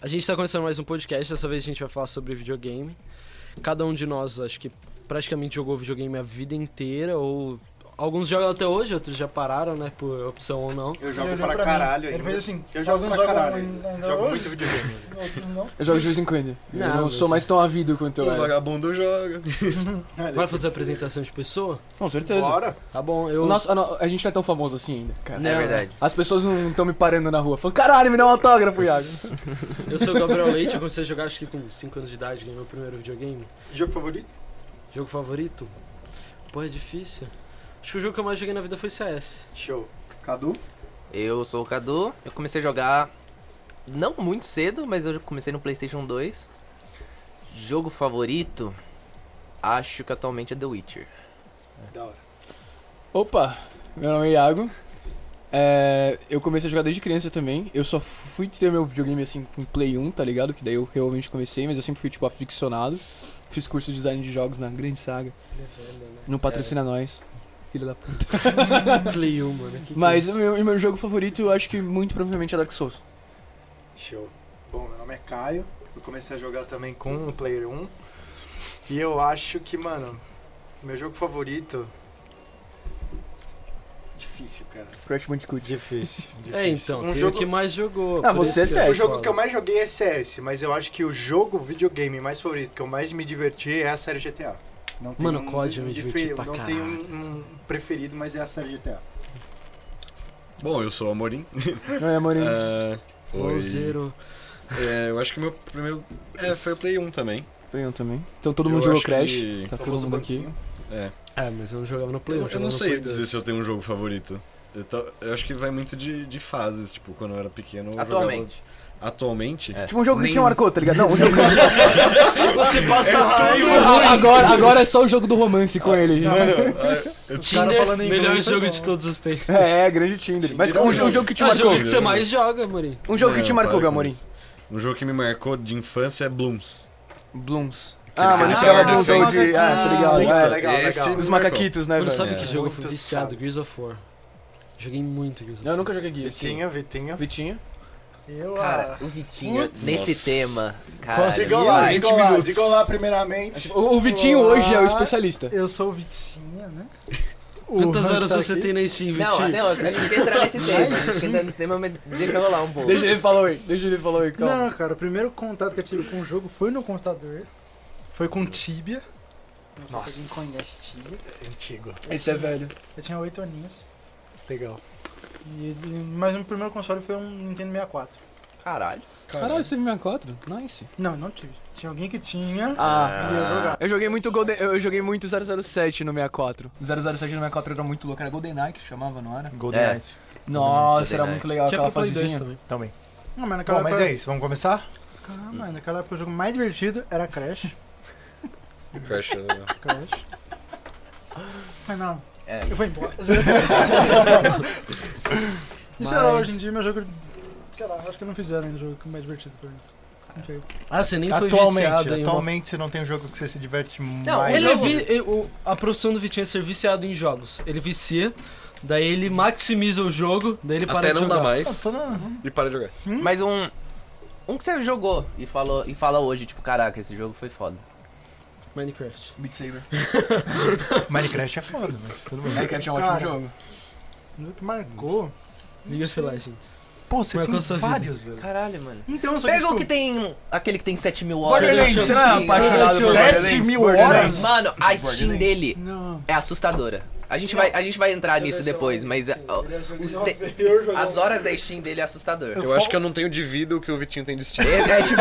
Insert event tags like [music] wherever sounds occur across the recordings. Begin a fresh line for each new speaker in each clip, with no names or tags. A gente tá começando mais um podcast, dessa vez a gente vai falar sobre videogame. Cada um de nós, acho que praticamente jogou videogame a vida inteira, ou alguns jogam até hoje, outros já pararam, né, por opção ou não.
Eu jogo
Ele
pra,
olhou pra mim.
caralho
Ele
ainda.
fez assim,
eu jogo
alguns
pra
jogam
caralho.
ainda- ainda
jogo
hoje?
muito videogame.
Outro não.
Eu jogo de vez em quando. eu
Não,
não
mas-
sou mais tão ávido quanto eu
Os
era.
vagabundos jogam.
Vai fazer apresentação de pessoa?
Com certeza.
Bora.
Tá bom, eu.
O nosso- a, no- a gente não é tão famoso assim ainda, cara.
Não,
é verdade.
As pessoas não estão me parando na rua falando, caralho, me dá um autógrafo, Iago.
Eu sou o Gabriel Leite, eu comecei a jogar acho que com 5 anos de idade, ganhei meu primeiro videogame.
Jogo favorito?
Jogo favorito? Pô, é difícil. Acho que o jogo que eu mais joguei na vida foi CS.
Show. Cadu?
Eu sou o Cadu, eu comecei a jogar não muito cedo, mas eu comecei no PlayStation 2. Jogo favorito? Acho que atualmente é The Witcher.
É.
Da hora.
[laughs] Opa, meu nome é Iago. É, eu comecei a jogar desde criança também. Eu só fui ter meu videogame assim com Play 1, tá ligado? Que daí eu realmente comecei, mas eu sempre fui tipo aficionado. Fiz curso de design de jogos na grande saga. Não patrocina nós. Filha da puta.
Play 1, mano. que que é
Mas o
isso?
meu, o meu jogo favorito, eu acho que muito provavelmente é Dark Souls.
Show. Bom, meu nome é Caio. Eu comecei a jogar também com o Player 1. E eu acho que, mano, meu jogo favorito. Difícil, cara.
Crash Bandicoot.
Difícil.
É, então,
Um
tem
jogo-
o que mais jogou.
Ah,
por
você
isso
é
eu
O
CS.
jogo
falo.
que eu mais joguei é CS, mas eu acho que o jogo videogame mais favorito, que eu mais me diverti, é a série GTA. Não tem
Mano, COD eu me
dife-
diverti pra
Não
caralho. Tá
tem um, um preferido, mas é a série GTA.
Bom, eu sou o Amorim.
Oi, amorinho.
Ah,
Ou
oi.
zero.
É, eu acho que meu primeiro é, foi o Play 1 também.
Play 1 também. Então todo
Eu
mundo jogou
acho
Crash.
que-
Tá todo
Famoso
mundo aqui.
banquinho.
É.
É, mas eu não jogava no Play 1.
Eu, eu
jogava
não
no
sei
Play 2.
dizer se eu tenho um jogo favorito. Eu, tô- eu acho que vai muito de, de fases, tipo, quando eu era pequeno. eu jogava-
Atualmente.
Atualmente? [laughs]
É.
Um Tipo um jogo que
Nem-
te marcou, tá ligado? Não, um jogo
Você passa raiva.
agora, agora é só o jogo do romance com ele. [laughs]
Mano, a- é, eu- o cara
Tinder,
falando em inglês.
melhor
foi
jogo
bom.
de todos os tempos.
É, é, grande Tinder. Mas
Tinder
um,
é
jo- um
legal.
jogo que te
É o
marcou.
jogo que você mais joga, Mori.
Um jogo que
Não,
te marcou,
para com
Gamorim.
isso. Um jogo que me marcou de infância é Blooms.
Blooms.
Aquele
Ah, mano,
cara
isso
que
é
joga
Blooms
defesa.
hoje. Ah, tá ligado.
Puta,
é.
legal,
esse
legal.
me
Os
marcou.
macaquitos, né,
Mano,
velho?
sabe que
É.
jogo eu fui
Muito
viciado?
chato.
Gears of War. Joguei muito Gears of War.
Eu nunca joguei Guilty.
Vitinho, Vitinho.
Vitinho.
ah,
Eu,
Cara, o Vitinho nesse tema, cara.
Diga lá,
20
diga lá,
minutos.
diga lá primeiramente.
É tipo, O, o Vitinho
Olá.
hoje é o especialista.
Eu sou o Vitinha, né? O
Quantas
Uhum.
Hank
horas
tá
você
aqui.
tem na Steam,
Não,
Vitinho?
não, a gente quer entrar nesse tema, a gente quer entrar nesse tema, mas deixa rolar um pouco.
Deixa ele falar aí, deixa ele falar aí,
Então.
calma.
Não, cara, o primeiro contato que eu tive com o jogo foi no computador. Foi com Tibia. Não sei se
Nossa.
alguém conhece Tibia.
Antigo.
Esse é velho.
Eu tinha 8 aninhos.
Legal.
E, ele- mas o primeiro console foi um Nintendo 64.
Caralho.
Caralho, você teve minha quadra? Nice.
Não, não tive. Tinha alguém que tinha.
É.
Ah,
E eu
é
jogava.
Eu joguei muito Golden, eu joguei muito 007 no 64. 007 no 64 era muito louco, era GoldenEye que chamava, não era?
Golden
É.
Knight.
Nossa,
GoldenEye.
era muito legal
Tinha
aquela
pra Play 2
fasezinha.
também.
Também.
Não, mas naquela
Bom, mas
época.
é isso, vamos começar?
Ah, mas naquela época o jogo mais divertido era Crash.
Crash, né?
Crash. mas não.
É.
Eu
[laughs]
vou embora. E sei lá, hoje em dia meu jogo. Sei lá, acho que não fizeram ainda o jogo mais divertido pra mim. Não sei.
Ah, você nem foi
Atualmente,
viciado em uma...
atualmente você não tem um jogo que você se diverte
Não,
mais.
Ele é vi... eh, o- A profissão do Vitinho é ser viciado em jogos. Ele vicia, daí ele maximiza o jogo, daí ele para
[laughs] Até
de
não
jogar.
dá mais.
Eu tô na-
E para de jogar.
Mas um. Um que você jogou e, falou, e fala hoje, tipo, caraca, esse jogo foi foda.
Minecraft.
Beat Saber.
Minecraft é foda, mas tudo bem.
É, Crash é um ótimo
Cara.
jogo.
O jogo que marcou.
Liga of Legends.
Pô, você
Marcou
tem
sua vida.
vários, velho.
Caralho, mano.
Então, só que.
Pega o
tipo,
que tá- tem. um, Aquele que tem 7 mil horas.
Borderlands, você não é apaixonado por
Sete
Borderlands?
mil
Borderlands.
horas?
Mano, a Steam
Borderlands.
dele
Não.
é assustadora. A gente, vai, a gente vai entrar nisso depois, mas a-
é um
os te- as horas da Steam dele é assustador.
Eu acho que eu não tenho de vida o que o Vitinho tem de Steam.
É, é tipo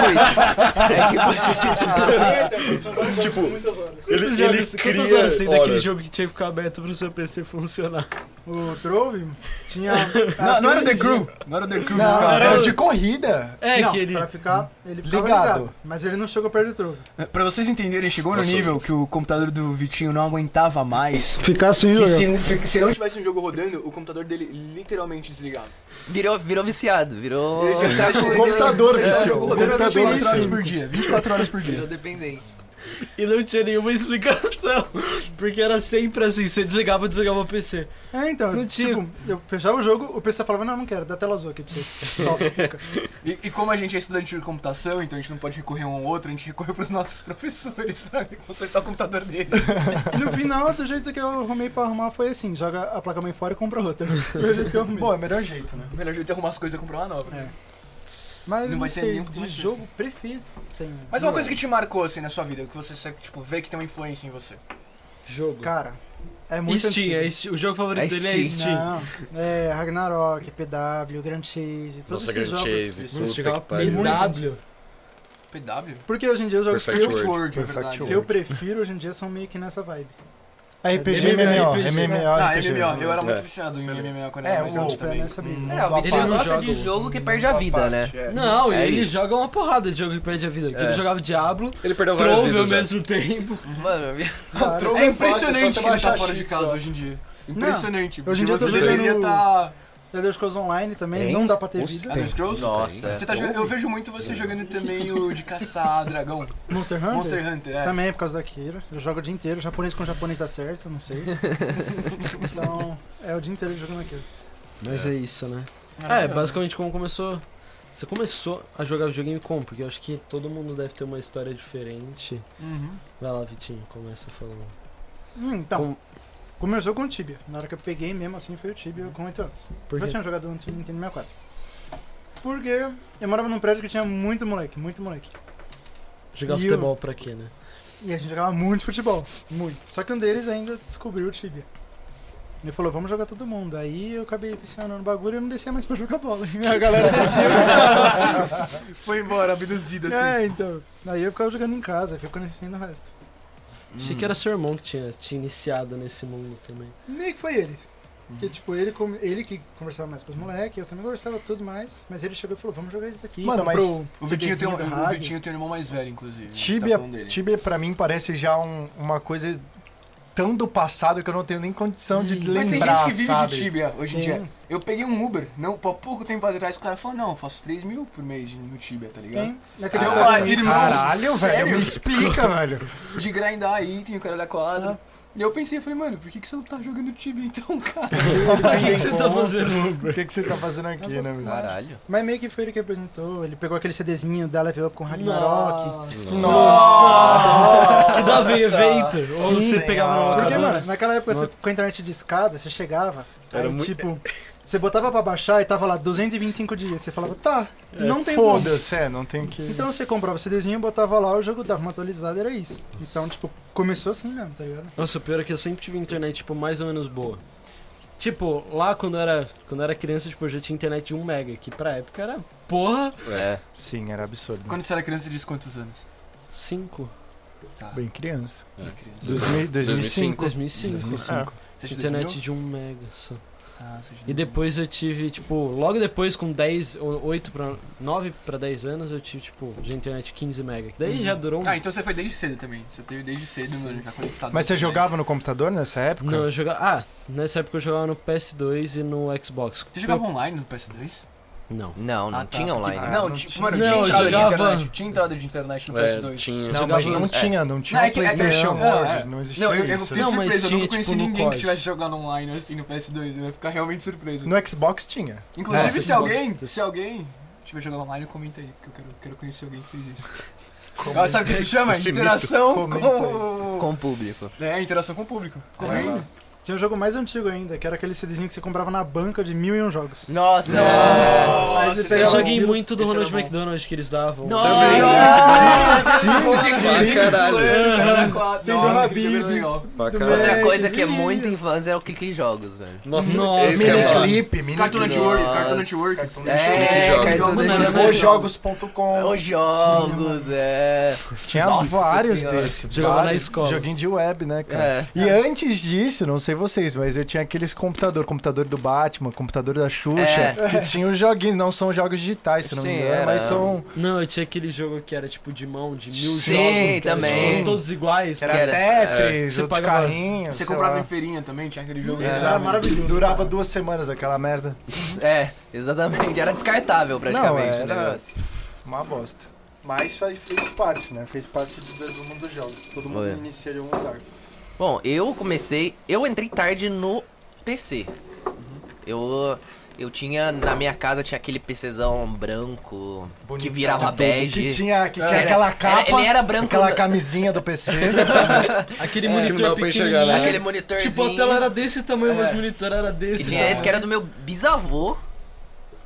isso. É
[laughs]
tipo isso.
tipo, ele,
Quantas
ele
horas-
cria...
Quantas horas tem daquele
hora.
jogo que tinha que ficar aberto pro seu PC funcionar?
O Trove tinha.
Não, não era The Crew. Não era The Crew.
Não,
cara.
era o de corrida.
É,
não,
que ele...
pra ficar, ele ficava
Ligado.
ligado. Mas ele não chegou perto do Trove.
Pra vocês entenderem, chegou no
Nossa.
nível que o computador do Vitinho não aguentava mais.
Ficar sem
Que se, se não tivesse um jogo rodando, o computador dele literalmente desligava.
Virou, virou viciado, virou.
Ele já tá-
O computador
É,
viciou.
O
O computador
computador 24 horas
viciou.
por dia. 24 horas por dia.
Virou dependente.
e não tinha nenhuma explicação. Porque era sempre assim, você desligava, desligava o PC.
É, então,
Não tinha.
tipo, eu fechava o jogo, o PC falava, não, não quero, dá tela azul aqui pra você. Top, fica.
E, e como a gente é estudante de computação, então a gente não pode recorrer um ao outro, a gente recorre pros nossos [laughs] professores pra consertar o computador dele.
E no final, do jeito que eu arrumei pra arrumar foi assim, joga a placa-mãe fora e compra outra. [laughs] Foi o jeito que eu arrumei.
Bom, é o melhor jeito, né?
O melhor jeito é arrumar as coisas e comprar uma nova.
É. Mas eu
não
não
vai ter
sei,
nenhum que
de
vai ter.
jogo preferido tem.
Mas é uma coisa que te marcou, assim, na sua vida, que você, sabe, tipo, vê que tem uma influência em você.
Jogo.
Cara, é muito
Steam,
antigo.
é Steam. o jogo favorito
É
dele é
Steam.
Steam.
Não, é Ragnarok, PW, Grand Chase, todos
Nossa,
esses
Grand
jogos.
Chase,
Nossa,
puta
chegava
que pariu.
muito.
PW.
PW?
Porque hoje em dia os jogos
Perfect
que eu,
World.
é
Perfect
verdade.
que eu prefiro hoje em dia são meio que nessa vibe.
RPG,
É,
MMO,
RPG, né?
MMO,
Ah,
RPG.
MMO. Eu era muito
É.
viciado em MMO quando eu
É,
era mais
o-
novo
Tipo, é
também.
nessa brisa.
É, o Vitor
Ele não
gosta de
joga o-
jogo que perde a vida, né?
Não, e
É
ele
isso.
joga uma porrada de jogo que perde a vida. Que
É.
Ele jogava Diablo,
Ele perdeu várias
Trove ao
vidas.
mesmo tempo.
Mano,
Claro.
É impressionante que ele tá
achar
fora de
cheats,
casa
ó.
hoje em dia.
Não,
Impressionante.
hoje em dia eu tô
você deveria
jogando-
tá...
É, Elder Scrolls Online também,
Hein?
não dá pra ter
Nossa,
vida.
Elder Scrolls?
Nossa, é.
Você tá jogando... Eu vejo muito você jogando também o de caçar dragão.
Monster Hunter?
Monster Hunter, é.
Também é por causa da Kira. Eu jogo o dia inteiro. Japonês com japonês dá certo, não sei. então, é o dia inteiro jogando aquilo.
Mas é, isso, né?
Ah,
É, basicamente como começou. Você começou a jogar videogame como? Porque eu acho que todo mundo deve ter uma história diferente.
Uhum.
Vai lá, Vitinho, começa falando.
Hum, então,
Com-
começou com o Tibia. Na hora que eu peguei mesmo assim foi o Tibia com 8 anos.
Por
Eu
quê?
já tinha jogado antes no Nintendo 64. Porque eu morava num prédio que tinha muito moleque, muito moleque.
Jogar
E eu-
futebol pra quê, né?
E a gente jogava muito futebol, muito. Só que um deles ainda descobriu o Tibia. Ele falou, vamos jogar todo mundo. Aí eu acabei viciando no bagulho e eu não descia mais pra [laughs] jogar bola. A galera descia.
Foi embora, abduzido assim.
É, então. Aí eu ficava jogando em casa, aí fui conhecendo o resto.
Achei que era seu irmão que tinha te iniciado nesse mundo também.
Meio que foi ele. Porque, tipo, ele, com- ele que conversava mais com os moleques, eu também conversava tudo mais, mas ele chegou e falou, vamos jogar isso daqui.
Mano, mas
comprou
O Vitinho, tem um,
CDzinho da
o
rádio.
Vitinho tem um irmão mais velho, inclusive. a gente tá
Tibia,
falando dele.
Tibia pra mim parece já um- uma coisa tão do passado que eu não tenho nem condição de
Mas tem
lembrar,
gente que vive
sabe?
de Tibia hoje em
Tem.
dia. Eu peguei um Uber, não, há pouco tempo atrás, o cara falou, não, eu faço 3 mil por mês no Tibia, tá ligado?
Quem? Naquele
Ah,
lugar
vai,
também.
ele- Irmão,
Caralho,
sério?
velho, me explica, velho.
De grindar item, o cara da quadra.
Ah.
E eu pensei, eu falei, mano, por que, que você não tá jogando Tibia então, cara?
Pra que, que você tá fazendo?
O que, que você tá fazendo aqui, né, meu?
Caralho.
Mas meio que foi ele que apresentou, ele pegou aquele CDzinho da Level Up com Ragnarok.
Que dava em evento. Ou
Sim,
você pegava
senhora.
uma
Porque,
locadora.
mano, naquela época, você, com a internet de escada, você chegava,
Era
aí,
muito-
tipo, você botava pra baixar e tava lá 225 dias. Você falava, tá, não tem como.
Foda-se, é, não tem que.
Então você comprava o CDzinho, botava lá, o jogo dava uma atualizada, era isso. Então, tipo, começou assim mesmo, tá ligado?
Nossa, o pior é que eu sempre tive internet, tipo, mais ou menos boa. Tipo, lá quando eu era, quando eu era criança, tipo, eu já tinha internet de 1 mega, que pra época era, porra,
É.
Sim, era absurdo.
Quando você era criança, você disse quantos anos?
5.
Bem criança.
É.
Criança.
2000, 2005.
2005.
2005.
Você tinha
Internet
2000?
de 1 mega só.
Ah, você tinha
E
2000.
depois eu tive, tipo, logo depois, com 10, ou 8 pra 9 pra 10 anos, eu tive, tipo, de internet 15 mega. que Daí já durou um.
Ah, então você foi desde cedo também. Você teve desde cedo, mano, já conectado.
Mas você
na internet.
jogava no computador nessa época?
Não, eu jogava. Ah, nessa época eu jogava no PS2 e no Xbox.
Você jogava online no PS2?
Não.
Não, não
Ah, tá.
tinha online.
Ah,
não,
não
tipo,
tinha.
mano,
Não,
tinha
eu
entrada
jogava-
de internet. Tinha entrada de internet no
É,
PS2.
tinha.
Não,
Mas
mas-
não
é.
tinha, não tinha
Não,
não,
é que- é que-
Playstation
não,
Word,
é.
não existia
Não, eu, eu
isso.
fiquei
Não, mas
surpreso, eu
tinha,
nunca conheci
tipo, no
ninguém que
COD.
tivesse jogado online assim no PS2, eu ia ficar realmente surpreso.
No Xbox tinha.
Inclusive,
É,
se
Xbox.
alguém, se alguém tiver jogado online, comenta aí, porque eu quero, quero conhecer alguém que fez isso. Ah, sabe o que se chama?
Esse mito.
Interação
Comenta
com...
Com o público.
É, interação com o público.
Vai
Comenta.
lá.
Tinha um jogo mais antigo ainda, que era aquele CDzinho que você comprava na banca de mil e um jogos.
Nossa!
Nossa.
Aí você
Eu
pegava
joguei
um-
muito do
esse era
Ronald
bom.
McDonald que eles davam.
Nossa.
Pra caralho.
Outra coisa que é
Ih.
muito infância é o clique em jogos, velho.
Nossa,
Nossa.
esse É, que eu ia
é
falar.
Miniclip, miniclip.
Cartoon Network,
Nossa.
Cartoon Network.
É,
Jogos.
Cartoon
Mano, era
Network.
melhor.
Os jogos.com.
Os jogos, é.
Tinha
Nossa
vários
Senhora.
desses.
Jogava na
vários.
escola.
Joguinho de web, né, cara?
É.
E antes disso, não sei vocês, mas eu tinha aqueles computador, computador do Batman, computador da Xuxa, que tinha os joguinhos, não são jogos digitais, se não me
Sim,
engano,
era.
mas são...
Não, eu tinha aquele jogo que era tipo de mão, de mil
Sim,
jogos. que
também.
eram todos iguais.
Que era-
Tetris,
é,
outro
você pagava-
carrinho,
Você
sei
comprava
lá. É.
em feirinha também, tinha aquele jogo.
Isso
que
era
era-
maravilhoso.
Durava duas semanas aquela merda.
É, exatamente. Era é, descartável praticamente o
Não, era-
negócio.
Uma bosta. Mas faz, fez parte, né? Fez parte do, do mundo dos jogos. Todo mundo
Olha.
inicia de algum lugar.
Bom, eu comecei. Eu entrei tarde no PC. Eu. Eu tinha. Na minha casa tinha aquele PCzão branco. que
Bonitão.
virava
Todo-
bege.
Que tinha, que tinha
Era-
aquela
era-
capa.
ele era branco,
Aquela
né?
camisinha do [laughs] PC.
Aquele
que não
monitor
dá pra enxergar, né?
pequenininho.
Aquele monitorzinho.
Tipo, a tela era desse tamanho, mas
É.
o monitor era
E
desse.
tinha esse que era do meu bisavô,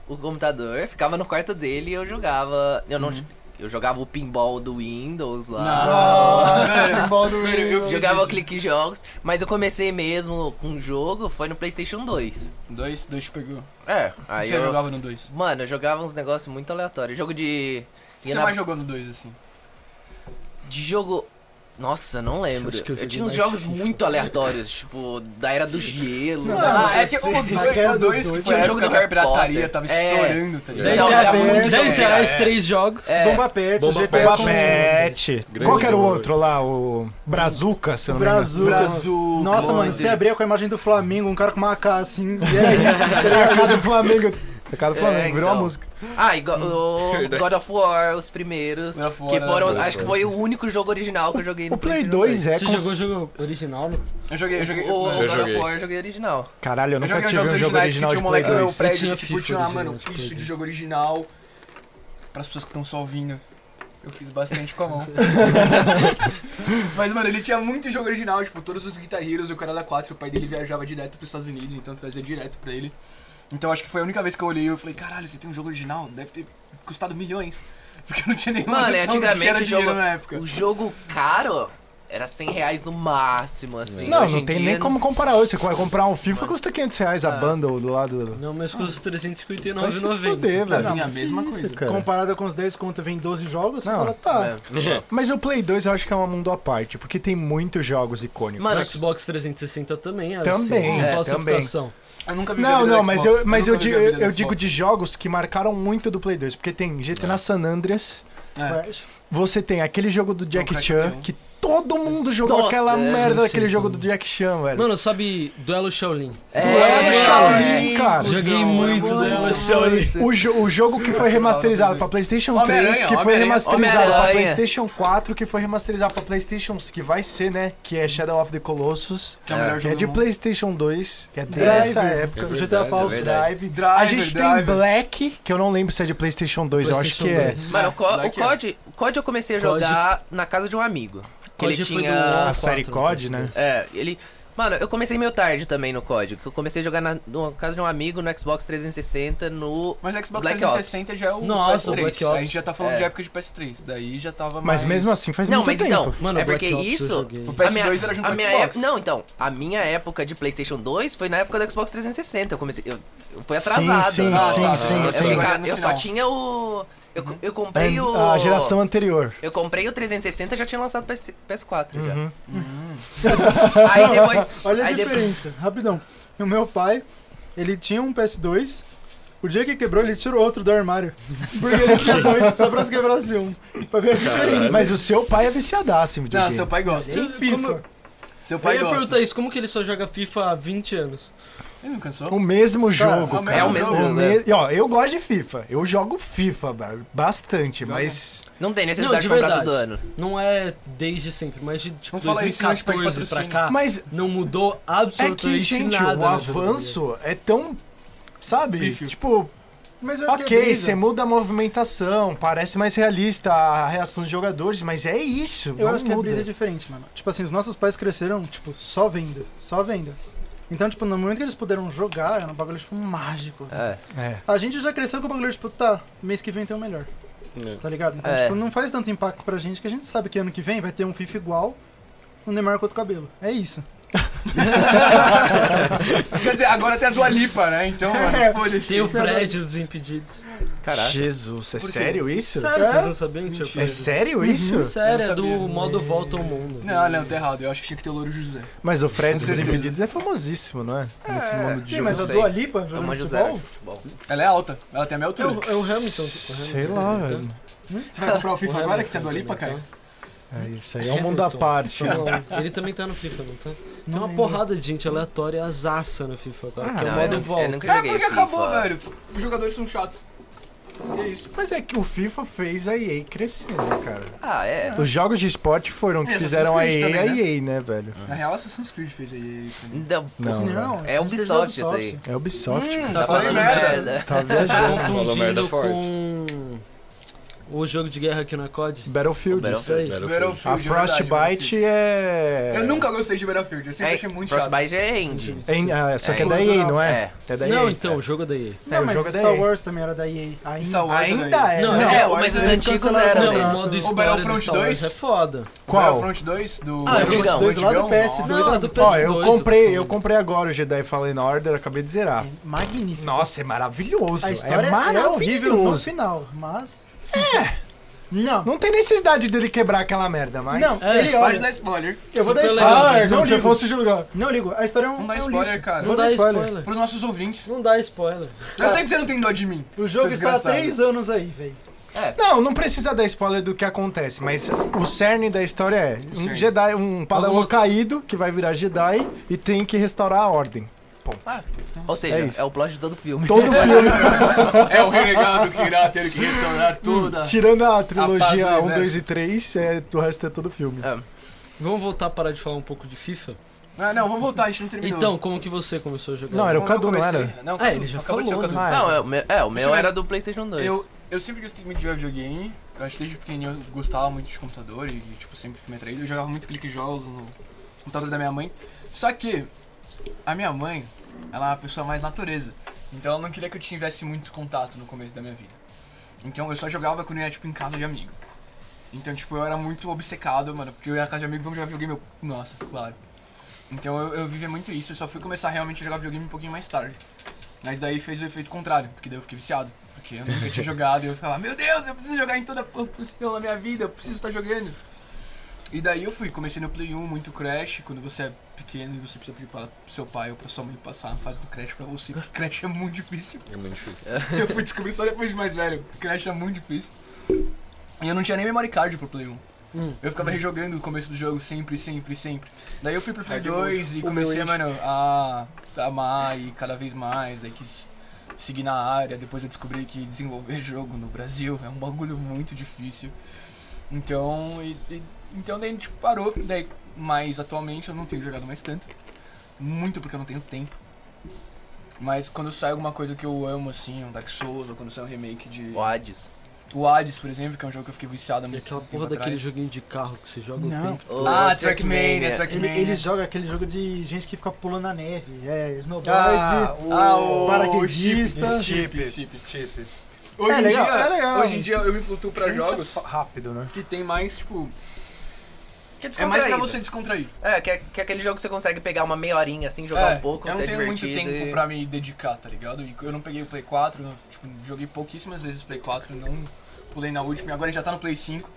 o computador, ficava no quarto dele e eu jogava. Eu
Uhum.
não. Eu jogava o pinball do Windows lá.
[laughs]
Nossa,
é
pinball do Windows.
Jogava o clique em jogos, mas eu comecei mesmo com o jogo, foi no Playstation 2.
Dois, dois te pegou.
É, aí
Você
eu.
jogava no dois.
Mano, eu jogava uns negócios muito aleatórios. Jogo de.
O que
ia
você
na-
mais jogou no dois, assim?
De jogo. Nossa, não lembro.
Acho que eu joguei
Eu, tinha uns
mais [laughs]
jogos muito aleatórios, tipo, da Era do Gelo.
ah, é que
assim,
o dois,
naquela
o
do
dois que
dois
foi
tinha
o
um
jogo
jogo
da
do Harry
pirataria,
Potter.
tava
É.
estourando, tá ligado?
10
Então,
reais,
era
muito
10
bom.
reais, três jogos.
É.
Bomba Pet,
Bomba
GTA
Pet.
Bomba
com-
Pet. Qual que era o
Grande
outro lá? O Brazuca, se eu não me engano.
Brasil.
[laughs]
Brasil.
Nossa, mano, você abria com a imagem do Flamengo, um cara com uma AK assim, e era isso, tá ligado?
Mercado do Flamengo. Mercado do Flamengo,
É,
virou uma
então.
música.
Ah, e go- o God of War, os primeiros.
Hum. God of War
que
era
foram.
bom,
acho que
cara.
foi o único jogo original que eu joguei no
O Play
PlayStation
2 é
Você
cons-
jogou o jogo original? né?
Eu joguei, eu joguei.
O
mano,
God
eu
of
joguei.
War eu joguei original.
Caralho, eu
Eu
nunca
joguei uns
tive
jogos
um jogo
originais que
original
tinha
de
um
Play
moleque no meu
2.
prédio
tinha
que, tipo,
FIFA
tinha, ah,
original,
mano,
tipo,
isso de
isso.
jogo original. Pras pessoas que estão só ouvindo. Eu fiz bastante com a
[laughs]
mão. Mas, mano, ele tinha muito jogo original, tipo, todos os guitarreiros do Canadá 4, o pai dele viajava direto pros Estados Unidos, então trazia direto pra ele. Então acho que foi a única vez que eu olhei e eu falei, caralho, você tem um jogo original? Deve ter custado milhões. [laughs] Porque eu não tinha nenhuma
Mano, é,
noção do que
antigamente
era
o jogo-
dinheiro na época.
O jogo caro era 100 reais no máximo, assim.
Não,
Hoje
não
em
tem
dia, É.
nem como comparar hoje. Você vai comprar um FIFA, custa 500 reais a bundle do lado.
Não, mas custa
Vai se
359,90.
foder, velho.
Vinha a mesma coisa.
Comparado com os 10 conto, vem 12 jogos, você
Não.
fala, tá.
É.
Mas o Play 2 eu acho que é um mundo à parte, porque tem muitos jogos icônicos.
No
Mano,
Xbox 360 também era
Também,
assim,
é,
falsificação.
Eu nunca vi
Não,
vida
não,
do
mas
Xbox.
eu, mas eu,
nunca vi
di-
a vida
eu,
do
eu digo
Xbox.
de jogos que marcaram muito do Play 2, porque tem GTA San Andreas,
É.
você tem aquele jogo do Jack
Crash
Chan,
Bandicoot.
que todo mundo jogou
Nossa,
aquela
é,
merda
sim,
daquele
sim,
jogo
sim.
do Jack Chan, velho.
Mano, sabe Duelo Shaolin?
Duelo
é,
Shaolin, cara.
Joguei
Cusão,
muito
era bom,
Duelo
era
Shaolin.
O, jo- o jogo que foi remasterizado pra PlayStation
Homem-Aranha,
3, que foi
Homem-Aranha,
remasterizado pra
Homem-Aranha.
PlayStation 4, que foi remasterizado pra PlayStation, que vai ser, né? Que é Shadow of the Colossus,
Que é o melhor
que
jogo
é de
do mundo.
PlayStation 2, que é
Drive.
dessa época.
É
GTA
verdade,
Falso.
é
Drive, drive,
A gente tem
drive.
Black, que eu não lembro se é de PlayStation 2, eu acho que
PlayStation
é.
2.
Mano, o, co o
Daqui é.
COD, o COD eu comecei a
COD.
jogar na casa de um amigo. Que ele
COD foi
tinha.
do
A
Quatro,
série
né?
COD, né?
É, ele. Mano, eu comecei meio tarde também no código. Eu comecei a jogar na, no casa de um amigo no Xbox 360 no.
Mas Xbox
Black
360 já é o
Nossa, o
PS3.
Black Ops.
A gente já tá falando
É.
de época de PS3. Daí já tava
Mas
mais...
mesmo assim faz
Não,
muito
mas
tempo.
então.
Mano,
é porque
Black Ops eu
isso.
joguei.
O
A
PS2
minha,
era junto
a
com o
minha
Xbox.
época- não, então, a minha época de PlayStation 2 foi na época do Xbox 360. Eu comecei, eu, eu fui
Sim,
atrasado.
sim,
Ah,
sim,
tá.
sim,
eu,
sim.
fica-
No
eu só
final.
tinha o eu, eu
É
comprei o
a geração anterior.
Eu comprei o 360 e já tinha lançado o PS, PS4
Uhum.
já. Hum. Aí depois
Olha a
aí depois-
diferença, rapidão. O meu pai, ele tinha um PS2, o dia que quebrou, ele tirou outro do armário. Porque ele tinha dois só pra se quebrasse um. Pra ver a diferença.
Mas o seu pai é viciadaço em
Não,
videogame.
seu pai gosta.
Tinha FIFA.
Seu
Eu
pai
ia
gosta.
perguntar isso, como que ele só joga FIFA há 20 anos?
Ele não cansou?
O mesmo jogo,
é o
Um cara.
mesmo jogo,
né?
me- E, ó, eu gosto de FIFA. Eu jogo FIFA bra- bastante,
Joga.
mas...
não tem
Não, de
necessidade de, comprar
verdade.
todo ano.
Não é desde sempre, mas de tipo,
Não fala isso, senão a gente perde
2014 pra
patrocínio.
cá,
Mas
não mudou
é que,
Ah, absolutamente
gente,
nada.
o
na
avanço é tão... Sabe?
Pífio.
Tipo,
Mas eu acho que é
ok,
brisa.
você muda a movimentação, parece mais realista a reação dos jogadores, mas é isso,
Eu
não
acho que a
muda.
brisa é diferente, mano. Tipo assim, os nossos pais cresceram, tipo, só vendo. Só vendo. Então, tipo, no momento que eles puderam jogar, era um bagulho, tipo, mágico.
É.
É.
A gente já cresceu com o bagulho, tipo, tá, mês que vem tem o melhor. Tá ligado? Então,
É.
tipo, não faz tanto impacto pra gente que a gente sabe que ano que vem vai ter um FIFA igual, um Neymar com outro cabelo. É isso.
Quer dizer, agora tem a Dua Lipa, né? Então, mano, foda-se.
é
Tem o Fred, o Desimpedido.
Caraca.
Jesus, é sério isso?
Sério,
É?
vocês não sabiam que tinha
É
Fred?
sério isso?
Sério,
Eu
é
não sabia.
do modo Volta ao Mundo.
Não, não, tá errado. Eu acho que tinha que ter o Louro José.
Mas o Fred dos
certeza.
Impedidos é famosíssimo, não é? Nesse mundo de
Sim,
jogo.
mas a
sei.
Dua Lipa
É
jogando
uma José
futebol?
de futebol.
Ela é alta. Ela tem a minha
É
altura.
o, é o Hamilton. o
Sei
Hamilton,
lá,
né?
velho.
Você vai comprar o
O
FIFA agora que tem a Dua
Hamilton
Lipa,
também,
cara?
tá?
É isso aí, é um mundo à parte. né?
[laughs]
Não, ele também tá no FIFA, não tá? Tem
Não
uma
lembro.
porrada de gente aleatória azaça no FIFA agora, que é o
Não,
Ah,
eu,
modo
nu- eu
Volta.
nunca
É
joguei.
porque
FIFA.
acabou, velho. Os jogadores são chatos. E é isso.
Mas é que o FIFA fez a EA crescer, né, cara?
Ah, é.
Tá
Os jogos de esporte foram que
É,
fizeram a
Assassin's
EA
Creed
a
também,
EA, né, velho?
Na real, Assassin's Creed fez aí também.
Não,
Não,
Não,
É
Assassin's Creed
Ubisoft isso aí.
É Ubisoft.
Hum,
cara.
tá falando merda.
Tá
Vocês
vendo?
estão
Falou merda
confundindo
forte.
com o jogo de guerra aqui na COD?
Hum. Battlefield.
O
Isso aí.
Battlefield,
A
é verdade,
Frostbite
Battlefield.
é...
Eu nunca gostei de Battlefield, eu sempre achei muito chato.
Frostbite é indie.
É in- ah, só que é,
É,
da EA, não é?
é.
É da EA.
Não, então, o jogo daí.
É,
Não,
o
mas
jogo é da
Star
EA.
Wars também era da EA. Ainda,
Star Wars é da
ainda
EA.
é.
né?
Não,
Não,
é,
Star Wars
mas os
eles
antigos
cancelaram
eram né?
Não,
o
dele.
o
contrato.
modo
O
história do
Battlefront
Star Wars
2?
é foda.
Qual?
Battlefront 2 do.
Ah,
do
jogão.
Dois lá do
antigão?
PS2.
Não, é do PS2.
Ó, eu comprei, eu
tô falando.
comprei agora o Jedi Fallen Order, acabei de zerar.
É Magnífico.
Nossa, é maravilhoso.
A história
é
é horrível no
maravilhoso.
final, mas... É. Não.
não tem necessidade dele quebrar aquela merda, mas.
Não,
É,
ele
Pode
olha.
dar spoiler.
Eu vou dar
Super
spoiler.
legal.
Ah, é
não,
como se
ligo.
fosse jogar.
não ligo. A história é um,
Não dá
é um
spoiler,
lixo.
cara.
Não
dá
dá
spoiler.
spoiler.
Pros nossos ouvintes.
Não dá spoiler.
Eu sei que você não tem dó de mim.
O jogo
seu
está há
desgraçado.
três anos aí, velho.
Não, não precisa dar spoiler do que acontece, mas o cerne da história é um
cerne.
Jedi, um padawan
Alguma-
caído que vai virar Jedi e tem que restaurar a ordem.
Ou
É
seja,
isso.
é, o plot de todo o filme. [laughs]
Todo filme,
É o renegado que irá ter que restaurar toda.
tirando a
paz do
trilogia 1,
universo.
2 e 3, é, o resto é todo filme.
É.
Vamos voltar a parar de falar um pouco de FIFA?
Não, não, vamos voltar, a gente não terminou.
Então, como que você começou a jogar?
Não, era o
Como eu
Cadu, não
comecei-
era?
Não,
Ah, ele já
acabou de
falou,
ser o Cadu.
né?
Não, é, o meu- é, o meu
Deixa eu
era do PlayStation 2.
Eu, eu sempre gostei muito de jogar videogame. Eu acho que desde pequenininho eu gostava muito de computador e, tipo, sempre fui me atraído. Eu jogava muito clique jogos no computador da minha mãe. Só que a minha mãe, ela é uma pessoa mais natureza. Então ela não queria que eu tivesse muito contato no começo da minha vida. Então eu só jogava quando eu ia, tipo, em casa de amigo. Então, tipo, eu era muito obcecado, mano. Porque eu ia na casa de amigo, vamos jogar videogame. Eu... Nossa, claro. Então eu, eu vivia muito isso. Eu só fui começar realmente a jogar videogame um pouquinho mais tarde. Mas daí fez o efeito contrário, porque daí eu fiquei viciado. Porque eu nunca tinha jogado e eu ficava, meu Deus, eu preciso jogar em toda a posição da minha vida, eu preciso estar jogando. E daí eu fui, comecei no Play 1, muito Crash, quando você é pequeno e você precisa pedir para seu pai ou pra sua mãe passar a fase do Crash pra você, porque Crash é muito difícil.
É muito difícil.
Eu fui descobrir só depois de mais velho, porque Crash é muito difícil. E eu não tinha nem memory card pro Play 1.
Hum.
Eu ficava rejogando o começo do jogo sempre, sempre, sempre. Daí eu fui pro Play
É, de
2 e
boa. O
comecei,
meu
mano, a a amar e cada vez mais. Daí quis seguir na área. Depois eu descobri que desenvolver jogo no Brasil é um bagulho muito difícil. Então, e, e- então daí a gente parou. Daí, mas atualmente eu não tenho jogado mais tanto. Muito porque eu não tenho tempo. Mas quando sai alguma coisa que eu amo, assim, um Dark Souls, ou quando sai um remake de.
O Hades.
O Hades, por exemplo, que é um jogo que eu fiquei viciado há
E
muito
aquela
tempo
porra daquele
atrás.
joguinho de carro que você joga o
Não.
tempo.
O
Ah, Trackmania,
Ele,
Trackmania.
ele joga aquele jogo de gente que fica pulando na neve. É,
Ah,
snowboard.
o...
Ah, o
paraquedista.
Steep, Steep, Steep.
Chip.
Hoje,
É
em
legal,
dia,
é legal.
hoje em dia eu me flutuo pra jogos
Rápido, né?
que tem mais, tipo.
Que é
É mais pra você descontrair.
É, que é, que é aquele jogo que você consegue pegar uma meia horinha assim, jogar
É,
um pouco,
Eu não
ser
tenho muito
divertido.
tempo
e-
pra me dedicar, tá ligado? E eu não peguei o Play 4, eu, tipo, joguei pouquíssimas vezes o Play 4, não pulei na última, e agora já tá no Play 5.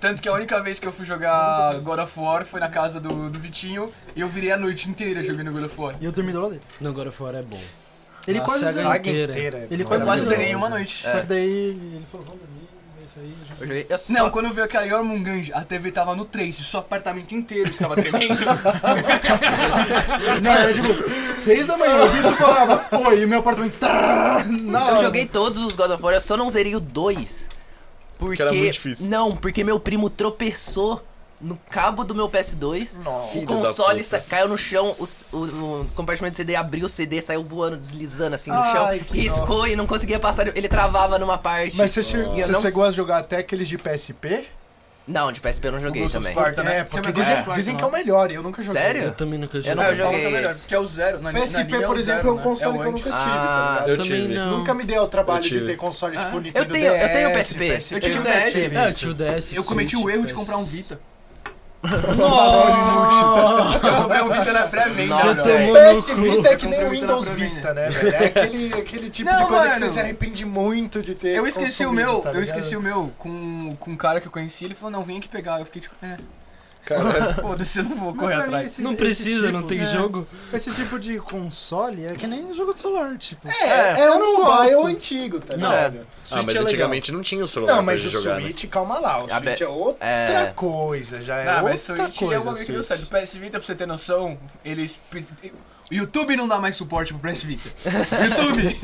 Tanto que a única vez que eu fui jogar God of War foi na casa do, do Vitinho e eu virei a noite inteira jogando God of War.
E eu dormi do lado dele.
Não, agora fora é bom.
Ele
A
quase
saga
zerou.
inteira.
é
Ele
Eu quase
Maravilhoso.
zerei em
né?
uma noite.
É,
Só que daí ele falou, vamos dormir, é isso aí. já-
Eu joguei. Eu só...
Não, quando eu vi aquela Yormungand, a TV tava no 3 e seu apartamento inteiro estava
[laughs]
tremendo.
Não, era tipo, [laughs] seis da manhã, eu vi isso e falava, pô, e o meu apartamento... Trrr, na
Eu
hora.
joguei todos os God of War, eu só não zerei o 2. Porque.
era muito difícil.
Não, porque meu primo tropeçou no cabo do meu PS2.
Nossa.
O
da
console
puta.
sa- caiu no chão, o, o- o compartimento de CD abriu o CD, saiu voando, deslizando assim no
Ai,
chão,
que
riscou e não conseguia passar, ele travava numa parte.
Mas você, che-
E eu
você
não-
chegou a jogar até aqueles de PSP?
Não, de PSP eu não joguei também.
né?
É, porque dizem, dizem que é o melhor e eu nunca joguei.
Sério?
Eu também nunca joguei.
É. Eu nunca joguei esse.
Que é o zero. Na, na
PSP,
linha
por
o
exemplo,
zero,
é um
né?
console
o
que eu
antes.
nunca tive,
Ah,
tá ligado?
Eu
também
tive.
não.
Nunca me deu o trabalho
Eu
de
tive.
ter console tipo Nintendo
eu tenho- eu tenho
DS,
PSP.
Eu tive
eu
o DS,
tive
É, eu
isso.
tive o DS.
Eu cometi o
Switch,
erro de
PS.
comprar um Vita.
Nossa,
Eu comprei um Vita na pré-venda.
Nossa,
velho.
tomou
PS
no cu.
Vita é que nem
Eu comprei
o
o Vita
Windows
na
Vista, né, velho? É aquele, aquele tipo de
Não,
coisa que
mano.
você se arrepende muito de ter
Eu esqueci o
consumido,
meu,
tá
eu
ligado?
esqueci o meu com, com um cara que eu conheci, ele falou, não, vem aqui pegar. Eu fiquei tipo, é, [laughs] foda-se, eu não vou correr
pra mim,
atrás.
esses-
Não
esses
precisa, não
tipos- é,
tem jogo.
Ah,
Esse tipo de console é que nem jogo de celular, tipo.
É, é um mobile antigo, tá
Não.
ligado?
Ah, mas
é legal.
antigamente não tinha o celular
Não,
pra
mas o
jogar, né?
Switch, calma lá, o
Ah,
Switch
be-
é outra
é.
coisa, já é
Ah, mas
outra
Switch é
coisa.
uma que deu
Switch.
certo. O PS Vita, pra você ter noção, eles. YouTube não dá mais suporte pro PS Vita. YouTube!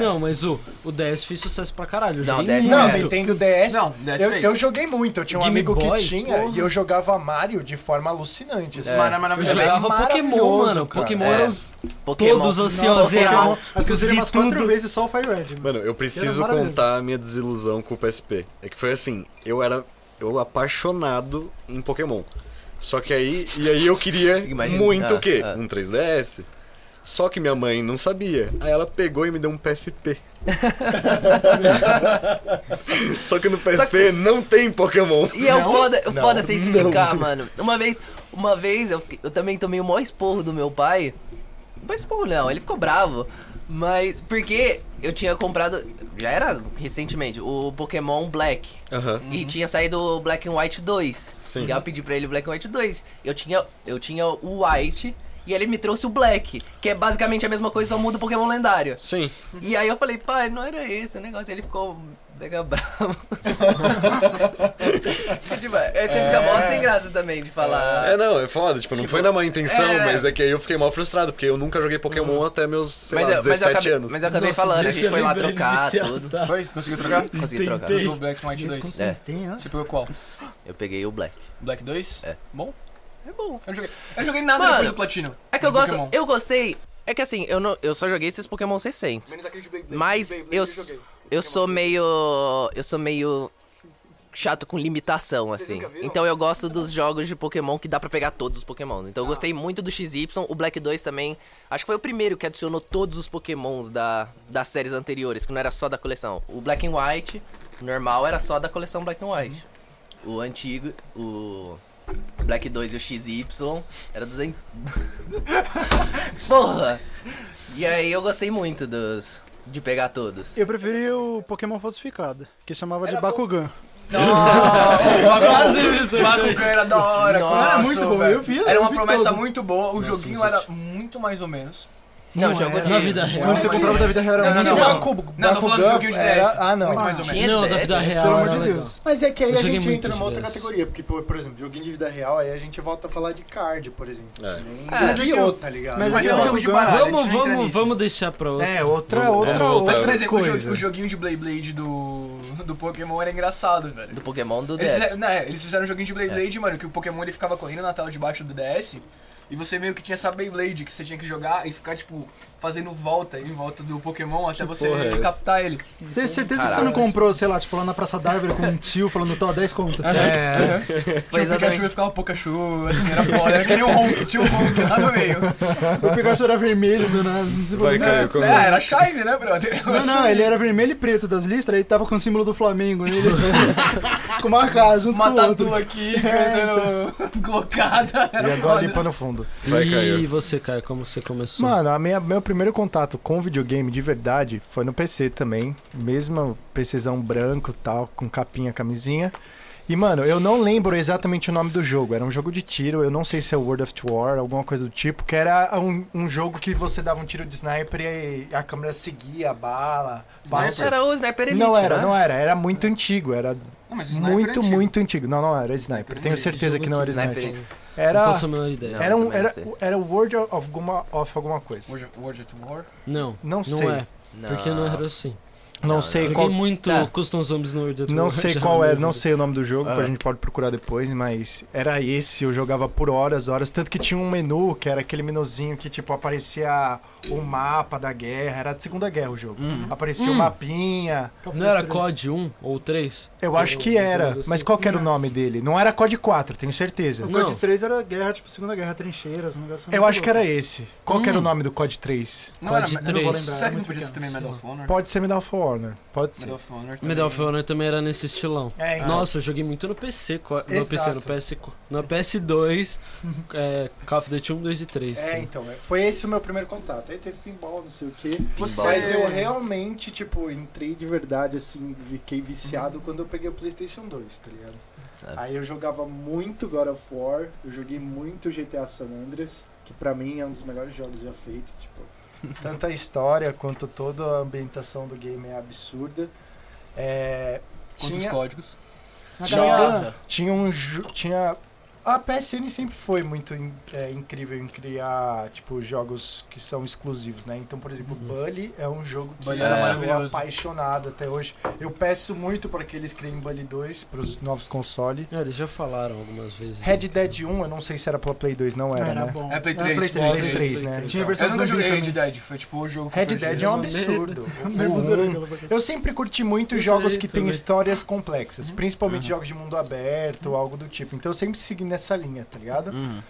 Não, mas o, o DS fez sucesso pra caralho. Eu
Não,
joguei
DS
muito.
Não,
É.
Nintendo DS.
não, DS
eu,
fez.
eu joguei muito, eu tinha um
Game
amigo
Boy,
que tinha
porra.
e eu jogava Mario de forma alucinante. assim.
Mara- mara-
Eu
joguei
jogava Pokémon,
maravilhoso,
mano.
cara.
Pokémon
É.
era
Pokémon.
todos
Nossa,
ansiosos.
Pokémon,
Era-
acho que eu zerei umas quatro
tudo.
vezes só o Fire Red. mano.
Mano, eu preciso
maravilhoso.
contar a minha desilusão com o PSP. É que foi assim, eu era eu apaixonado em Pokémon. Só que aí, e aí eu queria
[laughs] Imagina,
muito
ah,
o quê?
ah.
Um 3DS. Só que minha mãe não sabia. Aí ela pegou e me deu um [laughs] PSP. Só que no PSP não tem Pokémon.
E é o foda, o
Não.
foda você explicar, mano. Uma vez, uma vez eu, fiquei- eu também tomei o maior esporro do meu pai. Mas esporro não, ele ficou bravo. Mas porque eu tinha comprado, já era recentemente, o Pokémon Black.
Aham.
E tinha saído o Black and White 2.
Sim.
E aí eu pedi pra ele o Black and White 2. Eu tinha, eu tinha o White e ele me trouxe o Black, que é basicamente a mesma coisa, só muda o Pokémon lendário.
Sim.
E aí eu falei, pai, não era esse o negócio. Ele ficou mega [laughs] bravo. é demais. Aí Você fica mó sem graça também de falar.
É, não, é foda, tipo, não foi na má intenção,
Ah. é. Uhum.
mas é que aí eu fiquei mal frustrado, porque eu nunca joguei Pokémon até meus, sei
mas,
lá,
eu, mas, eu
17
acabei,
anos.
mas eu acabei
Nossa,
falando, a
desse
gente foi
eu
lá
lembrei de
trocar
viciado.
tudo.
Foi? Conseguiu trocar?
Consegui trocar.
Você jogou Black Might
Esse
2.
quanto
É.
tem, ó.
Você pegou qual?
Eu peguei o Black.
Black 2?
É.
Bom?
É bom.
Eu não joguei.
Eu joguei nada
Mano,
depois do Platino.
É que eu
De
gosto,
Pokémon.
eu gostei. É que assim, eu, não, eu só joguei esses Pokémon recentes.
Menos aquele de Beyblade.
Mas
Beyblade
eu,
joguei.
eu sou meio. Eu sou meio. Chato com limitação, assim.
nunca viram?
Então eu gosto dos jogos de Pokémon que dá pra pegar todos os Pokémon. Então eu gostei muito do XY, o Black 2 também. Acho que foi o primeiro que adicionou todos os Pokémons da, das séries anteriores, que não era só da coleção. O Black and White, o normal, era só da coleção Black and White. O antigo, o. Black 2 e o XY era 200. [laughs] Porra! E aí eu gostei muito dos. de pegar todos.
Eu preferi o Pokémon falsificado, que chamava de Bakugan.
Bakugan era da hora.
Nossa,
cara.
era Ah, muito bom,
velho.
eu vi-
Era
eu
uma
vi
promessa
todos.
muito boa, o joguinho
mas
era muito mais ou menos.
Não,
Não
jogo
era.
de.
Na vida real.
Quando você
mas-
comprava da vida real era
Não, não,
muito
não.
bom.
Bakugan. Não, tô falando do joguinho de
era-
10.
ah, não.
Muito mais ou menos.
Tinha
Não, da vida
DS, mas
real.
Pelo
era
amor de
legal.
Deus.
Mas é que aí
Eu
a
joguei
gente
muito
entra numa outra
DS.
categoria, porque, por, por exemplo, joguinho de vida real, aí a gente volta a falar de card, por exemplo.
É.
Nem
Ah,
de Yu, tá ligado?
mas
Mas é um
Bakugan.
jogo de baralho. a gente
Vamos,
não entra
vamos,
nisso.
vamos deixar pra outro.
É, outra,
Vamos-
outra,
vamos voltar.
Mas,
Outra
por exemplo, o, jo-
coisa.
o joguinho de Beyblade do, do Pokémon era engraçado, velho.
Do Pokémon do
Eles
DS.
fizeram, né, eles fizeram um joguinho de Beyblade, mano, que o Pokémon ele ficava correndo na tela de baixo do DS. E você meio que tinha essa Beyblade que você tinha que jogar e ficar, tipo, fazendo volta em volta do Pokémon até você
porra é essa?
captar ele.
Tenho certeza que você não comprou, sei lá, tipo, lá na Praça da Árvore com um tio falando, tô 10 conto.
Foi
Né? Tinha o Pikachu
exatamente.
e ficava um Pikachu, assim, era foda. Era que nem um Honk, tinha um Honk lá no meio.
O Pikachu era vermelho do nada. você falou,
Vai, Caio, como...
É, era Shine, né, brother?
Não, não, ele era vermelho e preto das listras, aí tava com o símbolo do Flamengo nele. assim, com uma cara junto
Uma
com o outro. É, então.
tatu aqui, [laughs]
[laughs]
cantando colocada. Era
E a Dua
foda.
Lipa no fundo.
Vai,
E
Caio.
você, Caio, como você começou?
Mano, a minha, meu primeiro contato com videogame de verdade foi no PC também. Mesmo PCzão branco tal, com capinha, camisinha. E, mano, eu não lembro exatamente o nome do jogo. Era um jogo de tiro, eu não sei se é World of War, alguma coisa do tipo, que era um, um jogo que você dava um tiro de sniper e a câmera seguia a bala. passa-
Era o Sniper Elite.
Não era,
né?
não era. Era muito antigo. Era
Não, mas o Sniper é
muito,
antigo.
muito antigo. Não, não era sniper. Tenho certeza que não era
Sniper
sniper.
Elite.
Não
Era.
faço a menor ideia.
Não.
Era um.
também
Era,
sei.
era World of alguma, of alguma coisa.
World World at War.
Não,
Não
não
sei.
é. Porque não era assim.
Não,
Não,
sei
Joguei
qual. é.
muito
Tá.
Custom Zombies no World at
Não
[laughs] War,
sei
já
qual
na
era,
minha
não
vida.
sei o nome do jogo,
Ah.
a gente pode procurar depois, mas era esse, eu jogava por horas, horas, tanto que tinha um menu, que era aquele menuzinho que, tipo, aparecia o mapa da guerra, era de Segunda Guerra o jogo. Aparecia o
Hum.
mapinha,
Não era COD 1 ou 3?
eu acho que era, mas qual que era o nome dele? Não era COD 4, tenho certeza.
O
Não.
Code 3 era guerra, tipo, Segunda Guerra, trincheiras, um negócio
Eu
muito
acho que era esse. Qual que era o
Hum.
nome do COD 3?
Não era,
Pode
eu
três.
não vou lembrar.
É
Será que não
muito
podia ser também
pequeno,
Medal of Honor?
Pode ser Medal of Honor, pode ser.
Medal of Honor também.
Medal of Honor também era nesse estilão.
É, então.
Nossa, eu joguei muito no PC, co- no PC, no
Exato. Uhum.
PS, no PS2, é, Call of Duty 1, 2 e 3.
É,
também.
então, é, foi esse o meu primeiro contato. Aí teve pinball, não sei o quê.
É.
Pinball.
Mas eu realmente, tipo, entrei de verdade, assim, fiquei viciado quando eu peguei o PlayStation 2, tá ligado?
Tá.
Aí eu jogava muito God of War, eu joguei muito GTA San Andreas, que pra mim é um dos melhores jogos já feitos, tipo. Tanto a história quanto toda a ambientação do game é absurda. É,
Contra os códigos.
pequeno. A
Tinha-
Gargan,
tinha um ju- tinha A PSN sempre foi muito in- é, incrível em criar, tipo, jogos que são exclusivos, né? Então, por exemplo, Bully é um jogo que
Bully
eu
era
sou
maravilhoso.
apaixonado até hoje. Eu peço muito para que eles criem Bully 2 para os novos consoles.
É, eles já falaram algumas vezes.
Red Dead 1, eu não sei se era pra Play 2, não era, né?
bom.
É Play
Era
3,
Play
Play
3.
3, né?
tá
Tinha
Eu
versão
nunca
zumbi
joguei Red
também.
Dead, foi tipo o jogo que
Red
eu joguei.
Dead é um absurdo.
Mesmo
O
zero
um-
aquela coisa.
Eu sempre curti muito
Desse
jogos
jeito,
que têm
né?
histórias complexas,
Uhum.
principalmente jogos de mundo aberto ou algo do tipo. Então eu sempre segui nessa linha, tá ligado?
Uhum.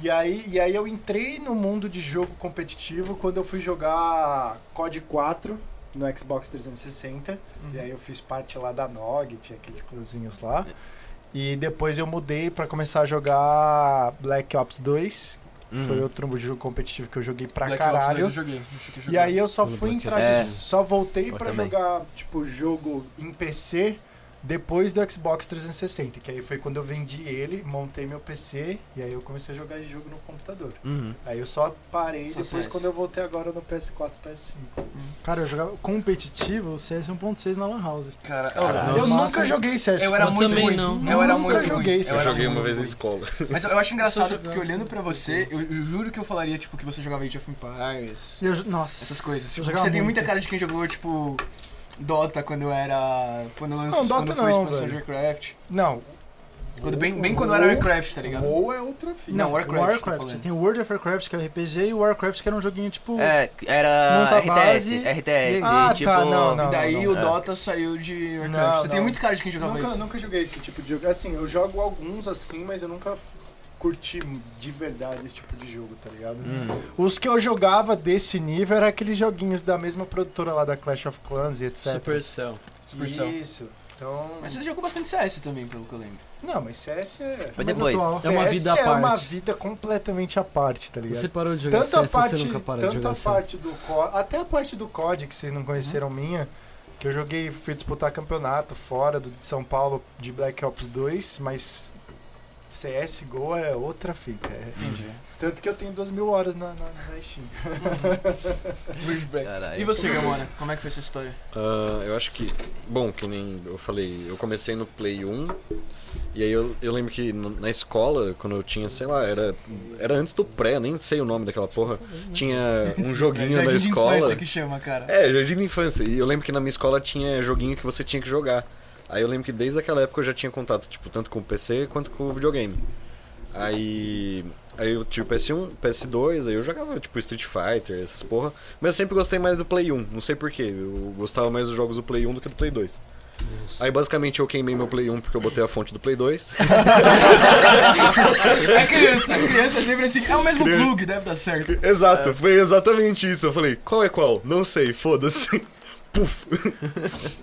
E, aí, e aí eu entrei no mundo de jogo competitivo quando eu fui jogar COD 4 no Xbox 360. E aí eu fiz parte lá da NOG, tinha aqueles clãzinhos lá. E depois eu mudei pra começar a jogar Black Ops 2. que
Uhum.
Foi outro jogo competitivo que eu joguei pra
Uhum. Black Ops
caralho.
2 eu joguei. eu cheguei a
E
jogar.
aí eu só fui entrar,
É.
só voltei
Eu
pra
também.
jogar tipo jogo em PC depois do Xbox 360, que aí foi quando eu vendi ele, montei meu PC e aí eu comecei a jogar jogo no computador.
Uhum.
Aí eu só parei
Só
depois
CS.
quando eu voltei agora no PS4, PS5.
Cara, eu jogava competitivo o CS 1.6 na Lan House.
Cara,
Caralho.
eu,
eu
massa.
nunca joguei CS.
eu era
Eu
muito
também
ruim.
não.
Eu era
Nunca
muito ruim.
joguei
eu
isso.
Eu
era
joguei uma
muito
vez na
ruim.
escola.
Mas eu, eu acho
Só
engraçado
jogava.
porque olhando pra você, eu, eu juro que eu falaria tipo que você jogava Age of Empires,
E eu, nossa.
essas coisas.
Eu
Tipo,
jogava
você tem
muito.
muita cara de quem jogou tipo Dota quando eu era, quando eu lançou,
Não, Dota
quando foi tipo, a
não,
expansão de
velho.
Warcraft.
Não.
Quando bem, bem quando eu era Warcraft, tá ligado?
Ou é outra fita.
Não, Warcraft, tá falando.
Tem World of Warcraft, que é o RPG, e o Warcraft, que era um joguinho tipo.
É, era
Monta
RTS,
base.
RTS,
Ah,
tipo...
tá, não, não.
E daí o
não.
Dota saiu de Warcraft.
Não,
você tem
não.
muito cara de quem jogava
Nunca,
isso.
nunca joguei esse tipo de jogo. Assim, eu jogo alguns assim, mas eu nunca f- curti de verdade esse tipo de jogo, tá ligado?
Hum.
Os que eu jogava desse nível eram aqueles joguinhos da mesma produtora lá da Clash of Clans e etc.
Supercell.
Supercell.
Isso. Então.
Mas você jogou bastante CS também, pelo que eu
[laughs]
lembro.
Não, mas CS é.
Foi
Mas
depois.
atual.
É uma
CS
vida à
é
parte.
uma vida completamente à parte, tá ligado?
Você parou de jogar
Tanto a
CS,
parte,
você nunca parou de
tanto
jogar
a
CS.
parte do COD, até a parte do COD que vocês não conheceram
Uhum.
minha, que eu joguei, fui disputar campeonato fora do, de São Paulo de Black Ops 2, mas CSGO é outra fita. é.
Entendi.
Tanto que eu tenho duas mil horas na, na, na Steam.
Bridge Break.
Caralho.
E você, Gamora? Como é que foi sua história?
Ah, eu acho que, bom, que nem eu falei, eu comecei no Play 1, e aí eu, eu lembro que no- na escola, quando eu tinha, sei lá, era, era antes do pré, nem sei o nome daquela porra, tinha
[laughs]
um joguinho
Jardim
na
de
escola.
infância que chama, cara.
É, jardim de infância, e eu lembro que na minha escola tinha joguinho que você tinha que jogar. Aí eu lembro que desde aquela época eu já tinha contato, tipo, tanto com o PC quanto com o videogame. Aí. Aí eu tinha o PS1, PS2, aí eu jogava tipo Street Fighter, essas porra. Mas eu sempre gostei mais do Play 1, não sei porquê. Eu gostava mais dos jogos do Play 1 do que do Play 2. Aí basicamente eu queimei meu Play 1 porque eu botei a fonte do Play 2.
É criança, a criança sempre assim. É o mesmo plug, deve dar certo.
Exato, foi exatamente isso. Eu falei, qual é qual? Não sei, foda-se. [laughs] Puf.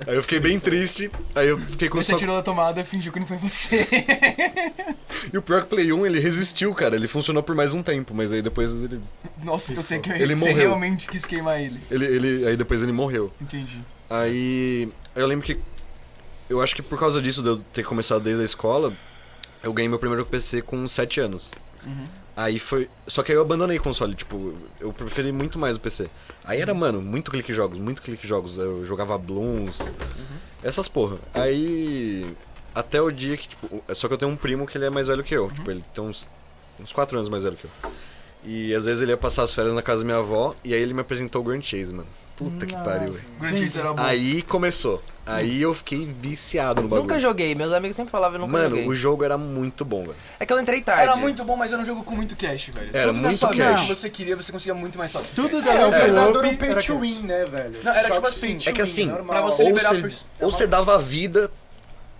Aí eu fiquei bem triste, aí eu fiquei com
Você
só-
tirou da tomada e fingiu que não foi você. [laughs]
E o pior é que o Play 1, ele resistiu, cara. Ele funcionou por mais um tempo, mas aí depois ele.
Nossa, então você, que
Ele
você
morreu.
realmente quis queimar ele.
ele, ele aí depois ele morreu.
Entendi.
Aí. Eu lembro que. Eu acho que por causa disso, de eu ter começado desde a escola, eu ganhei meu primeiro PC com 7 anos.
Uhum.
Aí foi. Só que aí eu abandonei o console, tipo, eu preferi muito mais o PC. Aí era, mano, muito clique em jogos, muito clique em jogos. Eu jogava Blooms, essas porra. Aí. Até o dia que, tipo. o- Só que eu tenho um primo que ele é mais velho que eu. Tipo, ele tem uns. Uns 4 anos mais velho que eu. E às vezes ele ia passar as férias na casa da minha avó, e aí ele me apresentou o Grand Chase, mano. Puta que pariu, velho.
Grand Chase
Tá
era bom.
Aí começou. Aí eu fiquei viciado no bagulho.
Nunca joguei, meus amigos sempre falavam, eu nunca
Mano,
joguei.
o jogo era muito bom, velho.
É que eu entrei tarde.
Era muito bom, mas era um jogo com muito cash, velho.
Era
Tudo na
muito
sua vida
cash.
que você queria, você conseguia muito mais fácil.
Tudo da
É, o
Level
Fernando
Up
era um pay
era
to
cash.
win, né, velho?
Não, era
Jogos
tipo assim,
pay to
é que
win,
assim,
normal.
pra você
Ou
liberar
você,
pro- é
ou
uma-
você dava a vida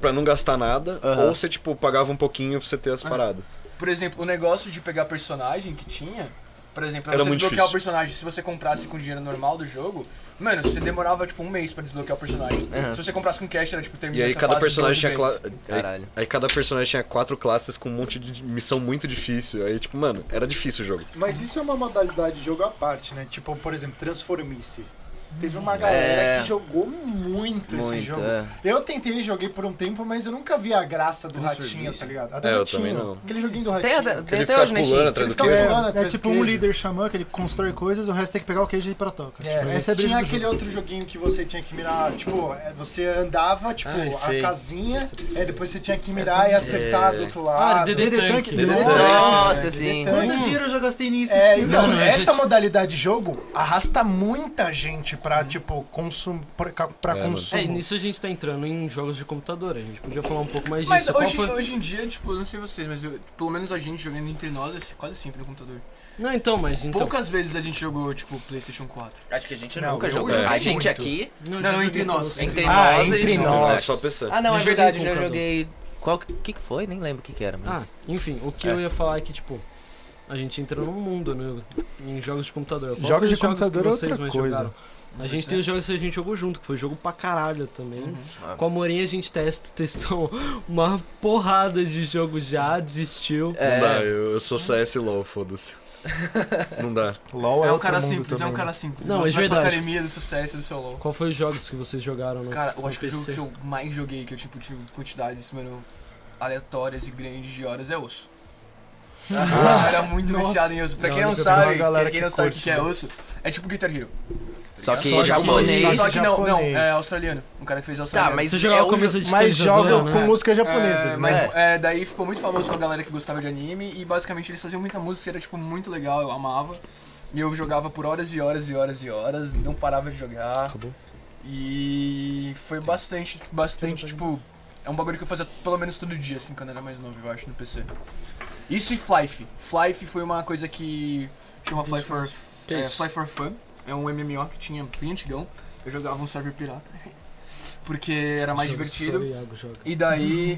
pra não gastar nada,
Aham. Ah,
ou você, tipo, pagava um pouquinho pra você ter as paradas.
Por exemplo, o negócio de pegar personagem que tinha. Por exemplo, pra
Era
você
muito difícil.
desbloquear o personagem, se você comprasse com dinheiro normal do jogo, mano, você demorava tipo um mês pra desbloquear o personagem. Se você comprasse com cash, era tipo terminar
E aí cada personagem tinha cla- aí,
Caralho.
aí cada personagem tinha quatro classes com um monte de missão muito difícil. Aí, tipo, mano, era difícil o jogo.
Mas isso é uma modalidade de jogo à parte, né? Tipo, por exemplo, transformice. Teve uma
É.
galera que jogou muito, esse
Muito,
jogo.
é.
Eu tentei, joguei por um tempo, mas eu nunca vi a graça do ratinho, tá ligado? A do
É, eu
ratinho.
também não.
Aquele joguinho do
Tem,
ratinho.
até-
Que
tem
ele
até
fica
hoje, né,
pulando tá
Chico?
atrás do
Ele fica
queijo.
pulando
É
atrás do
tipo um
queijo.
líder xamã que ele constrói coisas, o resto tem que pegar o queijo e ir pra toca.
É,
Tipo,
essa
essa é a brisa
tinha
do
aquele
jogo.
outro joguinho que você tinha que mirar, tipo, é, você andava, tipo,
Ai,
a
Ah, sei.
casinha, aí depois você tinha que mirar e acertar
É.
do outro lado.
Ah, DD Tank.
DD
DD
Tank.
Nossa,
DD
sim.
Tank.
Quantos giros eu já gastei nisso?
É,
tipo?
então, essa modalidade de jogo arrasta muita gente pra, tipo, consum... pra, ca- pra
Uhum. É, mano.
consumo.
É, e nisso a gente tá entrando em jogos de computador, a gente podia falar um pouco mais disso.
Mas
Qual
hoje,
foi-
hoje em dia, tipo, eu não sei vocês, mas eu- pelo menos a gente jogando entre nós é quase sempre no computador.
Não, então, mas então.
Poucas vezes a gente jogou, tipo, PlayStation 4.
Acho que a gente
Não,
nunca
eu
jogou.
joguei
A gente
muito.
aqui,
Não,
Não,
já
entre
joguei
nós.
com você.
entre
Ah,
nós, a
entre
gente
nós.
jogou.
É só PC.
Ah, não,
Eu
é
joguei
verdade,
com
já
cada um.
joguei. Qual que, que que foi? Nem lembro o que que era, mano.
Ah, enfim, o que
É.
eu ia falar é que, tipo, a gente entra num mundo, né? Em jogos de computador. Qual
Jogos
foi
de
os
computador é
que vocês
outra
mais
coisa.
jogaram? A gente tem os jogos que a gente jogou junto, que foi jogo pra caralho também. Com a Morinha a gente testa, testou [laughs] uma porrada de jogo já, desistiu.
é.
Não dá, eu, eu sou CS LOL, foda-se.
[laughs]
não dá.
LOL
É um
outro
cara
mundo
simples, é um
também.
cara simples.
Não,
Você
é
vai sua
verdade.
academia do sucesso do seu LOL.
Qual foi os jogos que vocês jogaram, né?
Cara, eu
no
acho que o jogo
PC?
que eu mais joguei, que eu tipo tive quantidades, mano, aleatórias e grandes de horas é osso. eu era muito
Nossa.
viciado em osso. Pra quem não,
Não, eu vi uma
sabe,
galera
pra quem
que
não sabe o
curte,
que é
né?
osso, é tipo Guitar Hero. tá
Só que
é Só que-
japonês.
Só que não, não,
japonês.
é australiano. Um cara que fez australiano.
Tá, mas
Você jogava
é o
começo
jo-
de
Mas joga
né?
com músicas japonesas,
É,
né?
mas é, daí ficou muito famoso com a galera que gostava de anime e basicamente eles faziam muita música, era tipo muito legal, eu amava. E eu jogava por horas e horas e horas e horas, não parava de jogar.
Acabou.
E foi bastante, bastante, tipo, é um bagulho que eu fazia pelo menos todo dia, assim, quando eu era mais novo, eu acho, no PC. Isso e Flife. Flife foi uma coisa que chama Fly for,
Que
é,
isso?
Fly for Fun. É um MMO que tinha bem antigão. Eu jogava um server pirata. Porque era mais
Jogo
divertido.
só o Iago joga.
E daí.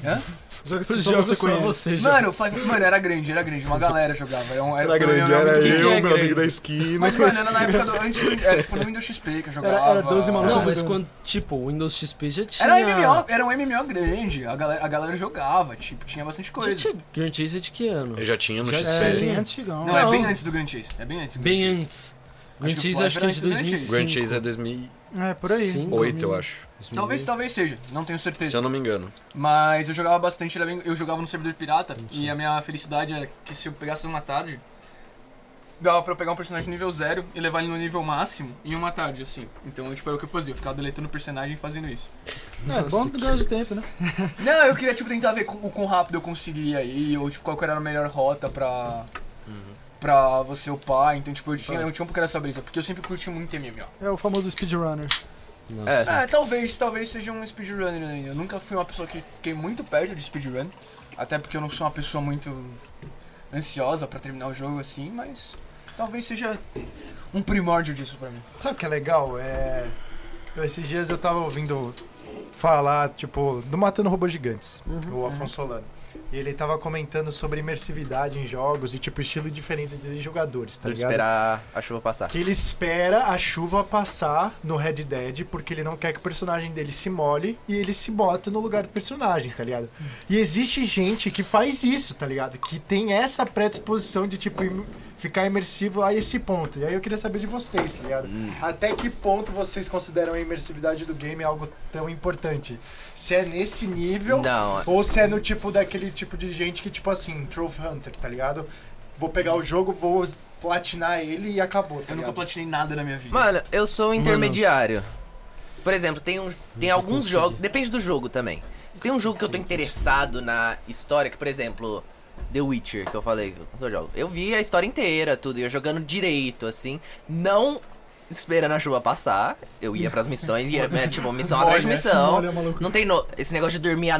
[laughs]
Hã?
Jogos que
Os
só
jogos
você
só
conhece.
você joga.
Mano, o Fly- mano, era grande, era grande, uma galera jogava. Era, um, era,
Era
foi um
grande,
MMO
era
muito
que
eu,
é
meu amigo
grande?
da esquina.
Mas, mano, era na época do. Antes do, era tipo no Windows XP que eu jogava.
Era- era 12 malucos
Não, mas
jogando.
quando, tipo, o Windows XP já tinha...
Era um MMO, era um MMO grande, a galera, a galera jogava, tipo, tinha bastante
Já
coisa.
tinha Grand Chase é de que ano?
Eu já tinha no
Já
XP.
É
tinha.
bem antigão.
Não, é bem
Não.
antes do Grand Chase, é bem antes. do
Bem
Grand Chase.
antes. Grand
que o
Chase
Flash
acho que
era
é de
antes do Grand Chase.
2005.
Grand Chase é 2008,
É, por aí.
Cinco,
eu
né?
acho.
Talvez, tá- talvez seja, não tenho certeza.
Se eu não me engano.
Mas eu jogava bastante, era bem- eu jogava no servidor pirata e a minha felicidade era que se eu pegasse uma tarde, dava pra eu pegar um personagem nível zero e levar ele no nível máximo em uma tarde, assim. Então, tipo, era o que eu fazia, eu ficava deletando o personagem e fazendo isso.
É, bom que gosta de tempo, né?
Não, eu queria, tipo, tentar ver com- o quão rápido eu conseguia ir, ou, tipo, qual que era a melhor rota pra... Pra você upar, então, tipo, eu tinha, eu tinha um pouco dessa brisa, porque eu sempre curti muito MMO.
É o famoso speedrunner.
É.
É, talvez, talvez seja um speedrunner ainda. Eu nunca fui uma pessoa que fiquei muito perto de speedrun. Até porque eu não sou uma pessoa muito ansiosa pra terminar o jogo assim, mas talvez seja um primórdio disso pra mim.
Sabe o que é legal? É... eu- Esses dias eu tava ouvindo falar, tipo, do Matando Robôs Gigantes, o Afonso Solano. E ele tava comentando sobre imersividade em jogos e, tipo, estilo diferente de jogadores, tá
Tem que
ligado?
esperar a chuva passar.
Que ele espera a chuva passar no Red Dead porque ele não quer que o personagem dele se molhe e ele se bota no lugar do personagem, tá ligado? E existe gente que faz isso, tá ligado? Que tem essa predisposição de, tipo, im- ficar imersivo a esse ponto. E aí eu queria saber de vocês, tá ligado? Até que ponto vocês consideram a imersividade do game algo tão importante? Se é nesse nível
Não,
ou se é no tipo daquele tipo de gente que, tipo assim, Trophy Hunter, tá ligado? Vou pegar o jogo, vou platinar ele e acabou, tá
Eu nunca
ligado?
platinei nada na minha vida.
Mano, eu sou um intermediário. Por exemplo, tem, um, tem alguns jogos. Depende do jogo também. Se tem um jogo que eu tô interessado na história, que, por exemplo, The Witcher, que eu falei que eu jogo. Eu vi a história inteira, tudo, e eu jogando direito, assim. Não esperando a chuva passar. Eu ia pras missões, ia, né, tipo, missão atrás de
Olha, se
missão.
molha, maluco.
Não tem no- esse negócio de dormir à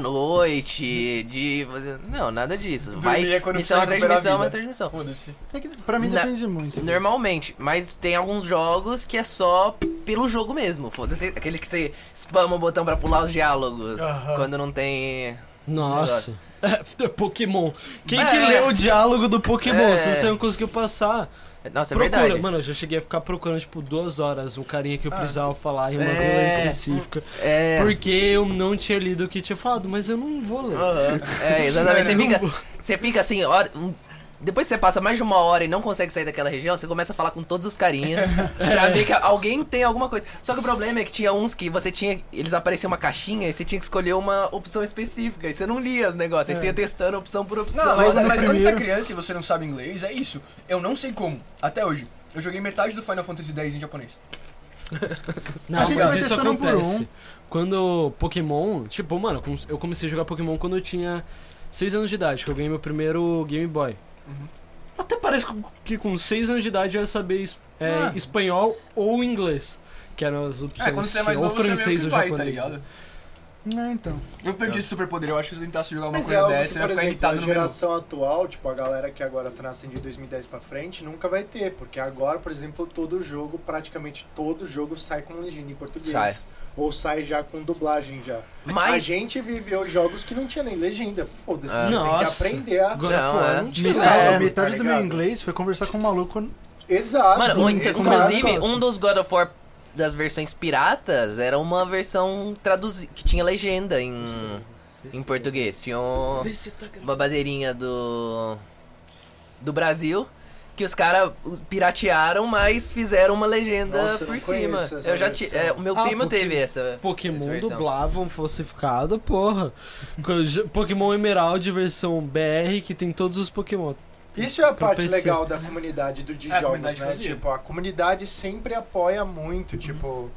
noite, de. fazer- Não, nada disso. Vai
Dormir é quando
missão
precisa
atrás de
recuperar a
missão,
vida.
atrás de missão.
Foda-se.
É que pra mim
Na-
depende muito.
Normalmente, mas tem alguns jogos que é só pelo jogo mesmo. Foda-se, aquele que você spama o botão pra pular os diálogos.
Aham.
Quando não tem.
Nossa. [laughs] É, Pokémon. Quem
É.
que leu o diálogo do Pokémon?
É.
Se você não conseguiu passar,
Nossa, é
procura.
verdade.
Mano, eu já cheguei a ficar procurando, tipo, duas horas um carinha que eu precisava falar em uma
É.
coisa específica.
É.
Porque eu não tinha lido
Ah,
o que tinha falado, mas eu não vou ler.
é,
[laughs] É,
Aham. É, exatamente. Você fica, você fica assim, hora- um- Depois que você passa mais de uma hora e não consegue sair daquela região, você começa a falar com todos
[laughs]
os carinhas pra ver que alguém tem alguma coisa. Só que o problema é que tinha uns que você tinha. Eles apareciam uma caixinha e você tinha que escolher uma opção específica. E você não lia os negócios,
É.
aí você ia testando opção por opção.
Não, mas,
Logo no
mas quando você é
primeiro.
criança e você não sabe inglês, é isso. Eu não sei como, até hoje. Eu joguei metade do Final Fantasy X em japonês.
Não,
A gente
mas
vai
isso
testando um por um.
acontece. Quando Pokémon. Tipo, mano, com- eu comecei a jogar Pokémon quando eu tinha 6 anos de idade, que eu ganhei meu primeiro Game Boy. Uhum. Até parece com- que com 6 anos de idade eu ia saber es- é,
Ah.
espanhol ou inglês. Que eram as opções.
É, quando você é
que-
mais
ou
novo, você meio
francês
que
ou
vai, tá
japonês.
ligado?
É, então.
Eu perdi esse superpoder, eu acho que se eu tentasse jogar uma
Mas é
coisa
algo
dessa,
que,
eu ia
por
ficar
exemplo, a
irritado no menu.
geração atual, tipo, a galera que agora tá nascendo de 2010 pra frente, nunca vai ter, porque agora, por exemplo, todo jogo, praticamente todo jogo sai com legenda em português.
Sai.
Ou sai já com dublagem já.
Mas-
A gente viveu jogos que não tinha nem legenda, foda-se,
Ah.
você
Nossa.
tem que aprender a...
Agora
Não,
fora,
é.
não tinha.
Metade,
É,
metade
tá
do meu
ligado?
inglês foi conversar com um maluco.
Exato.
Mano, ou então,
exato. é
inclusive, um dos God of War das versões piratas era uma versão traduzida, que tinha legenda em, em português. Tinha um-
tá
uma bandeirinha do, do Brasil que os caras piratearam, mas fizeram uma legenda
Nossa, eu
por
não
cima.
conheço essa
Eu já ti-
versão.
é, o meu
Ah,
primo
porque-
teve essa. essa
Pokémon
versão.
dublavam falsificado, porra. Com- j- Pokémon Emerald versão BR que tem todos os Pokémon.
Isso é a
Pro
parte
PC.
legal da comunidade do
É, a
Dijogos,
comunidade
né?
fazia.
Tipo, a comunidade sempre apoia muito,
Uhum.
tipo...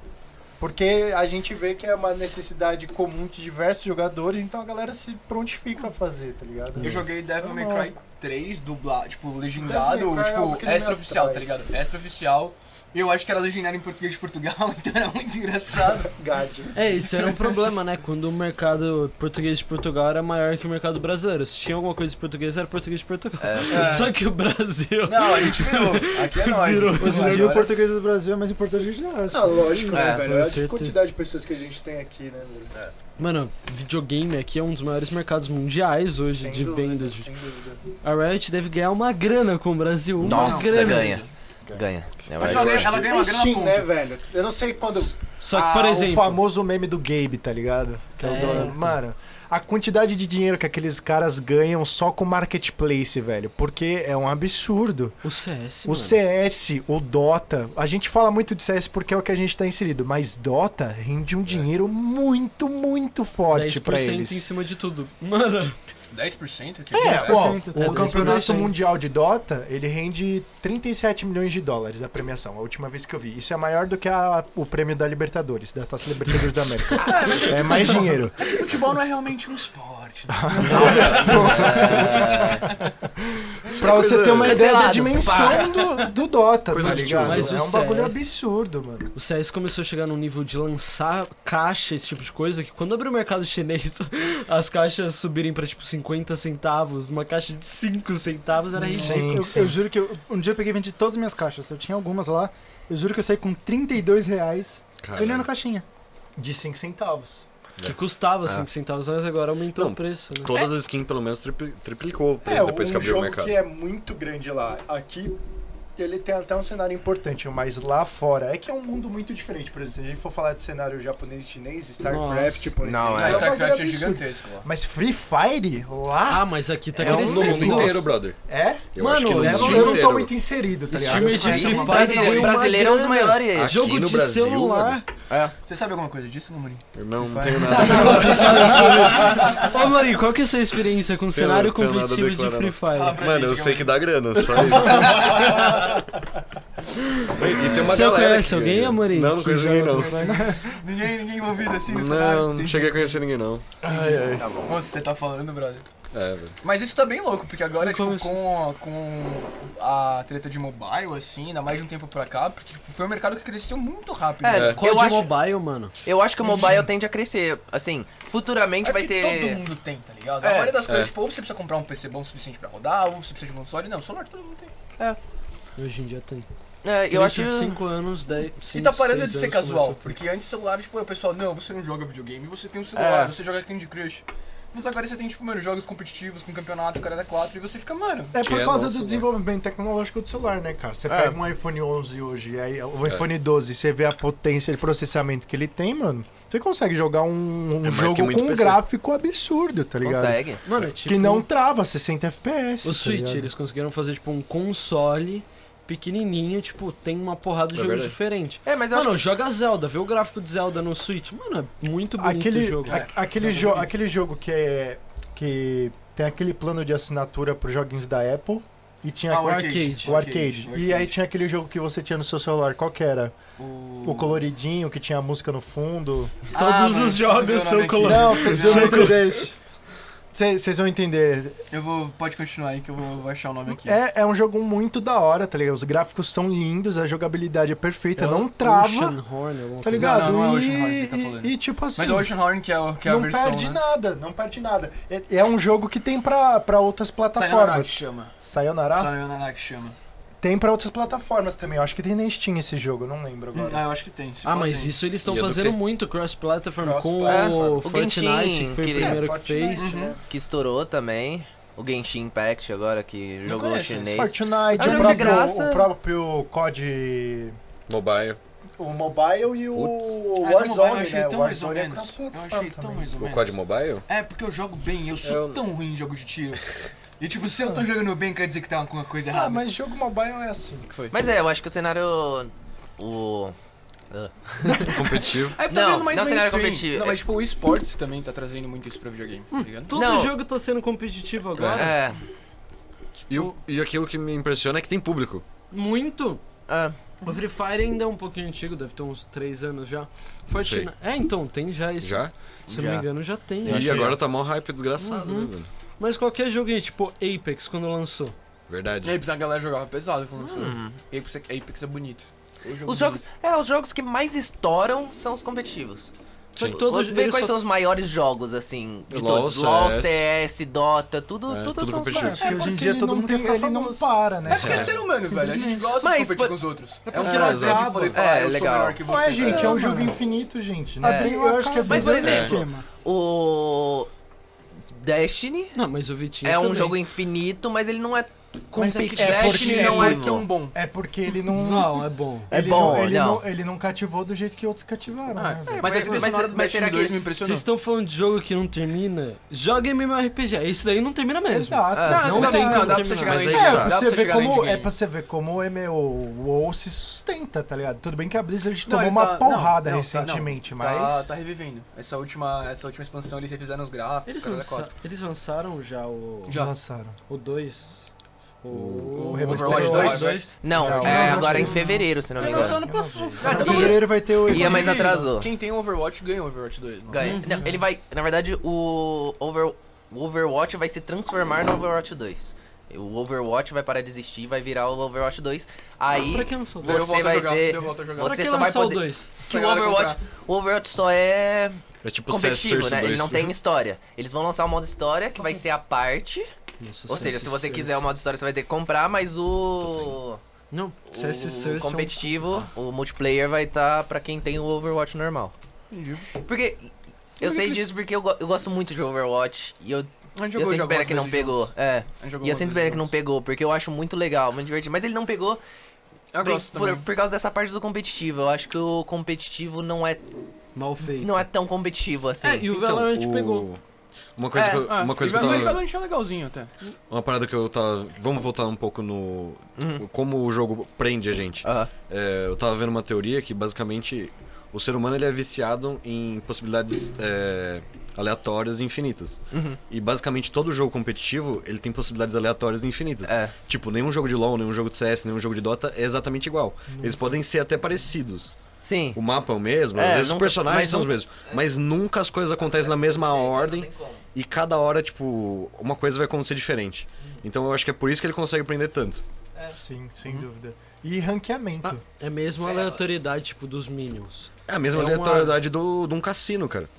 Porque a gente vê que é uma necessidade comum de diversos jogadores, então a galera se prontifica a fazer, tá ligado?
Eu joguei Devil May
Normal.
Cry 3 dublado, tipo, legendado,
Devil
ou
May Cry é algo que
tipo,
não me
extra oficial, tá
atrai.
ligado? Extra oficial. E eu acho que era legendário em português de Portugal, [laughs] então era muito engraçado.
Gade.
É, isso era um problema, né? Quando o mercado português de Portugal era maior que o mercado brasileiro. Se tinha alguma coisa de português, era português de Portugal. [laughs]
É.
Só que o Brasil.
Não, a gente virou. Aqui é nóis.
Virou.
Vamos
Hoje em
lá,
dia o
agora.
português do Brasil é mais importante que a gente
Ah, lógico,
É,
né, velho? Olha
certeza.
a quantidade de pessoas que a gente tem aqui, né, velho?
Mano, videogame aqui é um dos maiores mercados mundiais hoje
Sem
de
dúvida,
vendas.
Sem dúvida.
A Riot deve ganhar uma grana com o Brasil. Uma
Nossa,
grana.
ganha. Ganha. É Eu
Mas
acho-
ela ganha- Ela ganha uma
Mas
grana
sim,
ponta.
né, velho? Eu não sei quando.
Só que, por
Ah,
exemplo.
O famoso meme do Gabe, tá ligado? Que é o
É.
dono.
Mano, a quantidade de dinheiro que aqueles caras ganham só com marketplace, velho, porque é um absurdo.
O CS.
O
mano.
CS, o Dota, a gente fala muito de CS porque é o que a gente tá inserido, mas Dota rende um dinheiro muito, muito forte
10%
pra
em
eles.
cima de tudo. Mano,
10% aqui? né?
É,
Cara,
ó,
10%,
o
10%.
campeonato mundial de Dota, ele rende 37 milhões de dólares a premiação, a última vez que eu vi. Isso é maior do que a- o prêmio da Libertadores, da Taça Libertadores da América. É mais dinheiro.
futebol não é realmente um esporte. né?
Pra você ter uma ideia da
Cancelado.
dimensão do, do Dota,
Coisa
tá
de
ligado? É
tiozão.
um
Mas o
bagulho
sério.
absurdo, mano.
o CS começou a chegar num nível de lançar caixa, esse tipo de coisa, que quando abriu o mercado chinês, [laughs] as caixas subirem pra tipo 50 centavos, uma caixa de 5 centavos era isso.
Sim,
eu,
sim.
eu juro que eu- um dia eu peguei e vendi todas as minhas caixas. Eu tinha algumas lá. Eu juro que eu saí com 32 reais olhando caixinha.
De 5 centavos.
Que custava
Ah.
5 centavos, mas agora aumentou
Não,
o preço, né?
Todas as skins, pelo menos, tripli- triplicou o
É,
preço
um
depois que abriu
jogo
o mercado.
que é muito grande lá. Aqui ele tem até um cenário importante, mas lá fora é que é um mundo muito diferente. Por exemplo, se a gente for falar de cenário japonês e chinês, StarCraft, por exemplo.
Não, é.
um
Mas StarCraft é
bagulho absurdo.
gigantesco, ó.
Mas Free Fire lá
Ah, mas aqui tá
É um
No
crescendo.
mundo
Nossa.
inteiro, brother.
é?
Eu
Mano,
acho que no
é
Eu
um-
não, eu
mundo
não tô
inteiro.
muito inserido, tá ligado?
é
Streamers de
Aí,
Free
o
Fire
brasileiro-
ganhou uma
brasileiro é um dos
grana.
maiores.
Aqui
Jogo
no
de
Brasil,
celular.
mano.
Você sabe alguma coisa disso, Mamorim?
Eu não, não
Free
tenho
[laughs]
nada.
Ô, Marinho, qual que é a sua experiência com o cenário
tenho nada a
competitivo de
declarar,
Free
não.
Fire?
pra
Mano,
gente,
eu sei
Gabriel.
que dá grana, só isso.
[laughs]
e tem uma
Você
galera
conhece
é que
alguém,
ganha.
Amorim,
Não, não
que
conheço
joga
ninguém, não.
Ninguém, ninguém envolvido assim no
tá
cenário?
Não, não
Entendi.
cheguei a conhecer ninguém, não.
Nossa, você tá falando, brother.
É, velho.
Mas isso tá bem louco, porque agora,
Como assim?
tipo, com, com a treta de mobile, assim, ainda mais de um tempo pra cá, porque tipo, foi um mercado que cresceu muito rápido.
É,
né?
Eu
Code
acho-
Mobile, mano.
Eu acho que o mobile tende a crescer. Assim, futuramente
É
vai
porque
ter.
Todo mundo tem, tá ligado? A
É.
maioria das coisas,
É.
tipo, ou você precisa comprar um PC bom o suficiente pra rodar, ou você precisa de um console. Não, celular todo mundo tem.
Hoje em dia tem.
É, eu acho.
de 5 anos, 10.
e tá parando de ser casual, porque antes celular, tipo, o pessoal, não, você não joga videogame, você tem um celular,
É.
você joga Candy Crush. Mas agora você tem, tipo, mano, jogos competitivos com campeonato, cara da 4, e você fica, mano,
É
Que
por
é
causa
nosso,
do
né?
desenvolvimento tecnológico do celular, né, cara? Você pega um iPhone 11 hoje, aí o
É.
iPhone 12, você vê a potência de processamento que ele tem, mano. Você consegue jogar um, um
É mais que
jogo
muito
com um
PC.
gráfico absurdo, tá ligado?
Consegue.
Mano, é tipo,
Que não trava 60 FPS.
O
tá
Switch,
ligado?
eles conseguiram fazer, tipo, um console pequenininho, tipo, tem uma porrada de
É
jogo
verdade.
diferente.
É, mas eu
Mano,
acho
joga Zelda, vê o gráfico de Zelda no Switch. Mano, é muito bonito
Aquele,
o jogo.
É,
a- aquele, jo aquele jogo que é. que tem aquele plano de assinatura pros joguinhos da Apple e tinha
Ah,
o
o
arcade.
arcade.
o arcade.
arcade.
E aí tinha aquele jogo que você tinha no seu celular, qual que era? O coloridinho que tinha a música no fundo.
ah,
Todos os jogos são coloridos.
Não, vocês
um
vão entender isso. Vocês vocês vão entender.
eu vou, pode continuar aí que eu vou, vou achar o nome aqui.
É, é um jogo muito da hora, tá ligado? Os gráficos são lindos, a jogabilidade é perfeita,
É o
não trava,
Ocean Horn, alguma coisa.
tá
Não,
ligado?
não é o Ocean Horn
e,
que tá falando.
e- e tipo assim,
Mas o Ocean Horn que é, o- que é a
não
versão,
perde
né?
nada, não perde nada. É, é um jogo que tem pra, pra outras
tá Sayonara que
plataformas.
chama.
Sayonara?
Tá. Sayonara que chama.
Tem pra outras plataformas também. Eu acho que tem na Steam esse jogo, não lembro agora.
Ah, eu acho que tem. se
Ah,
pode
mas
tem.
isso eles estão
E é do
fazendo
quê? É,
muito cross-platform com
Cross-platform.
o,
O Genshin,
Fortnite, que foi o
que-
É, primeiro que
Fortnite,
fez.
né?
que estourou também. O Genshin Impact agora, que jogou
conheço
chinês.
Fortnite,
É um
o
jogo de
próprio,
graça.
o próprio COD,
Mobile.
o Mobile
Mas o mobile
e o
eu
Warzone,
achei
né?
tão
O
mais ou
Warzone é
menos. Eu
cross-platform
achei tão
também.
mais ou
O
menos.
COD Mobile?
É, porque eu jogo bem, eu
É,
sou
Eu-
tão ruim em jogo
[laughs]
de tiro. E tipo, se eu tô jogando bem, quer dizer que tá alguma coisa errada.
Ah, mas jogo mobile é assim.
Mas é, eu acho que o cenário. O.
Competitivo.
Aí tá
Não, não, cenário competitivo.
Não, é mas tipo, o esportes também tá trazendo muito isso pra videogame, tá ligado?
Todo
Não.
jogo tá sendo competitivo agora.
É.
E, o- e aquilo que me impressiona é que tem público.
Muito.
é.
O Free Fire ainda é um pouquinho antigo, deve ter uns 3 anos já. Fortnite. É, então, tem já esse.
Já.
Se eu não
Já.
me engano, já tem.
E agora tá mó hype desgraçado,
Uhum.
né, mano?
Mas qualquer jogo aí, tipo Apex, quando lançou.
Verdade.
E
É
aí, a galera jogava pesado quando lançou. E Apex é, Apex é bonito. O jogo
Os jogos.
bonito.
É, os jogos que mais estouram são os competitivos.
Só que
Sim.
todos
Vê
eles
quais
só-
são os maiores jogos, assim, de
LOL,
todos. LOL,
CS,
CS, Dota, tudo,
é,
tudo,
tudo
são os
competitivo.
maiores.
Porque hoje em dia todo mundo tem que ele não para, né?
É porque é ser humano, velho. A gente gosta
Mas,
de competir
por-
com os outros. É,
porque
um
não
prazer de
acaba.
poder
É,
falar, eu
legal.
sou melhor que você.
Ué, gente, é um
Não,
jogo
mano.
infinito, gente.
É.
Abriu, eu acho que é
Mas, por exemplo,
esquema.
o. Destiny
Não, mas o Vitinho
é um
também.
jogo infinito, mas ele não é competitivo.
é porque
Destiny não é tão bom.
É porque ele não.
Não, é bom.
É
ele
bom,
não, ele
não.
Ele não cativou do jeito que outros cativaram. né,
Ah,
velho?
Mas é a trilha
Ah, é, mas-
sonora do
mas
Destiny
será que-
2 me
Vocês
impressionou.
estão falando de jogo que não termina? Joga MMORPG. Isso daí não termina mesmo.
Exato.
Ah,
não
dá
tem
pra-
como
dá pra você
terminar.
chegar no
Mas aí que
endgame,
É,
tá.
dá
pra você ver
chegar no
como, é
endgame.
pra você ver como o MMO o WoW se sustenta, tá ligado? Tudo bem que a Blizzard
Não,
tomou
ele
uma
tá-
porrada
não, não, tá- não.
recentemente,
Tá-
mas.
Tá, revivendo. Essa última, essa última expansão eles revisaram os gráficos.
Eles,
cara, é da
lança-
quatro.
eles lançaram já o.
Já.
lançaram.
O 2. O.
o
Overwatch
Overwatch
2.
2.
Não,
Não,
é
não,
agora
não.
em fevereiro, se não me
Ele lançou
engano.
ano passado.
Ah,
Em
então
fevereiro vai ter o.
E é mais
Inclusive,
atrasou.
Quem tem o Overwatch ganha o Overwatch 2. Mano.
Uhum.
Ganha. Não, ele vai. Na verdade, o Over- o Overwatch vai se transformar no Overwatch 2. O Overwatch vai parar de existir, vai virar o Overwatch 2. Aí.
Pra que lançou o
Daí
2?
eu volto
Você
a
vai
jogar,
ter.
daí eu volto a jogar.
Pra
Você
que
só vai
lançar o
poder.
2?
Que
Pra
o
galera
Overwatch, o Overwatch só é
É tipo CS
competitivo,
Source
né?
2.
Ele não tem história. Eles vão lançar o modo história, que vai ser a parte.
Nossa,
Ou seja,
CS
se você
Source.
quiser o modo história, você vai ter que comprar, mas o.
Não, CS
O
Source é um-
competitivo,
Ah.
o multiplayer vai estar tá pra quem tem o Overwatch normal. Porque. Eu sei disso porque eu, go- eu gosto muito de Overwatch. E eu,
A gente
eu
jogou
sempre pena
jogos
que não
desde
pegou.
juntos.
É.
A gente jogou
E eu
umas
sempre
vezes
pena que não
juntos.
pegou, porque eu acho muito legal, muito divertido. Mas ele não pegou
Eu
por,
gosto
por,
também.
por causa dessa parte do competitivo. Eu acho que o competitivo não é,
Mal feito.
não é tão competitivo assim.
É, e o Valorant pegou.
Então, Uma coisa,
É,
que, eu,
Ah,
uma coisa
e
que eu
Valorant-
tava...
Valorant é legalzinho até.
Uma parada que eu tava... Vamos voltar um pouco no...
Uhum.
Como o jogo prende a gente.
Aham.
É, eu tava vendo uma teoria que basicamente o ser humano ele é viciado em possibilidades é, aleatórias e infinitas.
Uhum.
E basicamente todo jogo competitivo ele tem possibilidades aleatórias e infinitas.
É.
Tipo, nenhum jogo de LoL, nenhum jogo de CS, nenhum jogo de Dota é exatamente igual. Eles podem ser até parecidos.
Sim.
O mapa é o mesmo,
É,
às vezes os
nunca-
personagens
mas
são os
nunca-
mesmos. Mas nunca as coisas acontecem na mesma ordem. E cada hora, tipo, uma coisa vai acontecer diferente. Então eu acho que é por isso que ele consegue aprender tanto.
Sim, sem
Uhum.
dúvida. E ranqueamento.
Ah, é mesmo a aleatoriedade, tipo, dos Minions.
É a mesma
É uma-
aleatoriedade do, de um cassino, cara.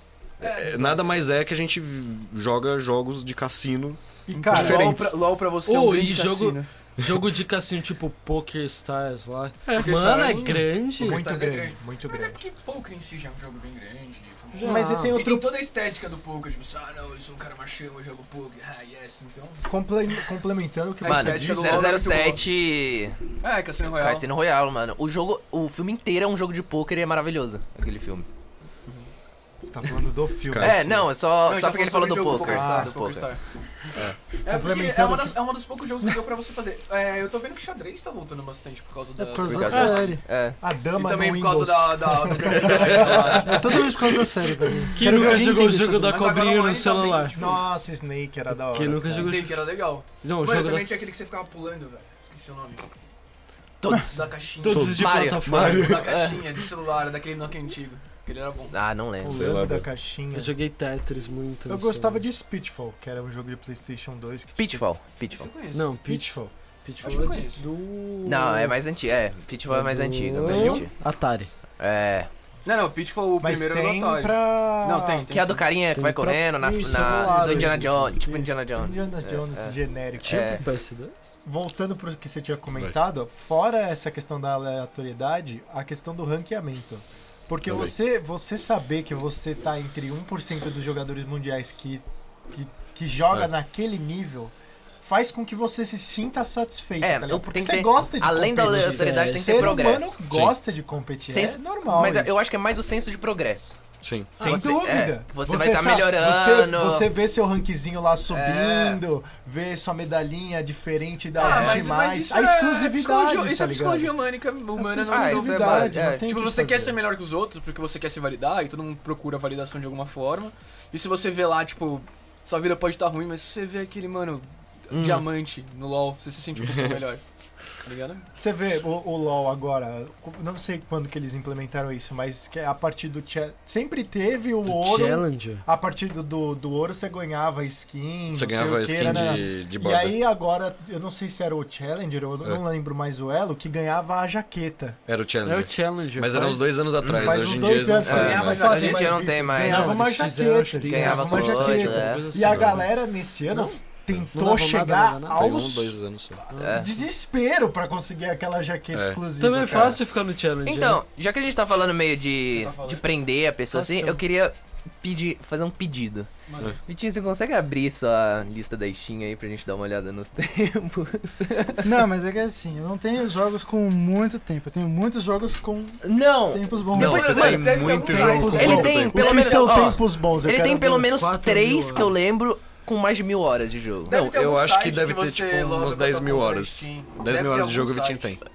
É, nada mais é que a gente v- joga jogos de cassino.
e, cara,
LOL pra, LOL pra você é
Ô,
um grande
e jogo-
cassino.
Jogo de cassino tipo Poker Stars lá. Mano, é grande.
Muito
Tá, é
grande,
grande.
muito
Mas é
grande.
porque poker em si já é um jogo bem grande. famoso.
Mas e tem
E tem
outro
toda a estética do poker, tipo, assim, ah não, eu sou um cara machão, eu jogo poker, ah yes, então.
comple- complementando o que
Mas
você
Mano,
estética do
disse.
LoL é muito
007
Ah, é Cassino Royale.
Cassino Royale, mano. O jogo, o filme inteiro é um jogo de pôquer e é maravilhoso, aquele filme.
Você tá falando do filme.
É, não, é só,
Não, a gente
só
tá
porque ele falou
falando
do
sobre o jogo
poker.
Poker Stars,
do
Poker
poker.
Stars. É, porque é,
Complementando
uma das, é uma dos poucos jogos que deu pra você fazer. É, eu tô vendo que xadrez tá voltando bastante por causa da.
É por causa da
Obrigado.
série.
É.
A
e
dama
também
no
por
Windows.
causa da. da, [laughs] da-
[laughs] É tudo por causa da série, velho.
Quem
Quero ver
nunca
alguém
jogou o
entender
jogo
sobre
da
Mas agora
cobrinha no
online também,
celular?
tipo,
Nossa, Snake era da hora.
Quem nunca jogou.
Snake era legal.
Não, o
Mano,
jogo da.
também tinha aquele que você ficava pulando, velho. Esqueci o nome.
Todos.
Da caixinha.
Todos os de
Mario.
plataforma.
É.
Da caixinha de celular, daquele Nokia antigo. Aquele era bom.
Ah, não lembro.
Sei
Pulando
lá,
da
velho.
caixinha.
Eu joguei Tetris muito.
Eu gostava de Speedfall, que era um jogo de Playstation 2 que
Pitfall,
Isso
Pitfall.
eu conheço.
Não, Pitch.
Pitfall.
Acho que eu
Pitfall é
conheço.
do.
Não, é mais antigo. É, Pitfall é mais antigo,
Do-
obviamente.
Atari.
É.
Não, não, Pitfall o
Mas
primeiro
tem
era do Atari.
pra...
Não, tem, tem.
Que é a do carinha que
Tem
vai
pra-
correndo na,
Isso,
na-
do lado,
do Indiana
isso.
Jones, tipo
Isso,
Indiana Jones.
Indiana Jones,
é.
genérico.
É.
PS2?
Voltando pro que você tinha comentado, fora essa questão da aleatoriedade, a questão do ranqueamento. Porque
Também.
você, você saber que você tá entre 1% dos jogadores mundiais que, que, que joga
É.
naquele nível, faz com que você se sinta satisfeito,
É,
tá ligado?
eu-
Porque
tem que
você
ter-
gosta de
Além da
competir.
aleatoriedade, tem que
Ser
ter progresso.
humano gosta de competir,
Senso-
é normal
Mas eu-
isso.
eu acho que é mais o senso de progresso.
Sim.
Ah, Sem
Você-
dúvida.
é, que você vai tá
sa-
melhorando.
Você, você vê seu rankzinho lá subindo, vê sua medalhinha diferente da
É. Ah,
ah,
mas, mas
demais.
isso
A
é
exclusividade,
psicologia- Isso
tá
é psicologia
ligado?
humânica, humana, não
Ah,
é
isso é
exclusividade,
base,
não
é.
tem o
Tipo,
que
você quer
fazer.
ser melhor que os outros porque você quer se validar e todo mundo procura a validação de alguma forma. E se você vê lá, tipo, sua vida pode estar ruim, mas se você vê aquele, mano,
Hum.
diamante no LoL, você se sente um pouco melhor. Tá ligado?
Você vê o, o LoL agora, não sei quando que eles implementaram isso, mas que é a partir do... cha- Sempre teve o
Do
ouro...
Challenger?
A partir do, do, do ouro você ganhava
Você
skin, não sei
ganhava
o que,
skin
né?
de, de
E
borda. É.
aí agora, eu não sei se era o Challenger, eu não lembro mais o elo, que ganhava a jaqueta.
Era o
É
Challenger.
o Challenger.
Mas eram uns dois anos atrás.
Faz
Hoje
uns
em
dois
dia
anos que
eles não
ganhava
fazem mais.
a
fazem
gente
mais
não
isso.
tem mais,
Ganhava
não.
uma
Eles
jaqueta.
fizeram, acho que
Ganhava
uma
com
jaqueta.
hoje, é.
E
né? assim.
a galera nesse ano tentou
Não dava nada,
chegar
nada, nada.
Tem
aos
um, dois anos só.
é. né?
desespero pra conseguir aquela jaqueta
É.
exclusiva.
Também é
cara.
fácil ficar no Challenger.
Então, já que a gente tá falando meio de,
Você tá falando.
de prender a pessoa assim,
Nossa.
eu queria pedir, fazer um pedido.
Manda.
Vitinho, você consegue abrir sua lista da Steam aí pra gente dar uma olhada nos [laughs] tempos?
Não, mas é que assim, eu não tenho jogos com muito tempo. Eu tenho muitos jogos com
Não!
tempos bons.
Não,
Depois-
você
mano,
tem um
deve ter
muito
algum
jogo
site.
com
Ele
pouco
tem-
tempo.
O
Pelo
que
menos-
são
ó,
tempos bons? Eu
Ele
quero
tem pelo
ver.
menos
quatro
três
mil
que eu
horas.
lembro com mais de mil horas de jogo.
Deve
Não,
ter algum
eu acho que
site
deve ter,
você
tipo,
loga
umas
tua
10 mil
conta na
horas.
Steam.
10 mil
Deve ter
horas de jogo o
algum
Vitinho
site.
tem.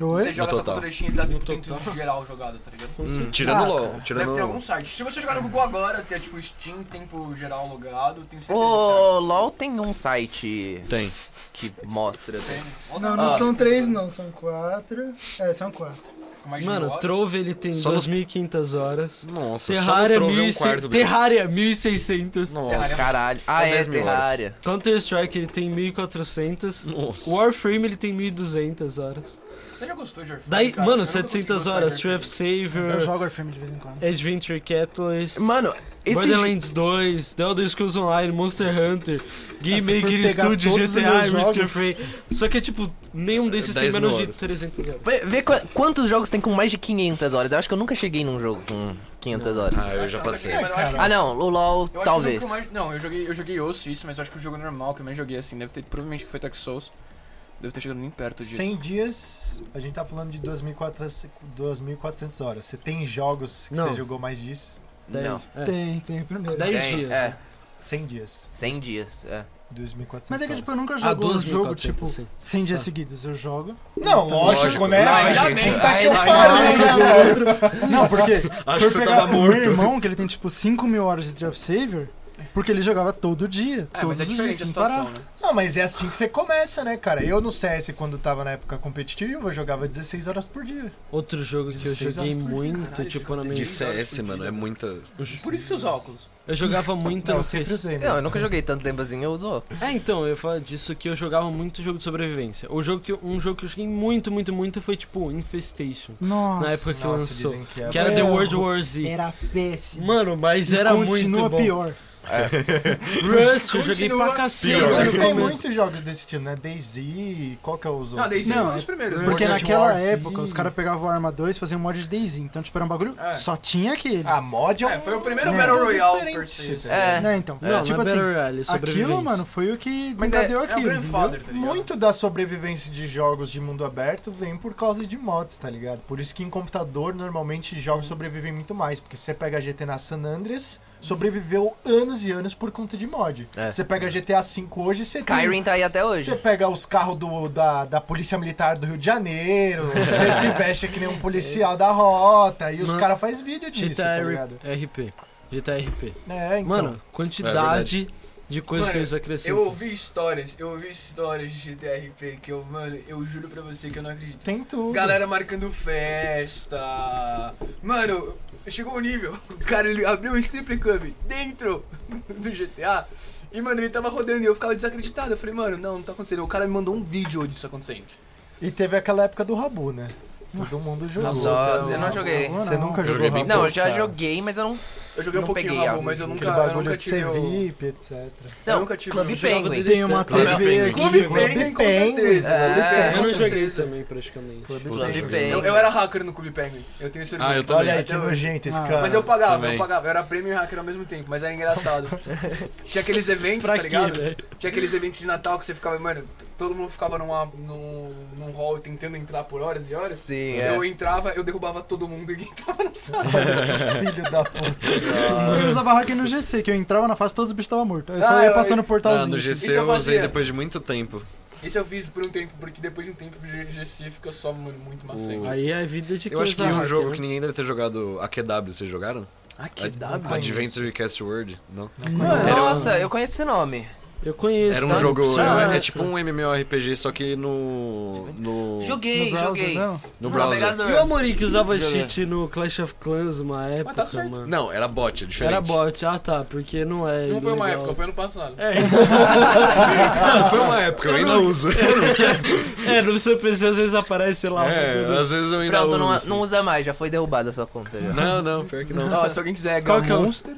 Você
Oi?
joga
No
a
total.
tua Steam, ele dá tipo,
No
tem
total.
tudo geral jogado, tá ligado?
Hum, Tirando LOL.
Deve ter algum
Tirando
site. Se você jogar no Google agora, tem tipo Steam, tempo geral logado, tem certeza que
O LoL tem um site
Tem.
que mostra.
sai.
Tem.
Tem.
Não, não
Ah.
são três, não, são quatro. É, são quatro.
Com mais de mil
Mano,
horas.
Trove ele tem
Só nos-
2.500 horas.
Nossa, só no
Terraria,
Trove é um
1600
quarto dele.
Terraria 1.600.
Nossa.
Caralho. Ah,
É
é,
10 mil horas.
Terraria.
Counter-Strike ele tem 1.400.
Nossa.
Warframe ele tem 1.200 horas.
Você já gostou de Warframe?
Daí,
cara? Eu
mano,
nunca consegui
700
gostar de
horas.
Warframe.
Trap Saver,
Eu jogo Warframe de vez em quando.
Adventure Catalyst.
Mano,
é
esse jo-
Borderlands 2, The Elder Scrolls Online, Monster Hunter, Game
se for
Maker
pegar
Studio,
todos os
GTA,
meus
Risk
jogos-
Free. Só que, tipo, nenhum desses tem
10 mil
menos de
horas.
300 euros.
vê, vê qua- quantos jogos tem com mais de 500 horas. Eu acho que eu nunca cheguei num jogo com 500 horas.
Ah, eu já passei.
Mas eu acho que-
Ah, não, o LoL,
eu acho que o jogo
talvez.
que eu mais- Não, eu joguei, eu joguei osso isso, mas eu acho que o jogo normal que eu mais joguei, assim, deve ter, provavelmente que foi Dark Souls, deve ter chegado nem perto disso.
100 dias, a gente tá falando de 2.400 2.400 horas. Você tem jogos que
Não.
você jogou mais disso?
Dez-
Não.
é.
Tem, tem o primeiro.
10
Tem,
dias.
É,
100 dias.
100 dias. É.
2.400
Mas é que, tipo, eu
horas.
nunca
Ah,
jogo um
12
jogo, tipo,
Sim.
100 dias seguidos. Eu jogo.
Não, lógico,
Lógico,
né?
lógico.
Mas-
Ainda bem, tá
Ai,
ainda
ai,
bem.
Não, porque se
Acho
for
que você
pegar
tava
o
morto.
meu irmão, que ele tem tipo 5 mil horas de Tree of Savior, porque ele jogava todo dia,
É,
todos
mas é
os dias,
diferente a
sem
situação,
parar.
né?
Não, mas é assim que você começa, né, cara? Eu no CS, quando tava na época competitiva, eu jogava 16 horas por dia.
Outro jogo que eu
16
joguei
horas
muito,
Caralho,
tipo, na
jogo
minha.
De CS, mano, é muita.
Por isso seus óculos.
Eu jogava muito.
Não,
no
eu sempre
Face-
usei,
Não, eu
mas...
nunca joguei tanto tempo assim, eu uso.
É, então, eu ia falar disso que eu jogava muito jogo de sobrevivência. O jogo que, eu- um jogo que eu joguei muito, muito, muito foi tipo Infestation.
Nossa,
na época que
Nossa,
lançou.
dizem que é
Que era The
bom.
World War Z.
era péssimo.
Mano, mas
E
era muito
continua
bom.
pior.
Rust, eu joguei pra cacete.
Pior.
no
Mas
Mas tem
começo.
muitos jogos desse tipo, né? DayZ, qual que é os outros?
Não, Daisy
Não,
foi um dos primeiros.
Porque
World
né?
at
naquela
War, sim.
época os caras pegavam o Arma 2 e faziam mod de Daisy. Então, tipo, era um bagulho.
É.
Só tinha aquele.
Ah, mod é um...
É, foi o primeiro
Não,
Battle
é
Royale
diferente,
per se.
tá
tá ligado?
É.
Né, então.
Não,
tipo
não é
assim,
Battle Royale, sobrevivência.
aquilo, mano, foi o que
Mas é,
desencadeou
é o
aquilo.
grandfather, tá ligado?
Muito da sobrevivência de jogos de mundo aberto vem por causa de mods, tá ligado? Por isso que em computador, normalmente, jogos sobrevivem muito mais. Porque você pega GTA San Andreas, sobreviveu anos e anos por conta de mod.
É.
Você pega GTA V hoje, você tem-
Skyrim tá aí até
Você
hoje.
pega os carros do- da, da Polícia Militar do Rio de Janeiro, você se veste que nem um policial da rota, e os
Mano,
caras fazem vídeo disso,
GTA
tá ligado?
RP. GTA RP.
É, então.
Mano, quantidade de coisas
Mano,
que eles acrescentam.
Eu ouvi histórias, eu ouvi histórias de GTRP que eu, mano, eu juro pra você que eu não acredito.
tem tudo.
Galera marcando festa. Mano, chegou o nível. O cara ele abriu um strip club dentro do GTA. E, mano, ele tava rodando e eu ficava desacreditado. Eu falei, mano, não, não tá acontecendo. O cara me mandou um vídeo disso acontecendo.
E teve aquela época do Rabu, né? Todo mundo jogou.
Nossa, eu não joguei.
Você nunca
Eu
jogou
joguei bem
Rabu?
Não, eu já joguei, mas eu não.
Eu joguei um
Não
pouquinho
peguei
Rabu,
a-
mas eu
Aquele
nunca, eu
bagulho
nunca
de ser
tive o...
VIP, etc.
Eu
Não,
nunca tive
Clube
o-
Penguin.
Tem uma
Clube
TV aqui.
Clube
mano.
Penguin, com certeza.
É.
Clube Penguin,
Eu
com
não joguei
certeza.
também, praticamente.
Clube Penguin.
Eu, eu era hacker no Clube Penguin, eu tenho certeza.
Ah, eu também.
Olha aí que
Até hoje.
nojento esse
Ah,
cara.
Mas eu pagava,
Também.
eu pagava. Eu era prêmio e hacker ao mesmo tempo, mas era engraçado. Tinha aqueles eventos, tá ligado? Tinha aqueles eventos de Natal que você ficava, mano, todo mundo ficava numa, num, num hall tentando entrar por horas e horas.
Sim,
é.
Eu entrava, eu derrubava todo mundo e [laughs] ninguém tava na sala.
Filho da puta.
Eu usava hack no GC, que eu entrava na fase todos os bichos estavam mortos. Eu só
Ah,
ia
eu-
passando o
Ah,
portalzinho.
no
assim.
GC
Isso eu
eu usei
fazia.
depois de muito tempo.
Isso eu fiz por um tempo, porque depois de um tempo o GC fica só, mano, muito maçante.
Aí é a vida de
Eu
quem
acho que
usa
um
hack,
jogo
né?
que ninguém deve ter jogado, AQW, vocês jogaram?
Ah,
que
W?
Adventure Cast World? Não.
Mano, nossa, eu conheço esse nome.
Eu conheço.
Era um
tá?
jogo.
Ah,
é, é tipo um MMORPG, só que no. No,
Joguei,
assim, No browser,
joguei.
não?
no
Na
E
browser.
o
pegador.
Amorim que usava cheat no Clash of Clans uma época,
tá certo.
mano?
Não, era bot, é diferente.
Era bot, ah tá, porque não é.
Não foi uma
legal.
época, foi ano passado.
Não, [laughs] foi uma época, eu ainda uso.
[laughs] É, no seu PC às vezes aparece lá.
[laughs]
um-
É, às vezes eu ainda
Pronto,
uso.
não,
assim.
não usa mais, já foi derrubada a sua conta. já.
Não, não, pior que não.
Ó, se alguém quiser
Qual que é o-
Monster,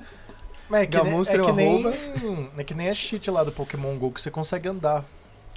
Mas é que, nem,
Monster
é, que
arroba.
nem, é que nem a cheat lá do Pokémon GO que você consegue andar.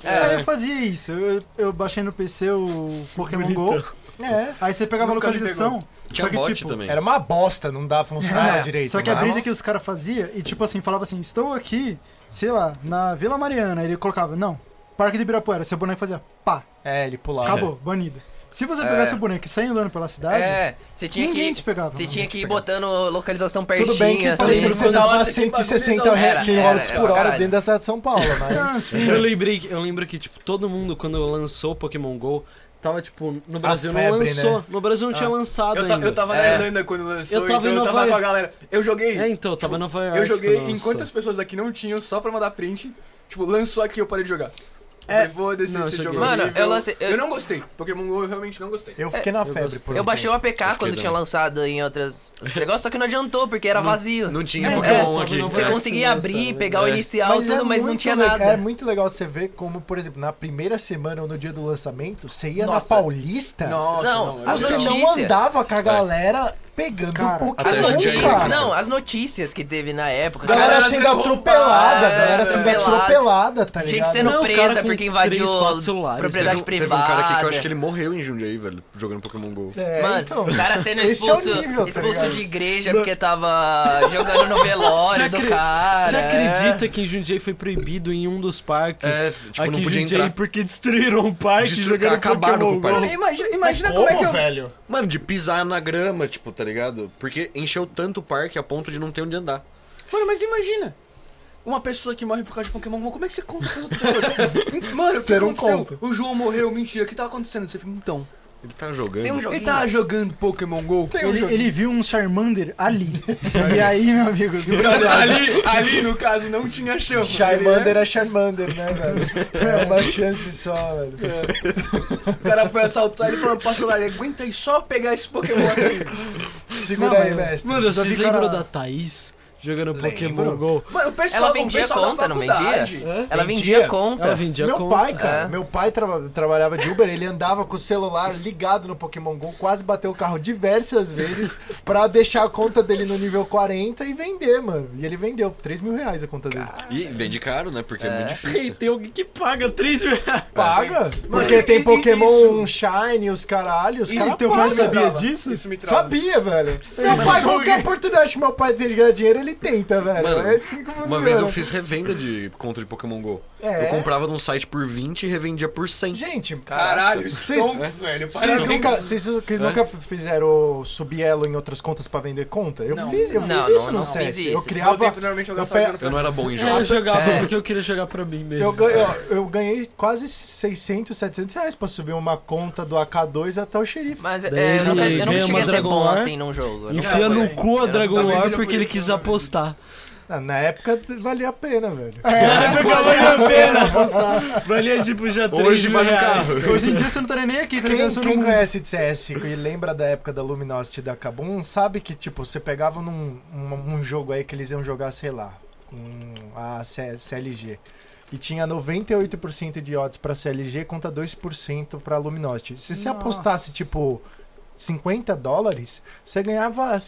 É, eu fazia isso. Eu, eu baixei no PC o Pokémon GO.
É.
Aí você pegava a
Nunca me
localização.
Tinha
Só que,
bot
tipo,
também.
Era uma bosta, não dá funcionar
É,
direito.
Só que a
né?
brisa que os caras faziam, e tipo assim, falava assim, estou aqui, sei lá, na Vila Mariana. Aí ele colocava, não, Parque de Ibirapuera. Seu boneco fazia, pá,
É, ele pulava.
acabou, banido. Se você
É.
pegasse o boneco e sair andando pela cidade,
É, você tinha
ninguém
que.
te pegava.
Você tinha que ir botando localização pertinho,
Tudo bem que
assim.
parecia que você tava a
Nossa, que bagulho
160
era,
km
era,
por hora
caralho.
dentro da cidade de São Paulo, mas...
Ah, sim.
[laughs] Eu lembrei, eu lembro que, tipo, todo mundo, quando lançou o Pokémon GO, tava, tipo, no Brasil não
febre, né?
lançou. No Brasil não tinha lançado
eu, ta-
ainda.
eu tava na
É.
Irlanda quando lançou,
Eu tava
então
em
eu
Nova
tava com a
York.
galera. Eu joguei.
É, então, tava em Nova York.
Eu joguei
quando lançou.
enquanto as pessoas aqui não tinham, só pra mandar print. Tipo, lançou aqui, eu parei de jogar. É, vou descer
não,
esse
eu
jogo.
joguei.
Mano,
horrível.
eu lancei- eu-
eu não gostei. Pokémon GO eu realmente não gostei.
Eu fiquei na febre por um
Eu baixei o APK
fiquei
quando
dando.
tinha lançado em outras outros negócios, só que não adiantou, porque era vazio.
Não tinha
É,
Pokémon
é,
aqui.
tava no-
Você
É.
conseguia abrir,
Nossa,
pegar o
é.
inicial, tudo, mas não
muito
tinha
legal-
nada.
É muito legal você ver como, por exemplo, na primeira semana ou no dia do lançamento, você ia
Nossa.
na Paulista,
Nossa,
Não,
não.
a
eu
você
não.
notícia-
não andava com a galera pegando
Cara,
Pokémon,
até
As
a gente
cara.
é
notícias,
cara.
não, as notícias que teve na época.
Galera, assim,
Galera
sendo
sendo
atropelada,
roubada,
galera sendo
atropelada.
atropelada, tá
Gente
ligado?
sendo
Não, o cara
presa
com
porque
três,
invadiu
quatro celulares,
Teve
propriedade
um, teve um
privada.
cara aqui que eu acho que ele morreu em Jundiaí, velho, jogando Pokémon GO.
É,
Mano, [laughs]
então,
o cara sendo
esse é o
expulso,
nível, tá
expulso
ligado?
de igreja porque tava jogando no velório
Você
do
acre-
cara.
Você
é.
acredita que em Jundiaí foi proibido em um dos parques?
É, tipo,
aqui
não
em
podia
Jundiaí
entrar.
porque destruíram o parque
Destru-
jogando
acabaram com o
Pokémon
parque.
Go.
Imagina, imagina como, é que eu.
velho?
Mano, de pisar na grama, tipo, tá ligado? Porque encheu tanto o parque a ponto de não ter onde andar.
Mano, mas imagina. Uma pessoa que morre por causa de Pokémon GO, como é que você conta pra outra [laughs] pessoa? Mano, o que
Você não
aconteceu?
conta.
O João morreu, mentira. O que tava acontecendo? Você fica, então.
Ele tá jogando.
Tem um
Ele
joguinho.
tava jogando Pokémon GO.
Ele, ele viu um Charmander ali. e aí, meu amigo,
[laughs] ali, ali, no caso, não tinha chance.
Charmander é Charmander, né, velho? É uma chance só, velho.
O cara foi assaltar ele falou, pastor, ali, aguenta aí só pegar esse Pokémon aqui. [laughs]
Segura
Não,
aí,
mas-
mestre.
Mano,
Já vi
vocês lembram
cara-
da Thaís? jogando Pokémon GO.
Mano, o pessoal,
Ela vendia
o pessoal da
conta, não
faculdade-
vendia?
É.
Hã?
Ela
Vendia.
vendia conta.
Ela vendia
Meu
com-
pai, cara.
É.
Meu pai tra- trabalhava de Uber, ele andava com o celular ligado no Pokémon GO, quase bateu o carro diversas vezes pra deixar a conta dele no nível 40 e vender, mano. E ele vendeu 3 mil reais a conta dele.
E vende caro, né? Porque é, muito difícil.
Tem alguém que paga 3 mil reais.
Paga.
e-
Porque
e-
tem
e
Pokémon um Shine, os caralhos.
E
Cara
um
teu
paga.
pai sabia
disso?
Isso me trava.
Sabia, velho. Meu pai, qualquer oportunidade que meu pai tem de ganhar dinheiro, ele tenta, velho.
Mano,
é assim que
um
funciona.
Uma vez eu fiz revenda de conta de Pokémon GO.
É.
Eu comprava num site por 20 e revendia por 100.
Gente,
Caralho, é um
Vocês-
Stonks, velho.
Vocês
Parece É?
nunca, vocês que nunca fizeram subir elo em outras contas pra vender conta? Eu fiz, eu fiz
Não,
isso
não,
no
não
CS.
fiz
Eu
isso.
criava.
tempo normalmente eu
eu
gastava
pe-
dinheiro
Eu não era bom em
Eu
jogos.
É, jogava porque eu queria jogar pra mim mesmo.
Eu, ganhei- eu, eu ganhei quase 600, 700 reais pra subir uma conta do AK2 até o xerife.
Mas
Daí
é, eu nunca,
ele
eu nunca
ganha
cheguei
uma
a ser bom
Dragonair,
assim num jogo. Eu nunca
Enfia
fui.
no cu a
Eu
Dragon
talvez
War
ele
porque ele
apoiou
quis
isso, né?
apostar.
Na- Na época valia a pena, velho.
[laughs] Valia a pena apostar. [laughs] Valia tipo já 3
Hoje
mil
vai
um
no
reais.
carro.
Hoje em dia você não estaria nem aqui, tá
Quem,
ligado? Sobre
quem
o mundo.
conhece de CS e lembra da época da Luminosity e da Kabum, sabe que, tipo, você pegava num um, um jogo aí que eles iam jogar, sei lá, com a C- CLG. E tinha 98% de odds pra CLG contra 2% pra Luminosity. Se você
Nossa.
apostasse, tipo, 50 dólares, você ganhava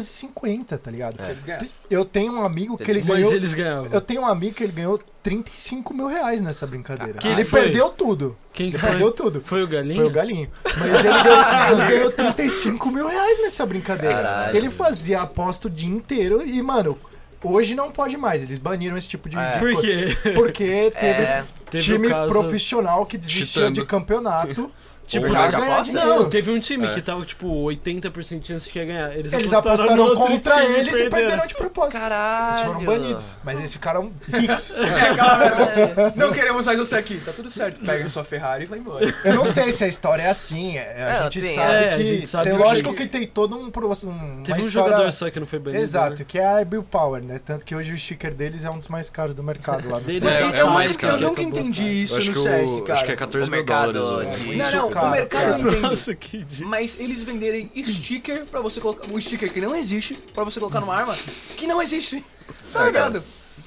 650, tá ligado?
né?
Eu tenho um amigo que ele
É. Mas
ganhou...
eles ganhavam.
Eu tenho um amigo que ele ganhou 35 mil reais nessa brincadeira.
Ah, Que
ele
foi?
perdeu tudo.
Quem que
Ele
foi?
perdeu tudo.
Foi o Galinho?
Foi o galinho. Mas
[laughs]
ele ganhou, ele ganhou 35 mil reais nessa brincadeira.
Caralho.
Ele fazia aposta o dia inteiro e, mano, hoje não pode mais. Eles baniram esse tipo de.
É.
de
Por
coisa.
quê?
Porque teve
É,
Teve
time
o caso-
profissional que desistia
Chitando.
de campeonato.
[laughs] Tipo,
Por
pra
causa de
ganhar
aposta?
dinheiro.
Não, teve um time que tava, tipo, 80% de chance que ia ganhar. Eles,
É. Eles apostaram
no outro
contra
time
eles e perderam de propósito. Eles
caralho.
foram
[laughs]
banidos. né? Mas eles ficaram ricos.
Não queremos mais você aqui. Tá tudo certo. Pega sua Ferrari e vai embora.
Eu não sei se a história é assim. é- A
É,
gente
sim,
sabe
é, a
que.
gente sabe
tem,
que-
lógico que tem todo um. pro- um
Teve
uma
um
história-
jogador só que não foi banido. né?
Exato, que é a Bill Power, né? Tanto que hoje o sticker deles é um dos mais caros do mercado lá no
Dele-
centro.
É, é o mais
Então, Eu
caro.
nunca entendi
Eu
isso
acho
no
que o-
CS, cara.
Acho que é 14
O
mil
mercado
dólares.
de-
né?
Não, é não,
Cara,
o mercado
[laughs] né?
entende.
Nossa, que idiota.
Mas eles venderem sticker pra você colocar. Um sticker que não existe, pra você colocar numa arma que não existe. Tá ligado?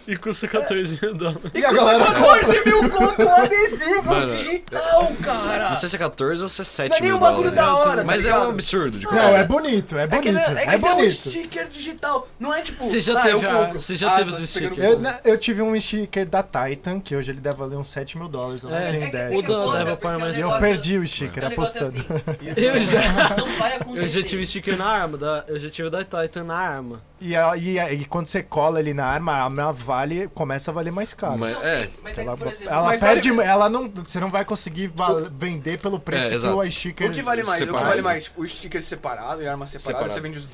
E custa 14 mil dólares.
E a galera
14 mil conto um adesivo
Mano.
digital, cara!
Não sei se é 14 ou se é 7
Não é nem
mil
um bagulho
dólares.
da hora, tá
Mas é
ligado?
um absurdo de
Não,
qualquer
é bonito, é
É que,
bonito,
não- é, que
é,
isso um
bonito.
sticker digital, não é tipo.
Você já
ah, eu
teve a-
compro.
você já teve
Asas
os
pegando
stickers,
Eu,
fogo.
né, eu tive um sticker da Titan, que hoje ele deve valer uns 7 mil dólares, eu não
É,
tenho
É que- é
ideia.
que
O Dan
foda,
né?
leva
porque
pra
o
armazém.
negócio-
Eu perdi o sticker
o negócio é
apostando.
assim,
Eu já,
Não vai acontecer.
eu já tive sticker na arma. da- eu já tive da Titan na arma.
E, a- e a- e quando você cola ele na arma, a arma vale, começa a valer mais caro.
Mas,
Não,
é,
sim, mas é
Ela,
que, por exemplo,
ela
mas
perde,
vale-
ela não, você não vai conseguir val- vender pelo preço que
exato.
o sticker
É, O que vale mais? O
Separado.
que vale mais? Tipo, o sticker separado e a arma separada,
Separado.
você vende os dois.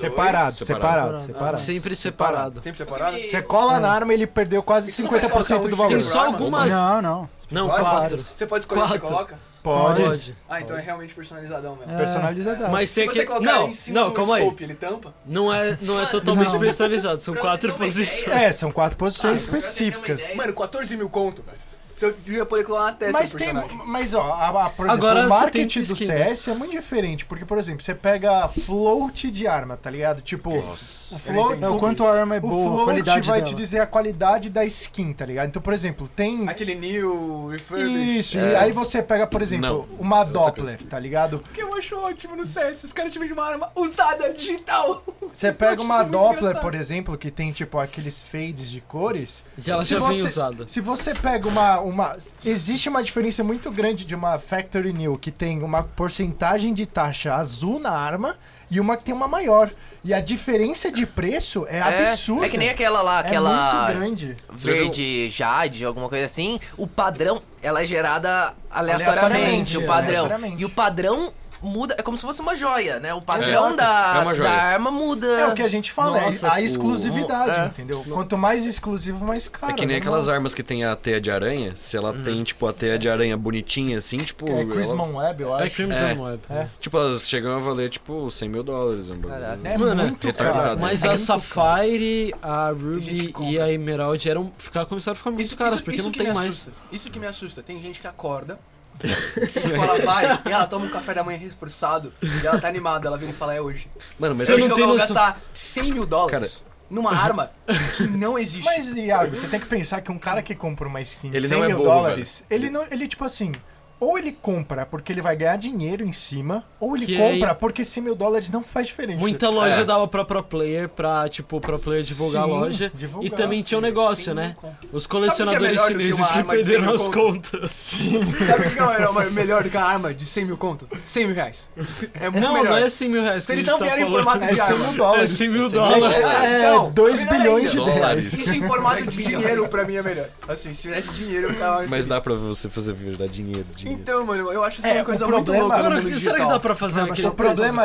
Separado.
separado, separado,
Ah,
separado.
Sempre separado.
Sempre separado?
Porque-
Você é cola na arma, ele perdeu quase
Isso não um vai
50%
colocar
do
o né?
Tem
valor.
só
Arma?
algumas. Não,
Não, não.
quatro.
Você pode escolher o que você
Quatro.
coloca?
Pode.
Pode.
Ah, então é realmente personalizadão
É,
mesmo.
Personalizadaço.
Mas
Tá, Se
tem
você
que.
colocar
Não,
em cima
não,
do
calma aí.
scope, ele tampa?
Não é, não é totalmente
Não.
personalizado, são
Pra você
quatro
ter uma
posições.
É, são quatro
Ah,
posições
então pra você ter uma
específicas.
ideia,
Mano, 14 mil conto, velho. Você devia poder colar na testa
Mas
do
tem,
personagem.
mas ó, a, a, por exemplo,
Agora
o
você tem
marketing do
skin, né?
CS é muito diferente, porque por exemplo, você pega float de arma, tá ligado? Tipo, o float,
É o quanto a arma é
o
boa, a
float vai
qualidade dela.
te dizer a qualidade da skin, tá ligado? Então, por exemplo, tem
Aquele new refurbished. É.
isso,
É.
e aí você pega, por exemplo, uma Doppler, tá ligado?
que eu acho ótimo no CS, os caras te vendem uma arma usada digital.
Você pega
acho
uma
isso muito
Doppler,
engraçado.
por exemplo, que tem tipo aqueles fades de cores,
Que ela já vem usada.
se você pega uma, uma. Existe uma diferença muito grande de uma Factory New que tem uma porcentagem de taxa azul na arma e uma que tem uma maior. E a diferença de preço é, absurda.
É que nem aquela lá,
É
aquela
muito grande.
verde jade, alguma coisa assim. O padrão, ela é gerada
Aleatoriamente,
aleatoriamente, o padrão.
aleatoriamente.
E o padrão muda, é como se fosse uma joia, né? O padrão da,
É uma joia.
da arma muda.
É o que a gente fala, é
Nossa,
a
assim,
exclusividade,
é.
entendeu? Quanto mais exclusivo, mais caro.
É que nem
né,
aquelas
mano?
armas que tem a teia de aranha. Se ela
Uhum.
tem, tipo, a teia de aranha bonitinha, assim, tipo...
É Crimson Web, eu
É
acho.
Crimson
É.
Web.
Tipo, elas chegam a valer, tipo, 100 mil dólares. Um bagulho.
Caraca.
É
Mano,
muito
retardado.
caro.
Mas
É
a
muito
Sapphire, a
Tem gente
Ruby
que compra.
e a Emerald eram, ficar, começaram a ficar muito caras, porque não
que
tem
me
mais.
Assusta. Isso que me assusta. Tem gente que
[laughs]
acorda, e ela vai e ela toma um café da manhã reforçado e ela tá animada, ela vem e fala, é hoje.
Mano, mas
Você
Hoje
não
eu
tem
vou
noção.
gastar 100 mil dólares. numa arma que não existe.
Mas, Iago, você tem que pensar que um cara que compra uma skin de
Ele
100
não é
mil
bobo,
dólares, ele, não, ele, tipo assim, ou ele compra porque ele vai ganhar dinheiro em cima, ou ele
Que
compra
aí- então,
porque 100 mil dólares não faz diferença.
Muita loja
É.
dava pra Pro Player, pra, tipo, Pro Player divulgar
Sim,
a loja.
divulgar,
e também tinha um
sim,
negócio, né? Os colecionadores
melhor do que uma
chineses que
arma de 100
perderam
mil
as contas.
Sabe o que é uma- melhor do que a arma de 100 mil conto? 100 mil reais. É muito
Não,
melhor.
não é 100 mil reais.
Se eles
que a
não
gente
vierem
tá
em
falando.
formato
É
de
100
arma.
mil
É
dólares.
100 mil
É,
dólares.
então,
É, 2
melhor
bilhões de
ainda.
dólares.
Isso em formato de dinheiro pra mim é melhor. Assim, se tivesse dinheiro, eu ficava.
Mas dá pra você fazer virar dinheiro, dinheiro.
Então, mano, eu acho isso
É,
uma coisa
o problema-
muito louca. no
Cara,
mundo
será que
digital.
dá pra fazer
Não, mas
naquele
o problema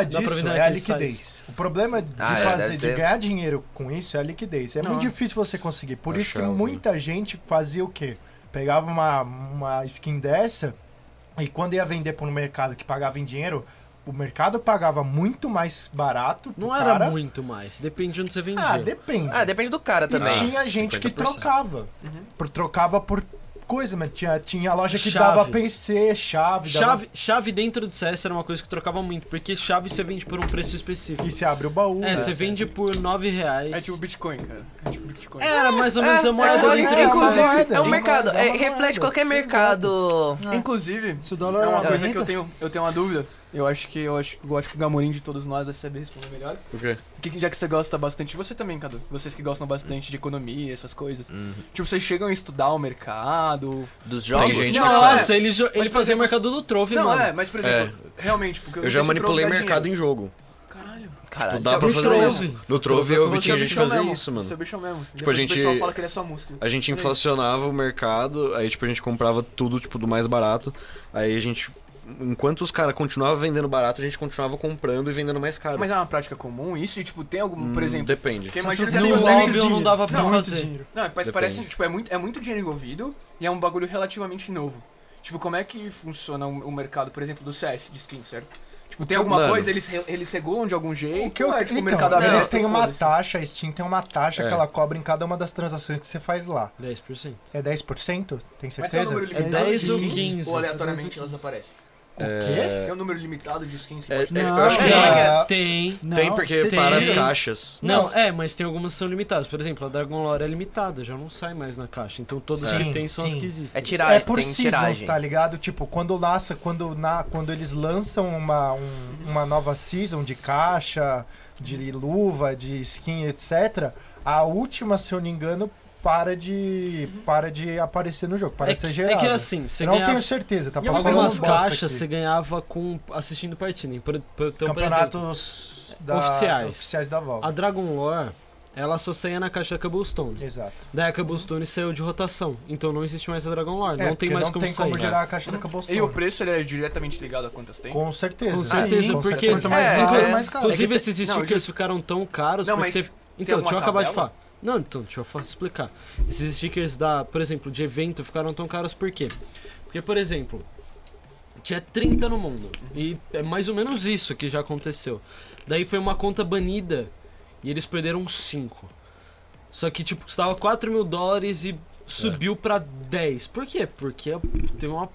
é preço? Dá pra
disso
vender
é a
naquele site?
liquidez. O problema de,
Ah, é,
fazer,
deve
de
ser.
ganhar dinheiro com isso é a liquidez. É muito difícil você conseguir. Por isso que
é um-
Achava.
muita gente fazia o quê? Pegava uma, uma skin dessa e quando ia vender para um mercado que pagava em dinheiro, o mercado pagava muito mais barato. pro
Não era
cara.
muito mais. Depende de onde você vendia.
Ah, depende.
Ah, depende do cara
E
também.
tinha gente que
50%.
trocava. Por, trocava por coisa, mas tinha, tinha loja que
Uhum. Chave.
dava PC, chave, dava-
Chave, chave dentro do CS era uma coisa que trocava muito, porque chave você vende por um preço específico.
E se abre o baú.
É,
né?
você vende por 9 reais.
É tipo Bitcoin, cara. É tipo Bitcoin.
Era mais ou menos a moeda
é,
dentro
é,
do
inclusive,
CS.
um É um
Tem
mercado,
moeda,
é,
uma
reflete
moeda.
qualquer mercado.
Inclusive,
Se o dólar
Ah. é uma
aumenta-
coisa que eu tenho, eu tenho uma dúvida. Eu acho que eu acho, eu acho que o Gamorim de todos nós deve saber responder melhor.
Por quê?
Que, já que você gosta bastante, você também, Cadu. Vocês que gostam bastante de economia, essas coisas.
Uhum.
Tipo, vocês chegam a estudar o mercado.
Dos
Tem
jogos?
gente que
é,
faz.
Nossa, ele, jo- ele
por
fazia o
exemplo,
mercado do Trove,
não,
mano.
é, mas por exemplo, realmente, porque
Eu já manipulei mercado em jogo.
em. é Caralho.
Não
Caralho.
Tipo, dá pra
No
fazer
Trove.
isso. No Trove eu vi
Você é
tinha gente
bichão
fazer
mesmo,
isso,
Você é
mano.
bichão mesmo. Tipo,
a gente-
O pessoal fala que ele é só músculo.
A gente inflacionava o mercado, aí tipo a gente comprava tudo tipo do mais barato. Aí a gente enquanto os caras continuavam vendendo barato, a gente continuava comprando e vendendo mais caro.
Mas é uma prática comum isso? E, tipo, tem algum, por
Hum,
exemplo.
depende.
Porque
Só se
imagina
você
que
No
tem
você
muito
móvel
dinheiro.
não dava pra
muito
fazer.
dinheiro.
Não, mas
Depende.
parece, tipo, é muito, é muito dinheiro envolvido e é um bagulho relativamente novo. Tipo, como é que funciona o, o mercado, por exemplo, do CS, de skin, certo? Tipo, tem alguma
Mano.
coisa, eles, re- eles regulam de algum jeito,
O que eu,
ou é, tipo,
então,
o mercado aberto,
eles têm uma
foda-se?
taxa, a Steam tem uma taxa
É.
que ela cobra em cada uma das transações que você faz lá.
10%.
É 10%? Tem
Mas tem um
certeza?
número
É
limitado
10 ou
de skins?
15?
Ou aleatoriamente elas aparecem?
É,
Tem um número limitado de skins que
é,
pode...
é, eu
Não,
acho que
não.
já-
Ah.
é.
Tem.
Não,
tem porque
você
para
tem.
as caixas.
Não,
Nossa.
é, mas tem algumas que são limitadas. Por exemplo, a Dragon Lore é limitada, já não sai mais na caixa. Então todas que
Sim,
tem são
sim.
as que existem.
É tiragem.
é por
tem
seasons,
tiragem.
tá ligado? Tipo, quando lança, quando, na, quando eles lançam uma, um- uma nova season de caixa, de luva, de skin, etc., a última, se eu não me engano, para de. para de aparecer no jogo, para
É
de
que,
ser
é
gerada.
que assim, você
Eu não
ganhava-
tenho certeza, tá
em
falando
algumas
bosta
caixas
aqui.
você ganhava com assistindo partida. hein? Por, por, então, por exemplo,
campeonatos da-
oficiais.
oficiais da Valve.
a Dragon Lore, ela só saía na caixa da Cobblestone.
Exato.
Daí a Cobblestone saiu de rotação. Então não existe mais a Dragon Lore.
É,
não tem
porque
mais
não
como
tem
sair. né?
como gerar a caixa da Cobblestone.
E o preço, ele é diretamente ligado a quantas tem?
Com certeza.
Com certeza,
com
porque-
certeza.
Quanto mais
É,
rico,
é.
mais caro.
Inclusive,
tem-
esses
não,
stickers
justo.
ficaram tão caros
Não,
porque
mas
teve... Então,
alguma
deixa eu acabar de
tabela?
falar. Não, então, deixa eu fa- explicar. Esses stickers da, por exemplo, de evento ficaram tão caros por quê? Porque, por exemplo, tinha 30 no mundo. E é mais ou menos isso que já aconteceu. Daí foi uma conta banida e eles perderam 5. Só que, tipo, custava 4 mil dólares e subiu pra 10. Por quê? Porque teve uma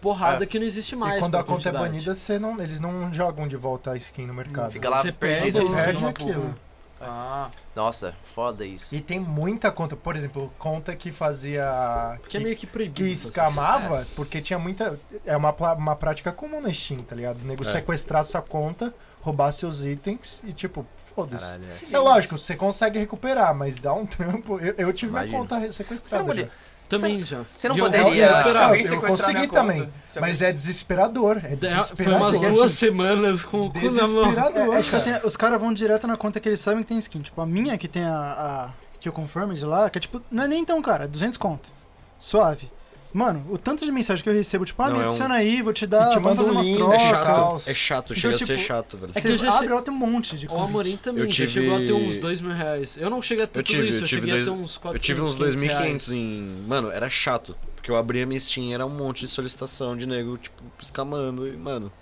porrada que não existe mais.
E quando
pra
a conta é
quantidade.
banida, você não, eles não jogam de volta a skin no mercado.
Fica lá
Você
perdido.
Você
perde,
isso.
perde
numa
aquilo.
boa. Ah,
Nossa, foda isso.
E tem muita conta. Por exemplo, conta que fazia.
Que é
Que,
meio que proibido.
que escamava, porque tinha muita. É uma, pla- uma prática comum na Steam, tá ligado? O nego
É.
sequestrar sua conta, roubar seus itens e tipo, foda-se.
Caralho, é.
É lógico, você consegue recuperar, mas dá um [laughs] tempo. Eu, eu tive minha
Imagina.
conta re-
Você não
sequestrada.
podia-
já.
Também já.
Você não
E eu-
poderia-
eu-
eu,
Se alguém
eu
sequestrar
consegui
minha conta,
também,
se alguém-
mas é desesperador. É
Foi
desesperador.
umas
É
duas
assim,
semanas com o cu na mão.
Desesperador.
É, é tipo
cara.
assim, os caras vão direto na conta que eles sabem que tem skin. Tipo, a minha que tem a. a que eu confirmed lá, que é tipo, não é nem tão, cara, 200 conto. Suave. Mano, o tanto de mensagem que eu recebo, tipo, ah,
Não,
me
é um-
adiciona aí, vou te dar,
E te
vamos
manda
fazer
um
umas
link,
É
trocas.
tal.
chato, é chato, chega a
Então,
ser
tipo,
chato, velho.
É
que
que
eu
eu
já che-
abre, lá tem um monte de
O
convite.
Amorim também
Eu
já
tive-
chegou a ter uns dois mil reais. Eu não cheguei a ter
Eu
tudo
tive-
isso, eu,
eu tive
cheguei a
dois-
ter uns 400,
Eu tive uns
500
2.500
reais.
em. Mano, era chato. Porque eu abri a minha Steam era um monte de solicitação de nego, tipo, escamando. E, mano.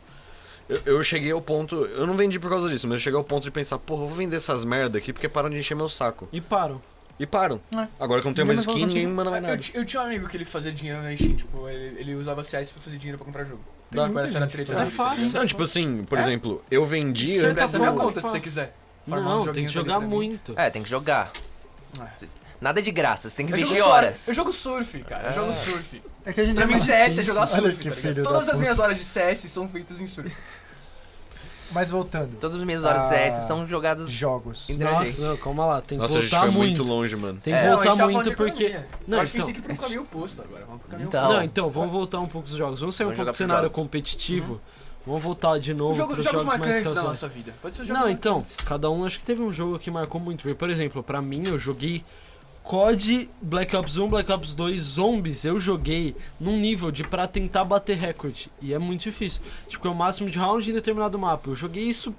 Eu, eu cheguei ao ponto. Eu não vendi por causa disso, mas eu cheguei ao ponto de pensar, porra, eu vou vender essas merda aqui porque param de encher meu saco.
E param.
E param.
É.
Agora que eu não tenho
Ninguém mais
mais skin,
fala
ninguém
contigo.
me manda mais
eu,
nada.
ti- eu tinha um amigo que ele fazia dinheiro na Steam, tipo, ele, ele usava CS pra fazer dinheiro pra comprar jogo.
Tem
Tipo,
muita
essa era a
gente
treta
fazendo
dele, tá ligado?
É. Não, tipo assim, por exemplo, eu vendi
Você
antes
empresta
do.
minha conta se você quiser.
Farmar uns
Não, tem que
joguinhos ali
jogar
pra mim.
muito.
É, tem que jogar. Nada de graça, você tem que
Eu jogo,
investir
surf,
horas. Ah.
eu jogo surf, cara. Eu jogo surf.
É que a gente
Pra
é
mim,
mais-
CS é jogar
Olha
surf.
que
tá ligado?
filho da
Todas as
puta.
minhas horas de CS são feitas em surf.
Mas voltando.
Todas as minhas horas
Ah,
de CS são jogadas.
Jogos.
Em-
Nossa, não, calma lá, tem que
Nossa, a gente
voltar
foi
muito.
muito longe, mano.
Tem que
É,
voltar
Não, a gente tá falando
muito
de
porque.
economia.
Não,
Eu
então-
acho que tá a gente tem que ir pro caminho oposto agora. Vamos pro caminho
Então,
Não, então, vamos voltar um pouco dos jogos. Vamos sair um
Vamos
pouco
jogar
do
pros
cenário
jogos.
competitivo. Vamos voltar de novo
oposto. Uhum. Jogo-
pros
jogos,
jogos mais
marcantes né, da
casuais.
nossa vida. Pode ser um jogo
Não, então,
marcante.
cada um acho que teve um jogo que marcou muito. Por exemplo, pra mim eu joguei COD, Black Ops 1, Black Ops 2, Zombies, eu joguei num nível de pra tentar bater recorde. E é muito difícil. Tipo, é o máximo de round em determinado mapa. Eu joguei isso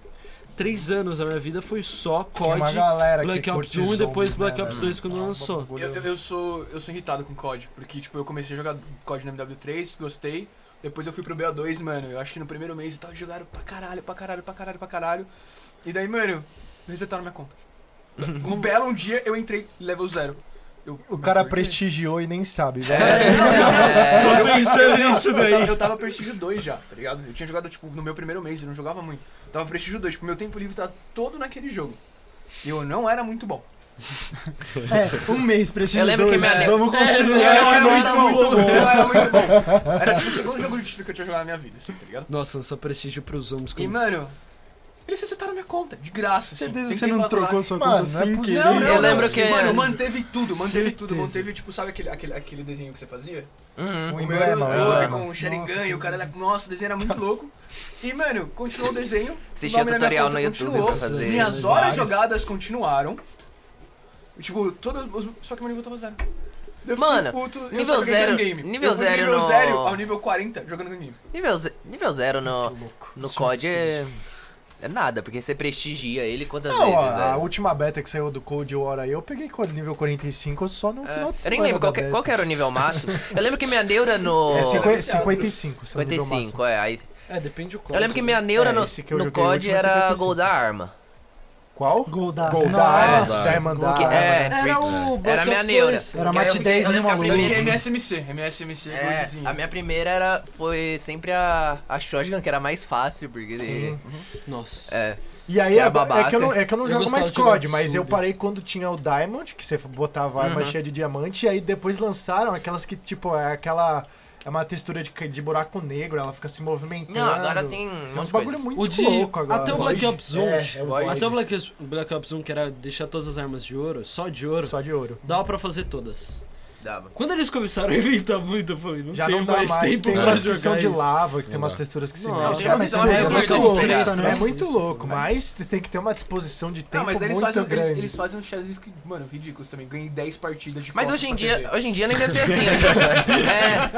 três anos da minha vida, foi só
Tem uma
COD,
galera que
Black Ops
curte
1 e depois
zombies,
Black
né,
Ops
velho?
2 quando
Ah,
lançou.
bagulho.
Eu, eu, eu sou, eu sou irritado com COD, porque, tipo, eu comecei a jogar COD na MW3, gostei. Depois eu fui pro BO2, mano. Eu acho que no primeiro mês e tal, jogaram pra caralho, pra caralho, pra caralho, pra caralho. E daí, mano, resetaram minha conta. Um belo um dia eu entrei level zero. Eu-
O
mas
cara
né?
por quê?
prestigiou e nem sabe, velho. [laughs]
É,
Tô pensando nisso
Eu tava,
daí.
eu tava Prestígio 2 já, tá ligado? Eu tinha jogado, tipo, no meu primeiro mês, eu não jogava muito. Tava Prestígio 2, tipo, meu tempo livre tava todo naquele jogo. E eu não era muito bom.
É, um mês pra esse
Eu lembro que
dois.
minha-
Vamos
Eu
considerar
não
que
era
não
muito
era É, muito
bom.
bom.
Eu não era muito bom. Era tipo o segundo jogo de tiro que eu tinha jogado na minha vida, assim, tá ligado?
Nossa, lançou prestígio pros zombies.
E,
Como...
mano, eles resetaram minha conta, de graça, assim.
Certeza
Tem
que você não
falar.
trocou sua
Mano,
conta
não é
sem querer.
possível.
Não, não,
Eu lembro
não,
que-
Mano, manteve tudo, manteve tudo.
Certeza.
Manteve, tipo, sabe aquele, aquele, aquele desenho que você fazia?
uhum.
O
O meu era
emblema, o
o
emblema.
com o Sharingan e o cara, nossa, o desenho era muito louco. E, mano, continuou o desenho.
Assistia
o nome da minha
tutorial
é
conta
no YouTube
continuou,
pra fazer.
Minhas horas
Vários.
jogadas continuaram. E, Tipo, todos os. Só que meu nível tava zero. Eu fiquei
Mano,
puto, eu
nível
só joguei
zero-
gun game.
nível
eu fui do
zero
nível
no-
zero ao nível 40 jogando gun game.
nível, ze- nível zero no, no COD é. É nada, porque você prestigia ele quantas
Não, ah, um
vezes,
a, a
velho. É.
última beta que saiu do Cold War aí, eu peguei com nível 45 só no
É,
final de semana.
eu nem lembro
da
qual, que,
beta.
qual que era o nível máximo. Eu lembro que minha neura no.
[laughs] É 50, 55, seu nível máximo.
55, é. Aí,
É, depende do COD.
eu lembro que minha neura
É,
no,
esse que eu
no
joguei, o
COD
último é
era
55.
goldar arma.
Qual?
Goldar.
Goldar,
Nossa.
Diamond Eye.
Que é,
Era o Black
Era minha
Ops
neura.
2.
Era
Eu
mate
fiquei-
10
eu
no
lembro que a
maluco.
Eu
primeira-
tinha MSMC, MSMC,
É,
goldzinho.
a minha primeira era, foi sempre a, a shotgun, que era mais fácil, porque...
Sim.
Nossa.
É,
E aí,
Que era
agora- é, que eu não, é que eu
babaca. Eu
não jogo
gostava
mais
de jogar
COD,
de
mas eu
sub.
parei quando tinha o Diamond, que você botava a arma
Uhum.
cheia de diamante, e aí depois lançaram aquelas que, tipo, é aquela. É uma textura de, de buraco negro, ela fica se movimentando.
Não, agora tem um
É uns
monte de coisa.
bagulho muito
O de.
louco agora.
Até o Black Ops 1.
É, é o
Void.
Até o Black, Ops- Black Ops 1, que era deixar todas as armas de ouro, só de ouro,
é, Só de ouro.
dava pra fazer todas.
Dava.
Quando eles começaram a inventar muito, eu falei, não
Já
tem
não dá
mais
mais,
tempo
tem
pra
umas
jogar
missões de
isso.
lava, que tem umas
dá.
texturas que se
Não,
mexem.
tem uma
mas
visão
isso
mais
é
louca
muito
de
louco,
serista,
né?
né?
É muito
Isso,
louco,
né?
mas tem que ter uma disposição de tempo
Não, mas eles
muito
fazem, eles,
grande.
eles fazem uns challenges que, mano, ridículos também. Ganhei 10 partidas de
Mas
Copa
hoje em
pra
dia,
TV.
hoje em dia nem deve ser assim. Hoje em dia,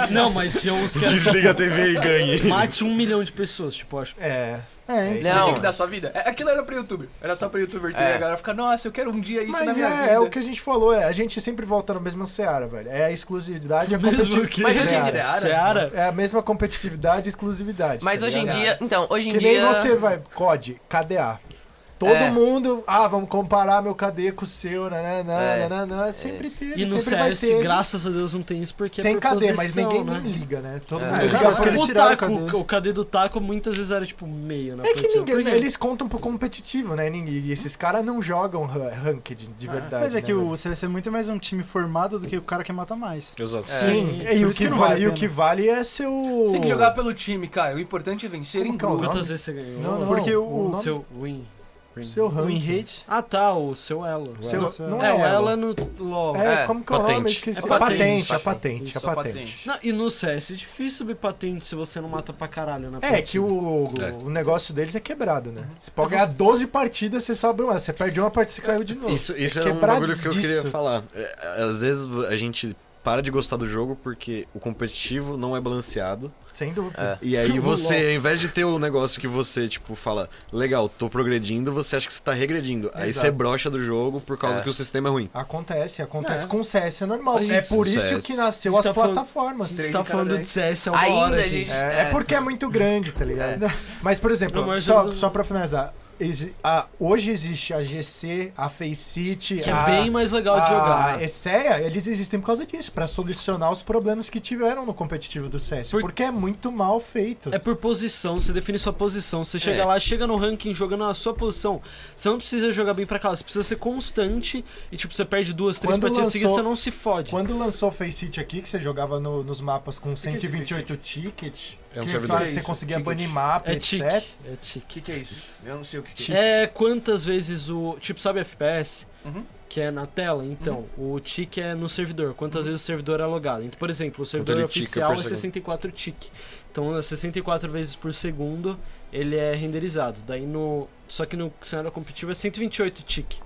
é,
Não, mas tinha uns que era,
[laughs] Desliga a TV e ganhe.
mate um milhão de pessoas, tipo, acho.
É.
É,
Não.
Você tem que dar sua vida. É, Aquilo era pra youtuber. Era só pra youtuber ter.
É.
E a galera fica, nossa, eu quero um dia isso na
Mas
minha
é,
vida.
é o que a gente falou, é, a gente sempre volta na mesma seara, velho. É a exclusividade e
[laughs]
a
Mesmo
competitividade.
que
Mas
é Seara.
hoje em
dia-
Seara.
É a mesma competitividade e exclusividade.
mas
tá
hoje em
ligado?
dia, então, hoje em
Que
dia...
nem você vai, COD, KDA. Todo
É.
mundo, ah, vamos comparar meu KD com o seu, né, nananã,
É.
nananã, né, sempre teve,
E no
sempre vai
CS,
ter.
graças a Deus, não tem isso porque
Tem
é
KD,
proposição,
mas ninguém
né?
liga, né? Todo
É.
mundo
É,
liga.
cara, acho que eles
O
tiraram o
taco,
KD.
o KD do taco muitas vezes era tipo meio na
É que
partida.
ninguém,
Porque-
eles contam pro competitivo, né? Ninguém- E esses caras não jogam ra- ranked de verdade.
Mas é
né,
que
velho?
o CS é muito mais um time formado do que o cara que mata mais.
Exato.
Sim,
É,
e,
por
o
isso
que
que não vale a
vale, e o
pena.
que vale é seu.
Você tem que jogar pelo time, cara. O importante é vencer
Como
em
que é o
grupo.
nome?
Quantas vezes você ganhou?
Não, não,
Porque
o
o-
nome-
Seu win. Win.
seu
O
ranking.
enrate.
Ah, tá, o seu elo.
Seu-
Não,
não
é, o elo
ela.
é no LoL.
É,
É,
como que é o
patente.
nome? Eu esqueci.
É
É
patente,
patente, é
patente.
patente, é
Só
patente.
Não, e no CS é difícil subir patente se você não mata pra caralho né? na
É que o,
É.
o negócio deles é quebrado, né?
Uhum.
Você pode ganhar 12 partidas, você só abre uma. Você perde uma partida, você caiu de novo.
Isso, isso
É
é um
quebrar
bagulho que eu queria
disso.
falar. É, Às vezes a gente para de gostar do jogo porque o competitivo não é balanceado.
Sem
É.
dúvida.
E aí você, ao invés de ter o negócio que você, tipo, fala, legal, tô progredindo, você acha que você tá regredindo. Aí
Exato.
você brocha do jogo por causa
É.
que o sistema é ruim.
Acontece, acontece
É.
com o CS, é normal.
Mas
É
isso-
por isso
CS.
que nasceu
A
as
gente tá falando-
plataformas.
Você tá
Então,
Três de cada
falando de
dez.
CS há uma
Ainda,
hora,
gente.
gente.
É, é porque é muito grande, tá ligado? Mas, por exemplo,
Não, mas
só,
eu-
só pra finalizar, exi- a- hoje existe a GC, a Face City,
Que
a,
é bem mais legal de
a
jogar.
ESEA, Ah, é eles existem por causa disso, pra solucionar os problemas que tiveram no competitivo do CS,
Por-
porque é muito mal feito.
É por posição, você define sua posição. Você
É.
chega lá, chega no ranking jogando a sua posição. Você não precisa jogar bem pra cá, você precisa ser constante e, tipo, você perde duas, três
Quando
partidas
lançou-
seguidas, você não se fode.
Quando lançou o Face City aqui, que você jogava no- nos mapas com
é esse
128 tickets,
É um
que
servidor.
faz- você
Isso,
conseguia
ticket.
banir mapa,
É tique.
etc.
É tique.
O que, que é isso? Eu não sei o que, que é.
É quantas vezes o. Tipo, sabe FPS?
Uhum.
Que é na tela? Então,
Uhum.
o tique é no servidor. Quantas vezes o servidor é logado? Então, por exemplo, o servidor
ele tica
oficial
por
é 64 tique. Então, é 64 vezes por segundo ele é renderizado. Daí no. Só que no cenário competitivo é 128 tique.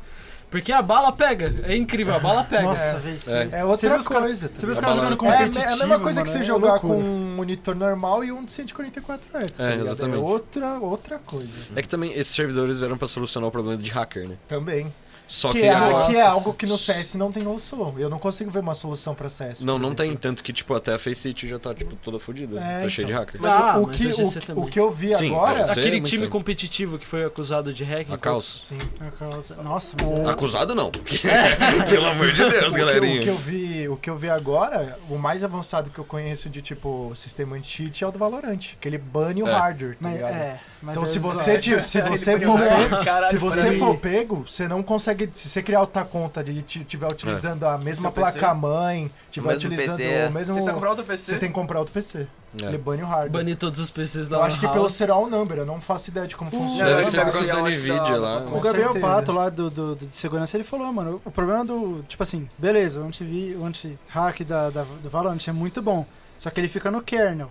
Porque a bala pega. É incrível, a bala pega.
Nossa, velho, sim.
É.
Você
É outra
vê os cara-
coisa.
Você vê os
A
caras jogando
balada é-
competitivo.
É a mesma coisa que
mano,
você
é
jogar
loucura.
com um monitor normal e um de 144 Hz.
É,
ligado?
exatamente.
É outra, outra coisa.
É que também esses servidores vieram pra solucionar o problema de hacker, né?
Também.
Só que,
que, é,
agora.
que é algo que no CS não tem solução. Eu não consigo ver uma solução pra CS.
Não,
por
não tem.
exemplo.
Tanto que, tipo, até a Face City já tá, tipo, toda fodida.
É,
tá cheia de
então.
hacker.
Mas Ah,
o,
mas
que,
a GC
o, que-
também.
o que eu vi
Sim,
agora.
a GC.
Aquele
é muito
time
tempo.
competitivo que foi acusado de hacking.
A
então,
caos.
Sim.
A causa- Nossa, mas é-
Acusado não. [laughs] Pelo amor de Deus,
É. O que, eu- o, que eu
galerinha.
vi, o que eu vi agora, o mais avançado que eu conheço de tipo sistema anti-cheat é o do Valorant, que ele bane o
É.
hardware, tá
mas
ligado?
é, mas
Então
é
se
zoado.
você, te- se você for pego, se você for pego, você não consegue, se você criar outra conta e tiver
É.
utilizando a mesma
Seu PC.
placa mãe, tiver
mesmo
utilizando
PC, é.
o mesmo,
Você precisa comprar um outro
você
PC?
tem que comprar outro PC. Ele
É.
bane o hardware.
Banir todos os PCs da
eu acho que
Lan
pelo
House.
serial number, eu não faço ideia de como funciona.
Deve
eu
ser
pego
por causa
esse
da
áudio que tá
NVIDIA lá.
lá
O
Com
Gabriel
certeza.
Pato lá do, do- do- de segurança, ele falou, mano, o problema do. Tipo assim, beleza, o anti- o anti-hack da, da- do Valorant é muito bom. Só que ele fica no kernel.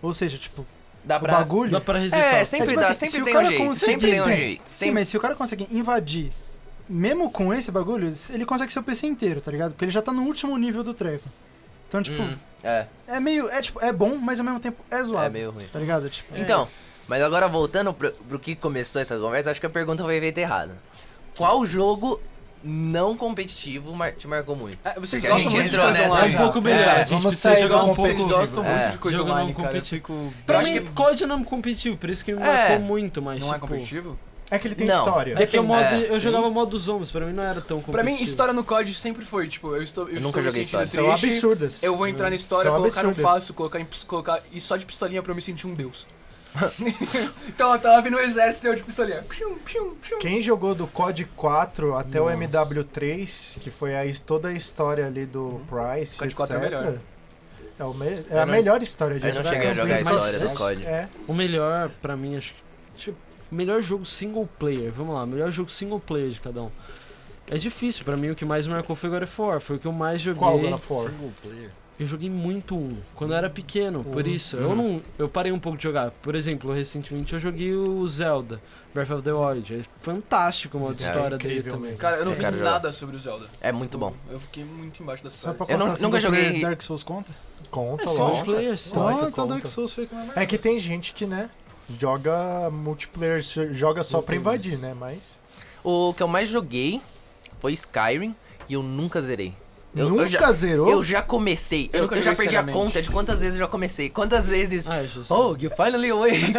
Ou seja, tipo,
Dá
o
pra.
bagulho.
Dá pra resetar.
É, sempre
É, tipo
dá,
assim, se
sempre
o
tem um
cara
jeito.
conseguir,
Sempre tem um
tem.
jeito.
Sim,
Sempre.
mas se o cara conseguir invadir, mesmo com esse bagulho, ele consegue ser o PC inteiro, tá ligado? Porque ele já tá no último nível do treco. Então, tipo,
Hum, é,
é meio. É tipo, é bom, mas ao mesmo tempo é zoado.
é meio ruim.
Tá ligado? Tipo,
Então, mas agora voltando pro, pro que começou essa conversa, acho que a pergunta foi feita errada. Qual jogo não competitivo mar- te marcou muito?
É, vocês
Porque a
gostam
gente
muito de
entrou
coisa
nessa.
online.
É um pouco melhor.
É,
a gente
vamos
precisa
sair
jogar
do
um pouco.
Vocês gostam
É.
muito de coisa
Jogo não
online, cara. Eu
competitivo.
fico...
Pra
Eu acho
mim,
que-
COD não é competitivo, por isso que me
É.
marcou muito, mas.
Não é
tipo,
competitivo?
É que ele tem
Não.
história.
É que o modo,
É.
eu jogava modo zombies, pra mim não era tão competitivo.
Pra mim, história no COD sempre foi, tipo, eu estou... Eu,
nunca
estou
joguei
me sentindo
São
triste,
absurdas.
Eu vou entrar na história,
São
colocar no
absurdas.
fácil, colocar, em, colocar e só de pistolinha pra eu me sentir um deus. então eu tava vindo no exército e eu de pistolinha. Pium, pium, pium.
Quem jogou do COD 4 até o MW3, que foi aí toda a história ali do Price,
COD
etc.
4 é melhor.
É, o me- é
Eu
a
não-
melhor história de
Eu não cheguei a jogar a
mas-
história do COD.
É,
O melhor, pra mim, acho que. Tipo, melhor jogo single player, vamos lá, melhor jogo single player de cada um. É difícil, pra mim o que mais marcou foi God of War, foi o que eu mais joguei.
qual God of War?
Eu joguei muito um, quando eu era pequeno, por isso. Eu não. Eu parei um pouco de jogar. Por exemplo, recentemente eu joguei o Zelda, Breath of the Wild. É fantástico o modo
Cara,
história dele
incrível
também.
mesmo.
Cara, eu não
É,
vi
cara,
nada sobre o Zelda.
É muito bom.
Eu fiquei muito embaixo da
só
série.
pra
Eu não-
constar single
nunca joguei-
player, Dark Souls conta?
Conta,
É
lógico.
single player, sim.
Então,
Conta,
então
conta.
Dark Souls foi com a
É que tem gente que, né, joga multiplayer, se- joga só pra invadir, né, mas...
O que eu mais joguei foi Skyrim e eu nunca zerei. Eu,
nunca
eu já,
zerou?
eu já comecei. Eu,
nunca
eu já
joguei
perdi a
seriamente.
conta de quantas vezes eu já comecei. Quantas vezes.
Ah, é justo.
Oh, you finally
[laughs]
awake!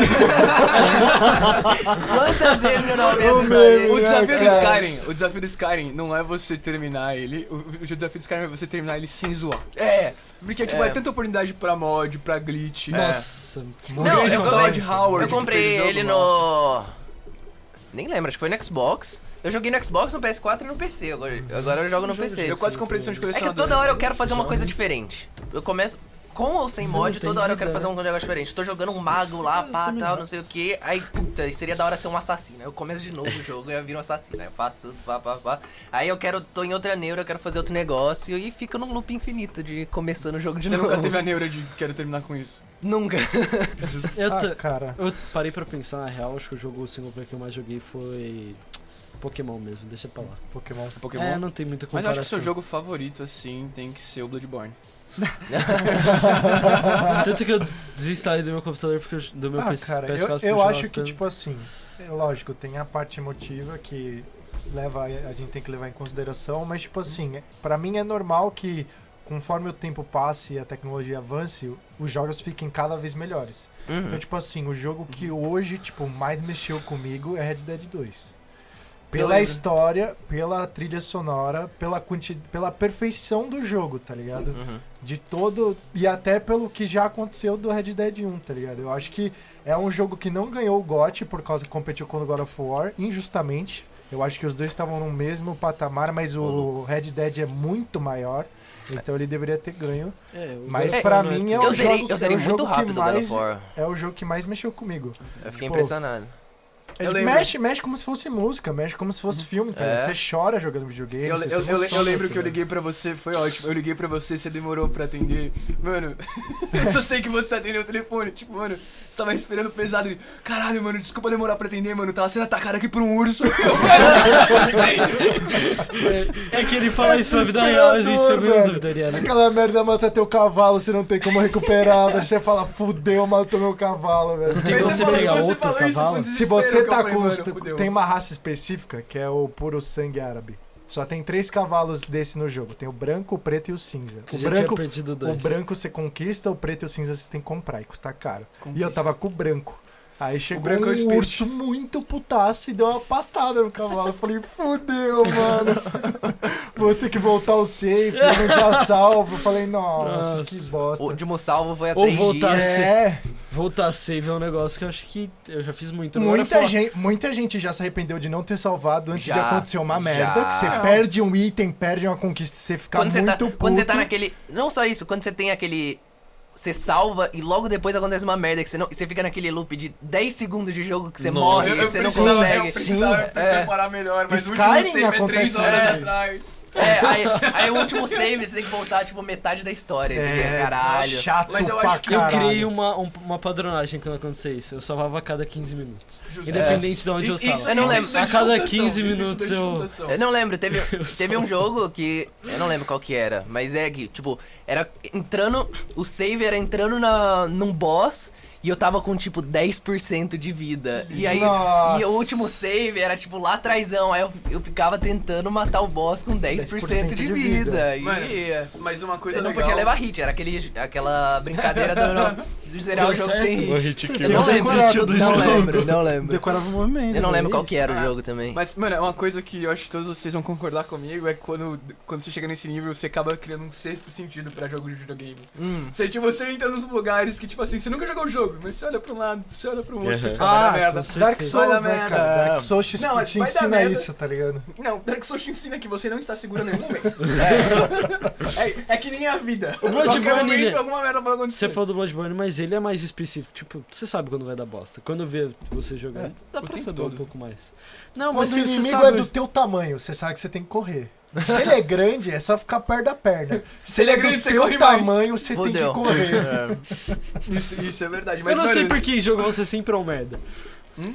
Quantas vezes eu não vi essa
O
história?
desafio do Skyrim, o desafio do Skyrim não é você terminar ele, o, o desafio do Skyrim é você terminar ele sem zoar. É, porque tipo,
É.
é, tanta oportunidade pra mod, pra glitch.
É. Nossa,
Não,
Não,
eu
eu
comprei-
Todd Howard.
Eu
que
comprei
fez o jogo,
ele
nossa.
no. Nem lembro, acho que foi no Xbox. Eu joguei no Xbox, no PS4 e no PC. Agora, agora eu jogo no PC.
Eu quase comprei edição de
É
colecionador.
que
né?
toda hora eu quero fazer uma coisa diferente. Eu começo. Com ou sem mod, toda hora eu quero fazer um negócio diferente. Tô jogando um mago lá, pá, tal, não sei o que. Aí, puta, aí seria da hora ser um assassino. Aí eu começo de novo o jogo e eu viro um assassino. Aí eu faço tudo, pá, pá, pá. Aí eu quero, tô em outra neura, eu quero fazer outro negócio. E fica num loop infinito de começando o jogo de
Você
novo. [laughs]
nunca teve a neura de quero terminar com isso.
Nunca.
eu,
Ah,
ta-
cara...
eu parei pra pensar, na real, acho que o jogo single player que eu mais joguei foi. Pokémon mesmo, deixa pra lá.
Pokémon.
Pokémon.
É, não tem muita
Mas
comparação.
eu acho que seu jogo favorito, assim, tem que ser o Bloodborne.
[laughs] Tanto que eu desinstalei do meu computador, porque eu- do meu
Ah,
PS,
cara,
PS4.
eu,
porque
eu
jogava
acho que,
tanto.
tipo assim, é lógico, tem a parte emotiva que leva, a gente tem que levar em consideração, mas, tipo assim, é- pra mim é normal que conforme o tempo passe e a tecnologia avance, os jogos fiquem cada vez melhores. Então,
Uhum.
tipo assim, o jogo que hoje, tipo, mais mexeu comigo é Red Dead 2. Pela
Beleza.
história, pela trilha sonora, pela, quanti... pela perfeição do jogo, tá ligado?
Uhum.
De todo. E até pelo que já aconteceu do Red Dead 1, tá ligado? Eu acho que é um jogo que não ganhou o GOT por causa que competiu com o God of War, injustamente. Eu acho que os dois estavam no mesmo patamar, mas o Red Dead é muito maior. Então ele deveria ter ganho.
É, o
Mas
God of
pra
War não
mim é
tão-
o
Eu zerei,
jogo-
eu zerei
é o
muito
jogo que
rápido o God
mais-
of War.
É o jogo que mais mexeu comigo.
Eu
Tipo,
fiquei impressionado.
É,
Eu
tipo,
lembro.
mexe, mexe como se fosse música, mexe como se fosse filme, tá ligado?
É.
Você chora jogando videogame.
Eu,
você
eu,
se
eu, eu
emociona,
lembro
tá
né?
que eu
ligado?
liguei pra você, foi ótimo. Eu liguei pra você, você demorou pra atender. Mano, [laughs] eu só sei que você atendeu o telefone. Tipo, mano, você tava respirando pesado. Ele, Caralho, mano, desculpa demorar pra atender, mano. Tava sendo atacado aqui por um urso.
É que ele fala isso na vida real, a gente também não
velho.
duvidaria, né?
Aquela merda mata teu cavalo, você não tem como recuperar, velho. Você fala, fudeu, matou meu cavalo, velho.
Não tem
Mas
como
você
você
falou-
pegar
você
outro
falou isso
cavalo.
com
Se você
desespero que eu
tá
falei,
com.
mano,
os-
fudeu.
tem uma raça específica que é o puro sangue árabe. Só tem três cavalos desse no jogo. Tem o branco, o preto e o cinza.
Você
o
já
branco,
tinha perdido
o
dois.
branco você conquista, o preto e o cinza você tem que comprar e custa caro. E eu tava com o branco. Aí chegou
branco é o
um
espírito.
urso muito putaço e deu uma patada no cavalo. Eu falei, fudeu, mano. [laughs] Vou ter que voltar ao safe, eu não tinha salvo. Eu falei, nossa,
Nossa.
que bosta.
O último salvo foi há
Ou
três
voltar
dias.
É,
Voltar a save é um negócio que eu acho que eu já fiz muito. Agora
muita
falar-
gente, muita gente já se arrependeu de não ter salvado antes de
Já,
acontecer uma
já.
merda. Que você perde um item, perde uma conquista, você fica
Quando você,
muito
tá,
puto.
quando você tá naquele. Não só isso, quando você tem aquele. Você salva e logo depois acontece uma merda que você não. Você fica naquele loop de 10 segundos de jogo que você
Nossa.
morre,
Eu-
eu
você não
precisava- eu
consegue.
assim,
precisava
Sim,
me
é.
preparar melhor, mas o
Skyrim
último save é
acontece
3 horas
isso.
atrás.
É, aí, aí o último save você tem que voltar, tipo, metade da história. É, assim,
É,
é, caralho.
chato
Mas eu
pra
acho que
Eu
caralho.
criei uma, um- uma padronagem quando acontecia isso. Eu salvava a cada 15 minutos.
Justo.
Independente de onde É. eu tava.
Eu não lembro.
estuda
A cada
computação,
15
isso estuda
minutos
de
eu-
computação.
Eu não lembro, teve, teve
sou-
um jogo que. Eu não lembro qual que era, mas é que, tipo, era entrando. O save era entrando na, num boss e eu tava com, tipo, 10% de vida. E aí.
Nossa.
E o último save era, tipo, lá atrásão. Aí eu, eu ficava tentando matar o boss com 10%,
10%
de,
de vida.
vida. E.
Mano, Mas uma coisa
Você não
legal...
podia levar hit, era aquele, aquela brincadeira do, de zerar o jogo sem
O
hit.
hit
Eu
kill.
não
Você
lembro,
decorava-
desistiu do
não
jogo.
lembro, não lembro.
Decorava o movimento.
Eu não lembro
é
qual
isso.
que era o
Ah,
jogo também.
Mas, mano, é uma coisa que eu acho que todos vocês vão concordar comigo é que quando, quando você chega nesse nível, você acaba criando um sexto sentido pra jogo de videogame.
Hum.
Você, tipo, você entra nos lugares que, tipo assim, você nunca jogou o jogo, mas você olha pra um lado, você olha pro outro, você fica, vai
Ah,
dar merda.
com certeza.
Dark
Vai
Souls,
dar
né,
merda.
cara? Dark Souls te,
Não, mas
te
vai dar
ensina
merda.
isso, tá ligado?
Não, Dark Souls te ensina que você não está seguro em nenhum momento.
[laughs]
É, é, que nem a vida.
O Bloodborne,
Qualquer momento,
ele-
alguma merda vai acontecer.
Você falou do Bloodborne, mas ele é mais específico. Tipo, você sabe quando vai dar bosta. Quando vê você jogar,
É,
dá
o
pra
tempo
saber um
todo.
pouco mais. Não,
Quando
mas
o
você,
inimigo
você sabe...
é do teu tamanho, você sabe que você tem
[laughs]
que correr. Se ele é grande, é só ficar perto da perna. Se ele é
grande,
do
você
teu
corre mais.
tamanho, você tem que
Fudeu.
correr.
Isso, isso é verdade. Mas,
Eu não
mano,
sei por que jogo você sempre é um merda.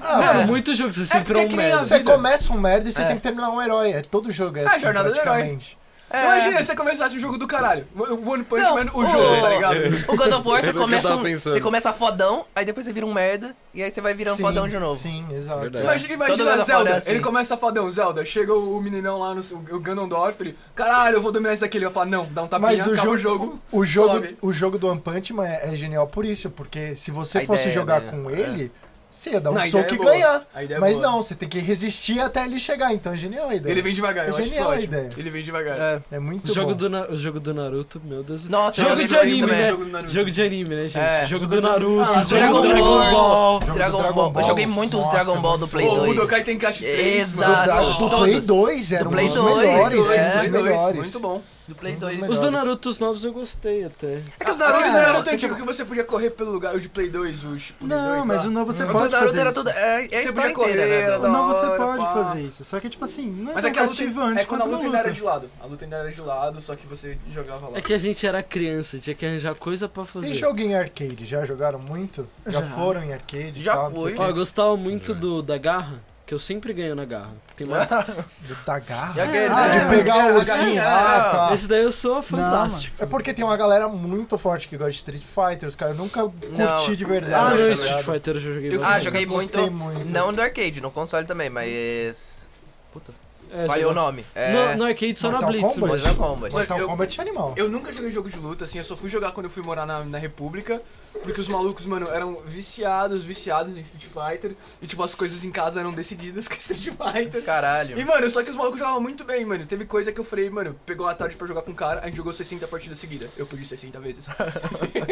Ah,
Mano, muito jogo você sempre é,
porque
um
que nem [laughs] na
merda.
Você começa um merda e você
É.
tem que terminar um herói. É todo jogo é
Ah,
assim,
jornada do herói.
praticamente.
é.
Imagina se você começasse o jogo do caralho. O One Punch
Não,
Man, o
o-
jogo, tá ligado?
O God of War,
Era o É que
você
eu
começa,
tava
um,
pensando.
você começa fodão, aí depois você vira um merda, e aí você vai virando
Sim,
um fodão de novo.
Sim, exato.
Verdade.
Imagina, imagina
Todo God of War
Zelda.
é assim.
Ele começa fodão, Zelda. Chega o meninão lá, no, o Ganondorf, ele... Caralho, eu vou dominar isso daqui. Ele vai falar, não, dá um tapinha,
Mas o
acaba o
jogo,
jogo.
o jogo,
sobe.
o jogo do One Punch Man é, é genial por isso, porque se você
A
fosse
ideia,
jogar
né?
com
É.
ele, você ia dar um
Não, a ideia
soco
é
e
boa.
ganhar.
A ideia é
Mas
boa.
não, você tem que resistir até ele chegar, então é genial a ideia.
Ele vem devagar,
É
eu acho isso
genial a
ótimo.
ideia.
Ele vem devagar.
É muito
O jogo,
bom.
do, Na- o jogo do Naruto, meu Deus do céu.
Nossa,
Jogo
eu
de
lembro
anime,
também.
né?
Jogo do Naruto.
Jogo de anime, né, gente?
É.
jogo do Naruto,
Ah,
jogo do
Dragon
Dragon Ball.
Ball.
Jogo do
Dragon,
Dragon
Ball.
Ball.
Eu joguei muitos
Nossa, é
Dragon Ball do Play
Pô, o
2.
Budokai Tenkaichi 3,
Exato.
Da-
mano.
do
Todos.
Play 2 era
Do
um
Play
dos
2,
melhores.
é.
um dos
Play
melhores.
Muito bom.
Do Play 2.
Os do Naruto os novos eu gostei até.
É que
Ah,
os
Naruto
Narutos
era
eram
o
tipo
antigo tipo, que você podia correr pelo lugar, o de Play 2, o Shippuden 2
Não,
lá.
mas o novo você
Os
pode
Naruto
fazer
era
isso.
tudo. É, é a
Você
história
podia correr,
inteira, né?
era
do-
da
O novo você
hora,
pode
pá.
fazer isso. Só que, tipo assim, não é
Mas
tão
é que a luta,
cativante
é quando a luta
quanto
ainda era
um
de lado. A luta ainda era de lado, só que você jogava lá.
É que a gente era criança, tinha que arranjar coisa pra
Tem
fazer.
jogo em arcade, já jogaram muito? Já, foram em arcade? e
Já
tal, não sei
foi.
o
Ó, eu gostava muito do da garra, que eu sempre ganho na garra. Tem mais...
quê, Da garra.
Já que ele-
Ah, de
é.
pegar o
a
ursinho.
garrinha,
Ah, tá.
Esse daí eu sou fantástico.
É porque tem uma galera muito forte que gosta de Street Fighter, os caras nunca curti de
Ah,
verdade.
não,
tá
Street
ligado?
Fighter eu já joguei
Ah,
bastante.
joguei
gostei
muito.
muito.
Não no arcade, no console também, mas. Puta.
É,
Falhou o
jogar-
nome. É.
No, no arcade só na
Mortal
Blitz.
Kombat?
mesmo.
Mortal Kombat.
Mortal
eu-
Kombat é animal.
Eu nunca joguei jogo de luta, assim, eu só fui jogar quando eu fui morar na, na República, porque os malucos, mano, eram viciados, viciados em Street Fighter, e tipo, as coisas em casa eram decididas [laughs] com Street Fighter.
Caralho.
E, mano, só que os malucos jogavam muito bem, mano. Teve coisa que eu falei, mano, pegou a tarde pra jogar com o cara, a gente jogou 60 partidas seguidas. Eu perdi 60 vezes.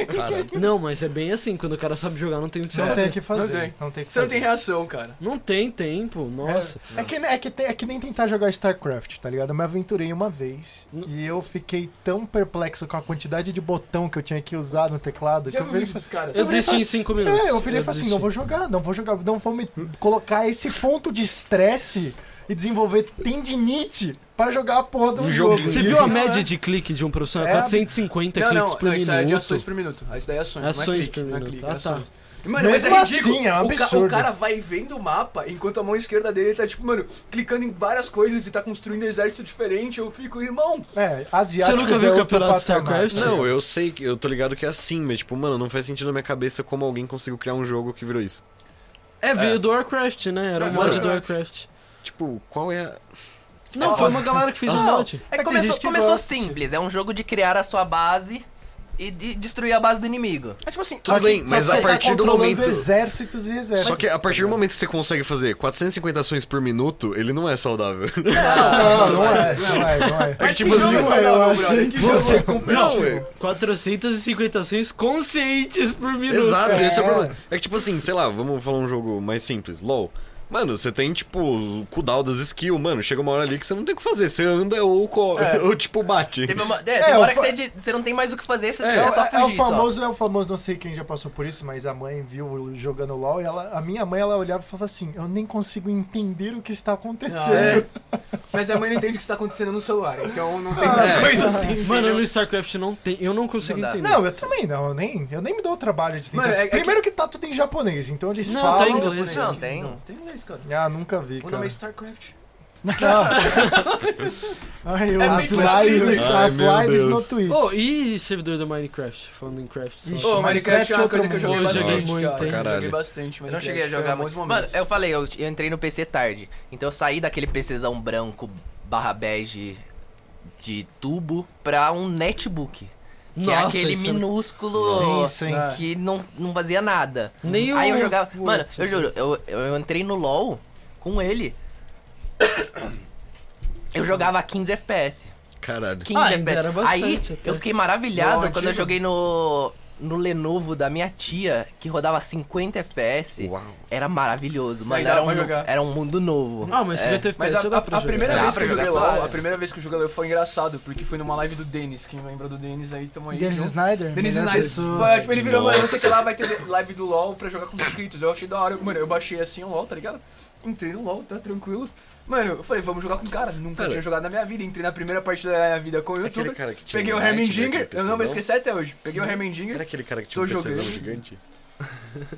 Caralho.
Não, mas é bem assim, quando o cara sabe jogar, não tem o que você
Não tem
fazer.
o que fazer.
tem.
Não tem o que
Você não
fazer.
tem reação, cara.
Não tem tempo, nossa.
É que, é, que, tem- é que nem tentar jogar StarCraft, tá ligado? Eu me aventurei uma vez
Não.
e eu fiquei tão perplexo com a quantidade de botão que eu tinha que usar no teclado
Você
que
já
eu
viu
virei
vídeo dos caras?
Eu desisti em 5 minutos.
É, eu virei e falei assim,
desisti.
não vou jogar, não vou jogar, não vou me colocar esse ponto de estresse e desenvolver tendinite pra jogar a porra do
Um
jogo.
joguinho.
Você viu a média de clique de um profissional?
É,
450
Não,
cliques
não,
por
não,
minuto.
isso é de ações por minuto. Ah, Isso daí é ações, não é
Ações
clique,
por
não é
minuto.
clique,
Ah,
é
tá.
ações. Mano,
Mesmo
mas é ridículo.
assim, é um
o, ca-
absurdo.
o cara vai vendo o mapa, enquanto a mão esquerda dele tá, tipo, mano, clicando em várias coisas e tá construindo um exército diferente. Eu fico, irmão,
É,
Você
asiático.
nunca viu o campeonato de StarCraft?
Tá.
Não, eu sei, que eu tô ligado que é assim, mas tipo, mano, não faz sentido na minha cabeça como alguém conseguiu criar um jogo que virou isso.
É, veio do Warcraft, né? Era um
É,
mod
é.
do Warcraft.
Tipo, qual é a...
Não, foi uma galera que fez um
Não,
mod.
É
tem
que começou,
gente que
começou
gosta.
simples, é um jogo de criar a sua base e de destruir a base do inimigo.
é tipo assim,
Tudo bem, mas a partir do momento...
tá exércitos e exércitos.
Só que a partir do momento que você consegue fazer 450 ações por minuto, ele não é saudável. [laughs]
Não, não é, não é, não é.
É que, [laughs] tipo
que
assim,
jogo
ué,
é
eu
saudável,
achei
brother? Que Ah,
[laughs]
você compra.
um
Não, ué.
450 ações conscientes por minuto.
Exato,
é.
esse é o problema. É que, tipo assim, sei lá, vamos falar um jogo mais simples, LOL. Mano, você tem, tipo, o cooldown das skills, mano. Chega uma hora ali que você não tem o que fazer. Você anda ou, co-
É.
[laughs] ou tipo, bate.
Teve uma, é, tem
É,
uma
o
hora que
fa-
você, di- você não tem mais o que fazer, você
É,
é,
É,
só
o- é o
fugir. só.
famoso, é o famoso, não sei quem já passou por isso, mas a mãe viu jogando LOL e ela, a minha mãe ela olhava e falava assim: Eu nem consigo entender o que está acontecendo.
Ah, é. mas a mãe não entende o que está acontecendo no celular, então não tem tanta coisa assim.
Mano,
entendeu?
no StarCraft não tem. Eu não consigo
Não dá.
entender.
Não, eu também não, eu nem, eu nem me dou o trabalho de tentar.
Mano, é- é
Primeiro que... tá tudo em japonês, então eles
Não,
falam.
tá em inglês.
Não, tem.
Não, tem inglês, cara.
Ah, nunca vi,
O
cara.
nome é StarCraft.
Ai,
bem
as
conhecido,
lives,
né?
as
Ai, meu
lives
Deus.
no Twitch.
Oh, e servidor do Minecraft? Falando em craft. só.
Ixi,
Ô, Minecraft é uma
outro
coisa que eu joguei
mundo.
Eu
bastante.
joguei muito,
cara.
hein?
Joguei
Caralho.
bastante.
Eu não cheguei a
Minecraft,
jogar
foi
muito.
bons
Mano,
momentos.
eu falei, eu, eu entrei no PC tarde. Então eu saí daquele PCzão branco, barra bege de tubo, pra um netbook. Que é
Nossa,
aquele
isso- Ah,
minúsculo
Sim, sim.
que não, não fazia nada.
Nem
Aí
o-
eu jogava.
o
Mano,
outro.
eu juro, eu, eu entrei no LOL com ele. Eu jogava 15 FPS.
Caralho.
15
Ah, ainda
FPS.
era bastante
Aí
até.
eu fiquei
Bom,
maravilhado quando
antigo.
eu joguei no, no Lenovo da minha tia, que rodava 50 FPS.
Uau.
Era maravilhoso, mano.
Aí dava
Era um,
pra jogar.
era um mundo novo. É.
Ah, mas 50
Mas
FPS
a,
já dá
a-
pra
a
jogar.
primeira
Dá
vez que
pra
eu joguei
jogar só,
LOL,
é.
a primeira vez que eu joguei LOL foi engraçado, porque foi numa live do Denis, quem lembra do Denis aí, tamo aí.
Dennis
junto.
Snyder.
Denis
melhor
Snyder.
pessoa.
Foi, tipo, ele virou, mano,
Nossa.
eu sei que lá vai ter live do LOL pra jogar com os inscritos. Eu achei da hora, mano, eu baixei assim o LOL, tá ligado? Entrei no LOL, tá tranquilo. Mano, eu falei, vamos jogar com o cara. Nunca
Cara.
tinha jogado na minha vida. Entrei na primeira partida da minha vida com o
Aquele
YouTube.
cara que tinha
Peguei o
um Knight,
Hermendinger,
né,
eu não vou
PCzão.
esquecer até hoje. Peguei o Hermendinger.
Era aquele cara que tinha um
Tô
PCzão
jogando.
gigante?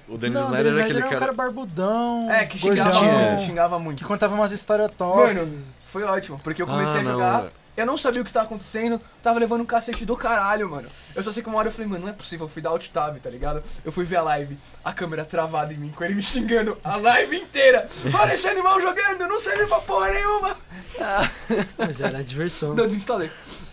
O Dennis
Não,
Snyder era aquele
um
cara...
cara barbudão.
É, que xingava
um gordão,
muito, xingava muito.
Que contava umas histórias top.
Mano, foi ótimo, porque eu
Ah,
comecei a
não,
jogar.
mano.
eu não sabia o que estava acontecendo, tava levando um cacete do caralho, mano. Eu só sei que uma hora eu falei, mano, não é possível, eu fui dar alt tab, tá ligado? Eu fui ver a live, a câmera travada em mim, com ele me xingando a live inteira. Olha esse animal jogando, eu não sei pra porra nenhuma.
Mas era a diversão.
Não, desinstalei.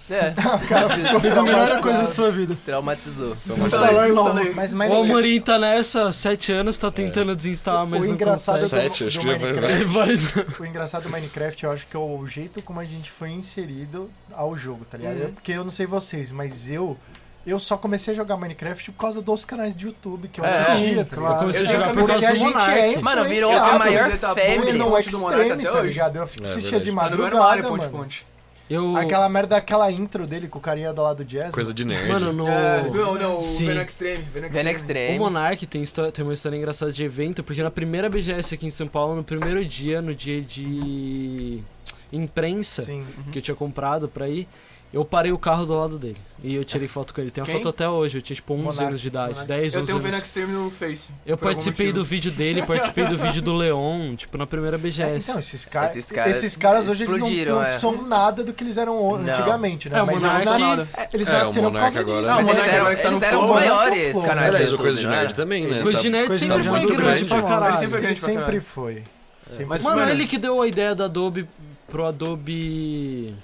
É, [laughs]
Fez a melhor coisa da sua vida.
traumatizou.
Desinstalei, desinstalei.
Mas
O
Minecraft.
Amorim tá nessa, 7 anos, tá tentando desinstalar, mas
o
não
engraçado
consegue.
do-
Sete, acho
do
que já faz
Minecraft-
[laughs] Mas-
O engraçado do Minecraft, eu acho que é o jeito como a gente foi inserido ao jogo, tá ligado?
Uhum.
Porque eu não sei vocês, mas eu. Eu só comecei a jogar Minecraft por causa dos canais de YouTube que eu
É,
assistia, tá
Eu
ligado?
comecei a
eu
jogar
também
por
Porque
causa
a
do
gente
Monark.
é
Mano, virou
influenciado
a
Ah,
maior é
camiseta
Foi
febre.
no
Monte do Monark
extreme,
até
tá
hoje. Ah,
ligado? Eu fico
É,
assistia de
verdade.
Tá no meu armário,
madrugada,
ponte,
mano.
ponte.
Eu...
Aquela merda, aquela intro dele com o carinha do lado do jazz.
Coisa de nerd.
Mano, no...
É, não, não, o
Sim.
Venom Extreme. Venom Extreme.
Venom
O
Extreme.
Monark tem, histó- tem uma história engraçada de evento, porque na primeira BGS aqui em São Paulo, no primeiro dia, no dia de imprensa,
Sim.
que eu tinha comprado pra ir, eu parei o carro do lado dele. E eu tirei foto com ele. Tem uma
Quem?
foto até hoje, eu tinha tipo 11
Monark,
anos de idade,
Monark.
10,
Eu
11
tenho o
anos.
Venom Extreme no Face.
Eu
por algum
participei do
motivo.
vídeo dele, participei do vídeo do Leon, tipo, na primeira BGS.
Então, esses, cara...
Esses caras
esses caras hoje eles não,
explodiram,
não
é.
são nada do que eles eram o-
Não.
antigamente, né?
É, o
Mas
Monark-
eles, nas... eles
É, o
nasceram por
Monark
causa
agora-
disso.
Não,
Mas
o Monark
eles eram,
agora que tá no
eles eram os
fogo, né?
maiores
Fogo.
canais
Aliás,
do
o
YouTube,
Coisa de
não era?
Nerd também, né?
Coisa
Tá-
de nerd
Coisa
sempre
de
foi
nerd.
grande pra
famosa.
caralho.
Ele sempre é grande pra
Sempre
caralho.
foi. Sempre
Mas,
Mano,
mano,
ele que deu a ideia da Adobe pro Adobe.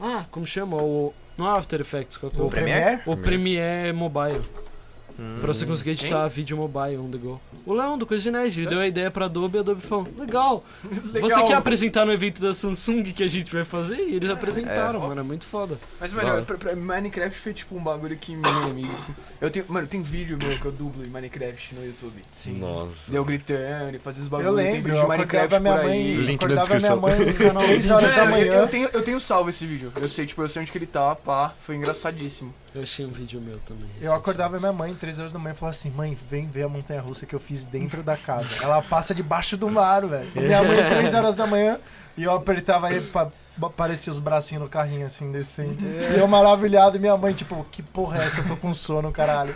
Ah, como chama? O. Não é After Effects, qual que é
O Premiere?
O Premiere Mobile. Pra você conseguir
Quem?
editar vídeo mobile on the go. O Leão, do Coisa de Nerd, deu a ideia pra Adobe e a Adobe falou: legal. Você é quer apresentar no evento da Samsung que a gente vai fazer? E eles apresentaram, mano, é muito foda.
Mas,
Da
mano,
hora.
pra, pra- Minecraft foi tipo um bagulho que, meu amigo. tipo, Eu tenho, mano, tem vídeo meu que eu dublo em Minecraft no YouTube. Sim.
Nossa.
Deu gritando e fazendo os bagulhos.
Eu
tem
lembro,
vídeo
eu
de Minecraft
acordava minha
por
mãe,
aí.
Link na
acordava minha
descrição.
mãe às 6 horas da
Mano, eu-
manhã.
Eu tenho, eu tenho salvo esse vídeo. Eu sei, tipo, eu sei onde que ele tá, pá. Foi engraçadíssimo.
Eu achei um vídeo meu também.
Eu acordava minha mãe, três horas da manhã, e falava assim: mãe, vem ver a montanha russa que eu fiz dentro da casa. Ela passa debaixo do mar, velho. Minha mãe, três horas da manhã, e eu apertava aí pra. Aparecia os bracinhos no carrinho, assim, descendo. E eu maravilhado, e minha mãe, tipo, que porra é essa? Eu tô com sono, caralho.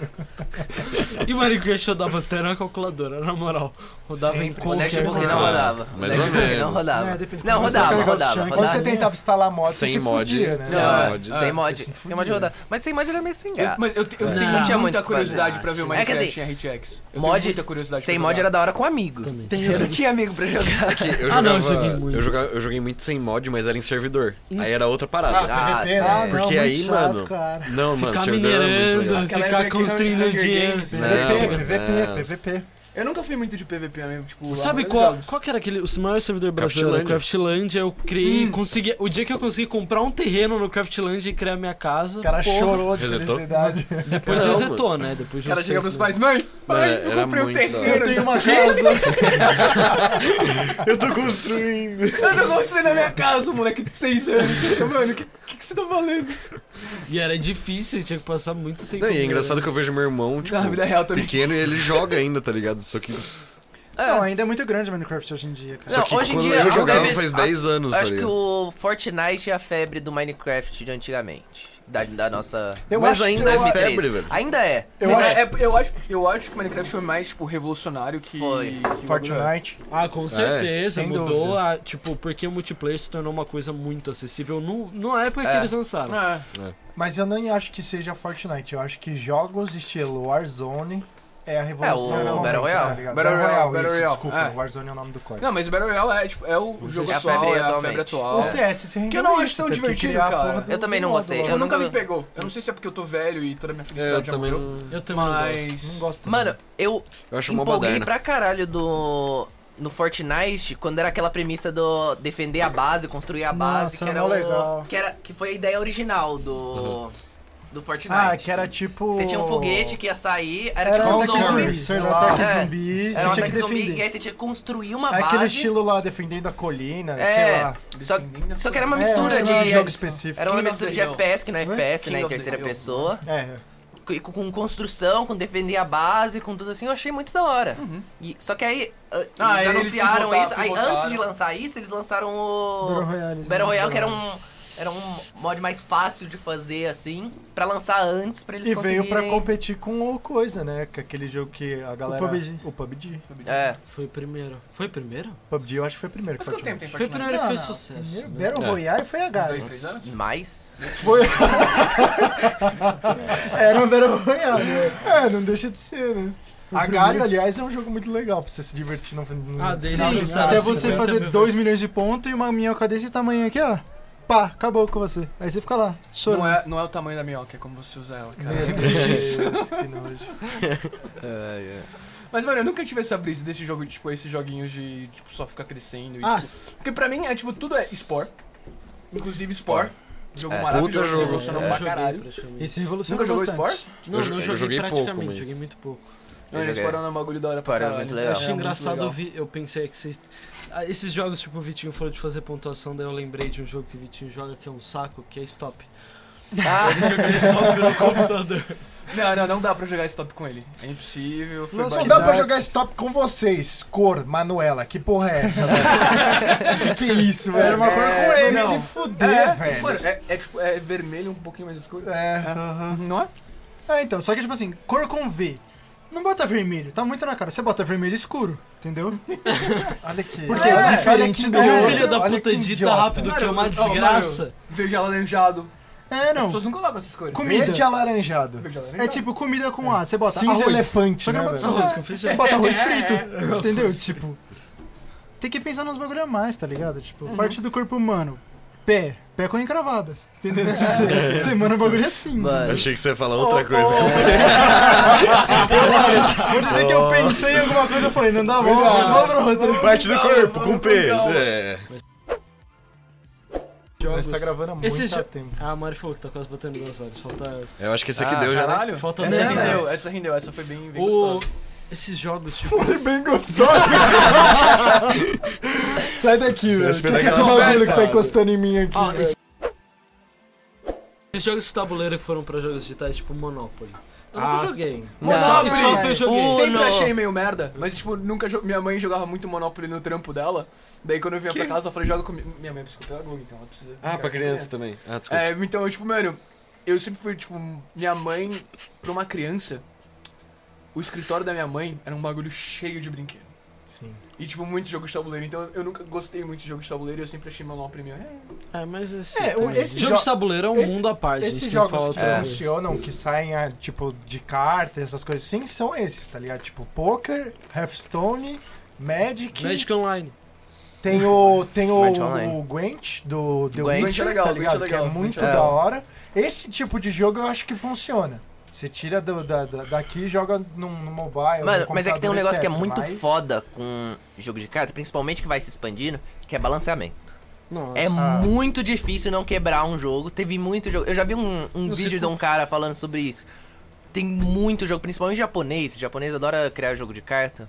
E o Minecraft rodava até na calculadora, na moral. Rodava em
Sempre.
O
qualquer
netbook é não
computador.
rodava.
mais
o
ou
netbook não
menos.
rodava.
É, depende de
não,
como você
rodava,
carrega os
rodava,
chunks.
Quando
rodava.
você tentava instalar mod, você
Sem
se
mod.
fudia, né?
Não,
Sem
Ah,
é,
mod.
sem
você
mod.
se
Sem mod rodava. Mas sem mod era meio sem graça.
Mas eu, te- eu
Não.
tenho
Não tinha
muito o
muita
que
curiosidade
fazer.
pra ver o
É que
Minecraft
assim,
em RTX. Eu
mod-
tenho muita curiosidade
Sem
pra
mod
jogar.
era da hora com amigo.
Também.
Eu não tinha amigo pra jogar.
É que eu
Ah,
jogava,
não, eu joguei muito.
eu, joga- eu joguei muito sem mod, mas era em servidor.
Hum.
Aí era outra parada.
Ah,
fudia, né?
sério.
não, Porque muito aí, chato, mano,
Cara.
não,
Ah,
mano,
Ficar
servidor era muito legal.
minerando,
Aquela
ficar
época que
construindo
Hunger
dinheiro.
Games,
né? Não,
PVP,
não.
PVP, PVP.
Eu nunca fui muito de PVP mesmo, tipo... lá,
Sabe
vários
qual,
jogos.
qual que era aquele, o maior servidor brasileiro? era o Craftlandia. Eu criei, consegui, o dia que eu consegui comprar um terreno no Craftlandia e criar minha casa,
O cara
pô,
chorou de
Resetou?
felicidade.
depois
Não,
resetou, né? Depois
O
de
cara
uns
chega
seis
pros pais, mãe, pai,
Mano,
eu
era
comprei um
muito da hora.
terreiro.
Eu tenho uma casa.
Eu tô construindo.
Eu não construí na minha casa, moleque de 6 anos. [laughs] Mano, o que, que, que você tá falando?
meses. E era difícil, tinha que passar muito tempo.
Não, e é engraçado que eu vejo meu irmão, tipo,
Na Ah, vida real também.
pequeno e ele joga ainda, tá ligado? Só que,
É.
Não, ainda é muito grande o Minecraft hoje em dia, cara.
só
Não,
que
hoje em
quando
dia,
é
eu
a
jogava
febre-
faz
a-
10 anos, tá
Acho que
ligado?
o Fortnite é a febre do Minecraft de antigamente. Da, da nossa.
Eu
Mas
acho que
ainda é
eu-
febre, velho.
Ainda é.
Eu
Não,
acho-
é- é- eu acho, eu acho que Minecraft foi mais, tipo, revolucionário que...
Foi.
que
Fortnite.
Ah,
É,
com certeza,
sem
mudou
dúvida.
a, tipo, porque o multiplayer se tornou uma coisa muito acessível no, na época que
É.
eles lançaram.
É.
Mas eu nem acho que seja Fortnite. Eu acho que jogos estilo Warzone é a revolução.
É, o
do momento,
Battle Royale.
tá ligado?
É. Battle Royale,
isso,
Battle Royale,
Desculpa,
é.
Warzone é o nome do código.
Não, mas o Battle Royale é, tipo, é o jogo
É a
atual,
febre
é a
atualmente.
febre atual.
O CS se rendeu
Que eu não
isso,
acho tão
teve que
divertido,
criar a
cara.
porra do-
Eu também
do
não
modo
gostei.
lá.
Eu,
Eu
nunca
nunca-
me pegou. Eu não sei se é porque eu tô velho e toda a minha
É,
felicidade
eu
já
também
morreu.
não...
Eu também não gosto.
Mas...
Não gosto.
Mano, eu
Eu acho uma
empolguei
moderna.
pra caralho do. No Fortnite, quando era aquela premissa do defender a base, construir a base,
Nossa,
que era
mó
o-
legal.
que era que foi a ideia original do do Fortnite.
Ah, que era tipo.
Você tinha um foguete que ia sair, era,
Era
tipo
um
um
ataque
zombies.
zumbi, sei
É.
lá, ataque zumbi,
Era
você
um
tinha que
ataque zumbi, e
defender.
aí você tinha que construir uma
É aquele
base.
estilo lá, defendendo a colina, sei
É,
lá.
só, só que era uma
É,
mistura
era
de.
um jogo específico.
Era uma
King of
mistura
the
de
Hill.
FPS, que não é FPS,
King
né? Em
of the
terceira
Hill.
pessoa.
É.
e Com, com construção, com defender a base, com tudo assim, eu achei muito da hora. E, só que aí ah, eles
Uhum. Ah, eles
anunciaram
pivotaram,
isso. Aí
pivotaram.
antes de lançar isso, eles lançaram o.
Battle Royale,
Battle
sim.
Royale, que era um. Era um mod mais fácil de fazer, assim, pra lançar antes, pra eles
E
conseguirem...
veio pra competir com o coisa, né? Que é aquele jogo que a galera.
PUBG.
O PUBG.
É,
Foi o primeiro. Foi o primeiro?
PUBG eu acho que foi o primeiro.
Mas
que
quanto tempo tem
Foi o
Fortnite?
primeiro que fez sucesso.
Primeiro Battle Royale foi a
Dois,
gás.
três anos?
mas...
Era um Battle Royale.
É, não deixa de ser, né? Agário, aliás, é um jogo muito legal pra você se divertir no, no
Ah, desde
final
o
do
Sim,
Nossa,
sábado.
até
cara,
você
50
fazer
mil
2 milhões de pontos e uma minhoca desse tamanho aqui, ó. Pá, acabou com você. Aí você fica lá,
Não
chorando.
é, não é o tamanho da minhoca, é como você usa ela, cara.
Meu Deus, que nojo.
[laughs] Mas, mano, eu nunca tive essa brisa desse jogo, tipo, esses joguinhos de, tipo, só ficar crescendo. E,
Ah.
tipo, porque pra mim é, tipo, tudo é Spore. Inclusive Spore. Jogo
É.
maravilhoso,
Puta jogo.
né?
revolucionou
É.
pra caralho.
praticamente.
Esse revolucionou
Nunca jogou
bastante.
Spore?
Não,
Eu
eu,
jo- eu
joguei,
joguei pouco,
praticamente,
mas-
joguei muito pouco.
Eu
joguei.
Spore é um bagulho da hora pra
Spore é
caralho.
muito
Tá.
legal.
Eu achei
muito
engraçado,
legal.
eu, vi, eu pensei que se, ah, esses jogos, tipo, o Vitinho falou de fazer pontuação, daí eu lembrei de um jogo que o Vitinho joga que é um saco, que é Stop.
Ah.
[laughs] Ele joga Stop
[laughs]
no computador.
Não, não, não dá pra jogar esse top com ele. É impossível, foi
Não
banido.
dá pra jogar esse top com vocês, cor, Manuela. Que porra é essa, velho? [laughs] que que é isso, velho?
Era uma cor com ele,
Não
não.
se fuder,
É,
velho.
mano, é, é, tipo, é vermelho um pouquinho mais escuro.
É.
Aham.
Não é?
É, então, só que tipo assim, cor com V. Não bota vermelho, tá muito na cara. Você bota vermelho escuro, entendeu?
Olha que.
Porque
É,
é
olha
diferente do
Olha
Esse
idiota,
filho da
olha
puta
que
edita
idiota.
rápido, que é uma
Mano, ó,
desgraça.
Verde alaranjado.
É,
As
não.
pessoas não colocam essas cores.
Comida.
Verde alaranjado.
Verde alaranjado.
É tipo comida com A. Você bota
Cinza
arroz.
elefante,
Só que
né,
bota
velho?
arroz.
Arroz com feijão.
Bota arroz frito, entendeu? Tipo, tem que pensar nos bagulho a mais, tá ligado? Tipo, parte do corpo humano. Pé. Pé com encravada. Entendeu? Tipo, você, você manda o bagulho assim.
Mano.
Achei que você ia falar outra coisa.
Vou dizer que eu pensei em alguma coisa, eu falei, não dá bom, vamos pra outra.
Parte do corpo, com P. É.
Jogos.
Nós tá gravando há muito
Esses jo-
tempo.
Ah, a Mari falou que tá quase batendo duas horas. Falta.
Eu acho que esse aqui deu já. né?
Caralho?
Falta
Essa
dez
rendeu,
horas.
essa rendeu, essa foi bem, bem
O...
gostosa.
Esses jogos, tipo.
Bem gostoso. [laughs] Sai daqui, velho.
Esse
O
foi
que, que é esse
daquela
bagulho que tá
sensada.
encostando em mim aqui?
Ó, esse- Esses jogos de tabuleiro que foram pra jogos digitais, tipo Monopoly. Eu nunca
Ah,
joguei.
Não.
Stop,
Monopoly,
stop, eu
velho.
joguei.
Sempre achei meio merda, mas tipo, nunca jo- minha mãe jogava muito Monopoly no trampo dela. Daí quando eu vinha pra casa, eu falei, joga comigo. Minha mãe é psicóloga, então ela precisa.
Ah,
ficar
pra
com
criança também. Ah, desculpa.
É, então, eu, tipo, mano, eu sempre fui, tipo, minha mãe, pra uma criança, o escritório da minha mãe era um bagulho cheio de brinquedo.
Sim.
E, tipo, muito jogo de tabuleiro. Então, eu nunca gostei muito de jogo de tabuleiro e eu sempre achei Monopoly meio... É,
Ah, mas esse.
É, o- esse
jogo de
jo-
tabuleiro é um
esse- é
mundo à parte. a gente
Esses
tem que falar
jogos que
outra vez.
funcionam, que saem, ah, tipo, de carta, essas coisas assim, são esses, tá ligado? Tipo, Poker, Hearthstone, Magic,
Magic Online.
tem o, tem o,
Magic Online.
o Gwent, do The
Gwent é
Witcher,
legal,
tá
Gwent é
ligado?
legal,
que é muito
Gwent é
da
legal.
hora. Esse tipo de jogo eu acho que funciona. Você tira do- da, da- daqui e joga num, no mobile,
Mano,
no
mas é que tem um
computador,
negócio que é
etc,
muito
mas-
foda com jogo de carta, principalmente que vai se expandindo, que é balanceamento.
Nossa.
É muito difícil não quebrar um jogo. Teve muito jogo. Eu já vi um, um
Não sei
vídeo de
como-
um cara falando sobre isso. Tem muito jogo, principalmente japonês. Japonês adora criar jogo de carta.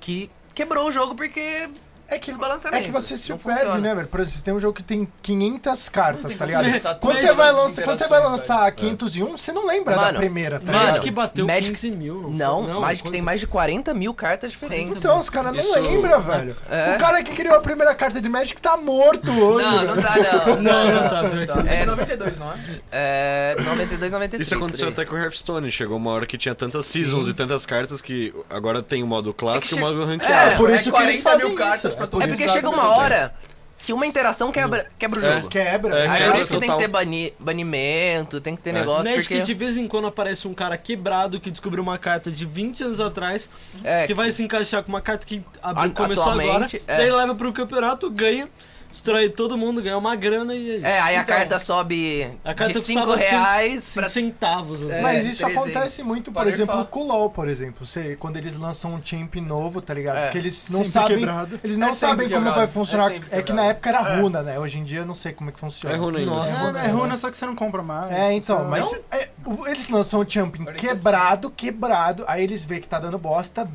Que quebrou o jogo porque.
É que, é
Desbalanceamento.
que você se
Não
perde,
funciona.
né, velho? Por exemplo, você tem um jogo que tem 500 cartas, tá ligado?
pensar
Quando
todas
você, vai
as
lançar, quando você vai
interações,
lançar a 501, você não lembra da
Mano,
primeira, tá
mano,
ligado?
Magic bateu
Magic-
15 mil.
Não, Magic
quanto?
tem mais de 40 mil cartas diferentes.
Então, os caras não
Isso-
lembram, velho. O cara que criou a primeira carta de Magic tá morto hoje,
Não,
velho.
não dá, não.
Não, não tá, pior que
tá.
tá.
É de 92, não é?
É. 92, 93.
Isso aconteceu
por aí.
até com o Hearthstone. Chegou uma hora que tinha tantas seasons e tantas cartas que agora tem o modo clássico e o
chega-
modo ranqueado.
É,
por isso que eles fazem
mil
isso,
cartas
é
pra
por
todo
É
mundo.
porque chega uma hora que uma interação quebra,
Hum.
quebra o jogo.
Quebra.
É,
Aí-
Aí
quebra
por isso que tem que
total.
ter bani- banimento, tem é que ter negócio,
Magic
porque...
de vez em quando aparece um cara quebrado que descobriu uma carta de 20 anos atrás
É,
que vai se encaixar com uma carta que abriu,
A-
começou agora,
atualmente, é.
daí leva pro campeonato, ganha, destrói todo mundo, ganha uma grana e aí.
é, aí a carta sobe assim,
A carta
de 5
custava cin-
reais
Cinco
pra...
centavos. assim.
Mas
É,
isso
300.
acontece muito, por
Pode
exemplo,
falar.
com o LoL, por exemplo. Você, quando eles lançam um champ novo, tá ligado?
É,
Porque eles não
sempre
sabem.
quebrado.
Eles não
É sempre
sabem como
quebrado,
vai
é
funcionar.
sempre
É, que
quebrado.
na época era runa, né? Hoje em dia eu não sei como é que funciona.
É ruim ainda.
Nossa.
É, é runa, só que você não compra mais.
É, então,
Você-
mas
Não?
é, o- eles lançam o champion quebrado, quebrado, aí eles veem que tá dando bosta,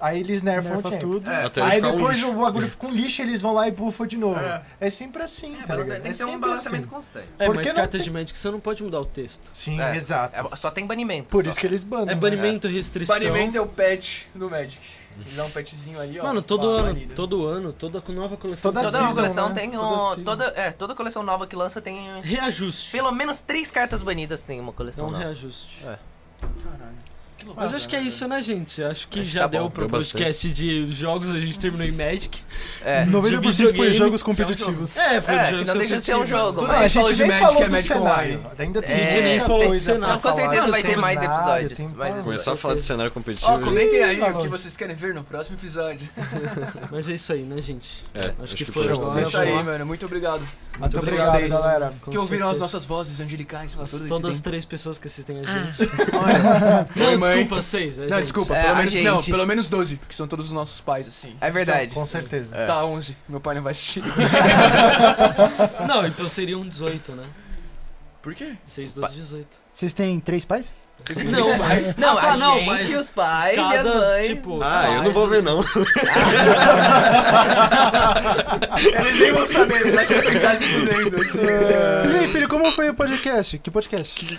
aí eles nerfam o
Nerfa
champion.
tudo.
É.
Até ele
Aí
ficar um
depois
lixo.
o bagulho fica um lixo, eles vão lá e bufam de novo.
É.
É, sempre assim,
É,
tá
balanceamento,
ligado?
tem
É
que ter um
sempre
balanceamento
assim.
constante.
É,
Por
mas
que não
cartas
tem-
de Magic você não pode mudar o texto.
Sim,
É,
exato.
é, só tem banimento.
Por
só.
isso que eles banam.
É
né?
banimento, restrição.
Banimento é o patch do Magic. Ele dá um patchzinho ali, ó.
Mano, todo
uma
ano,
banida.
todo ano, toda com nova coleção.
Toda
tem
Toda
season,
coleção
né?
tem
Toda
um...
season.
Toda, é, toda coleção nova que lança tem...
reajuste.
Pelo menos três cartas banidas tem uma
É
coleção
um
nova.
reajuste.
Caralho. Que loucura,
Mas acho que é
né,
isso, né, gente? Acho que
Acho que
já
tá
deu
bom,
pro
deu bastante.
podcast de jogos, a gente terminou em Magic.
É.
90% foi
videogame.
jogos competitivos.
É, foi
É,
um jogo
que não deixa de ser um
competitivo.
jogo,
Não,
mas...
a
falou
gente
de
nem
Magic,
falou
é
do
Magic
cenário.
Online.
Ainda tem
É,
muita
a gente nem
falou
coisa
do
pra
cenário.
Não, com
falar.
certeza vai ter mais
Cenário,
episódios.
tem
Mas-
tal.
Começar a falar de cenário competitivo. é,
Ó, comentem aí
Ih,
o que
falou.
vocês querem ver no próximo episódio.
Mas é isso aí, né, gente?
É,
acho, que, foi.
foi.
Show.
É isso aí, mano. Muito obrigado.
Muito
obrigado,
obrigado,
vocês.
galera.
que ouviram as nossas vozes angelicais.
As-
tudo
todas as
isso
três pessoas que assistem a gente.
dentro. Olha. Ah. Oi,
Não,
mãe.
desculpa, seis. é
Não,
gente.
desculpa,
É,
pelo
a
menos, não,
gente.
pelo menos 12, porque são todos os nossos pais, assim.
É verdade.
Com certeza.
É.
Tá, 11, meu pai não vai [laughs] assistir.
Não, então seria um 18, né?
Por quê?
6, 12, 18.
Vocês têm três pais?
Não, mas.
Não,
Ah, tá,
a
não,
gente,
mas
os pais e as
cada,
mães.
Tipo,
Ah, eu não vou ver não.
Eles nem vão saber, eles acham que eu ficar [laughs] estudando. É. assim.
E aí, filho, como foi o podcast? Que podcast?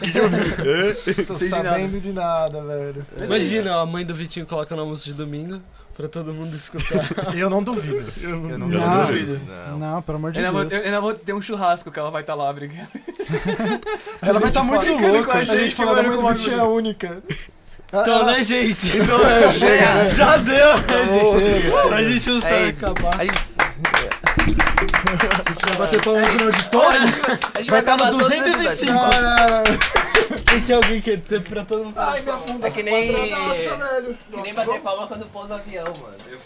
Não tô sabendo de nada, velho.
Imagina, a mãe do Vitinho coloca no almoço de domingo pra todo mundo escutar.
Eu não duvido. Eu não
[laughs]
duvido.
Não,
Não.
não, pelo amor de
É. Eu ainda, vou, eu
Deus.
ainda vou ter um churrasco que ela vai estar lá brigando.
Ela vai estar muito
Ficando com
louca.
a
A gente,
gente,
falando
mano,
muito
com
que tinha única.
Então, né, gente?
É.
Já deu, né, gente?
Chega.
A gente não sabe
isso.
acabar.
A gente,
Vai bater palma no final de todos.
a gente
Vai estar
acabar
no
todos os episódios.
205. Não, não, não.
Tem que é alguém que ter pra todo mundo.
Ai, minha bunda. tá-
É que nem.
Nossa, né? velho.
que nem bater palma quando pousa o avião, mano.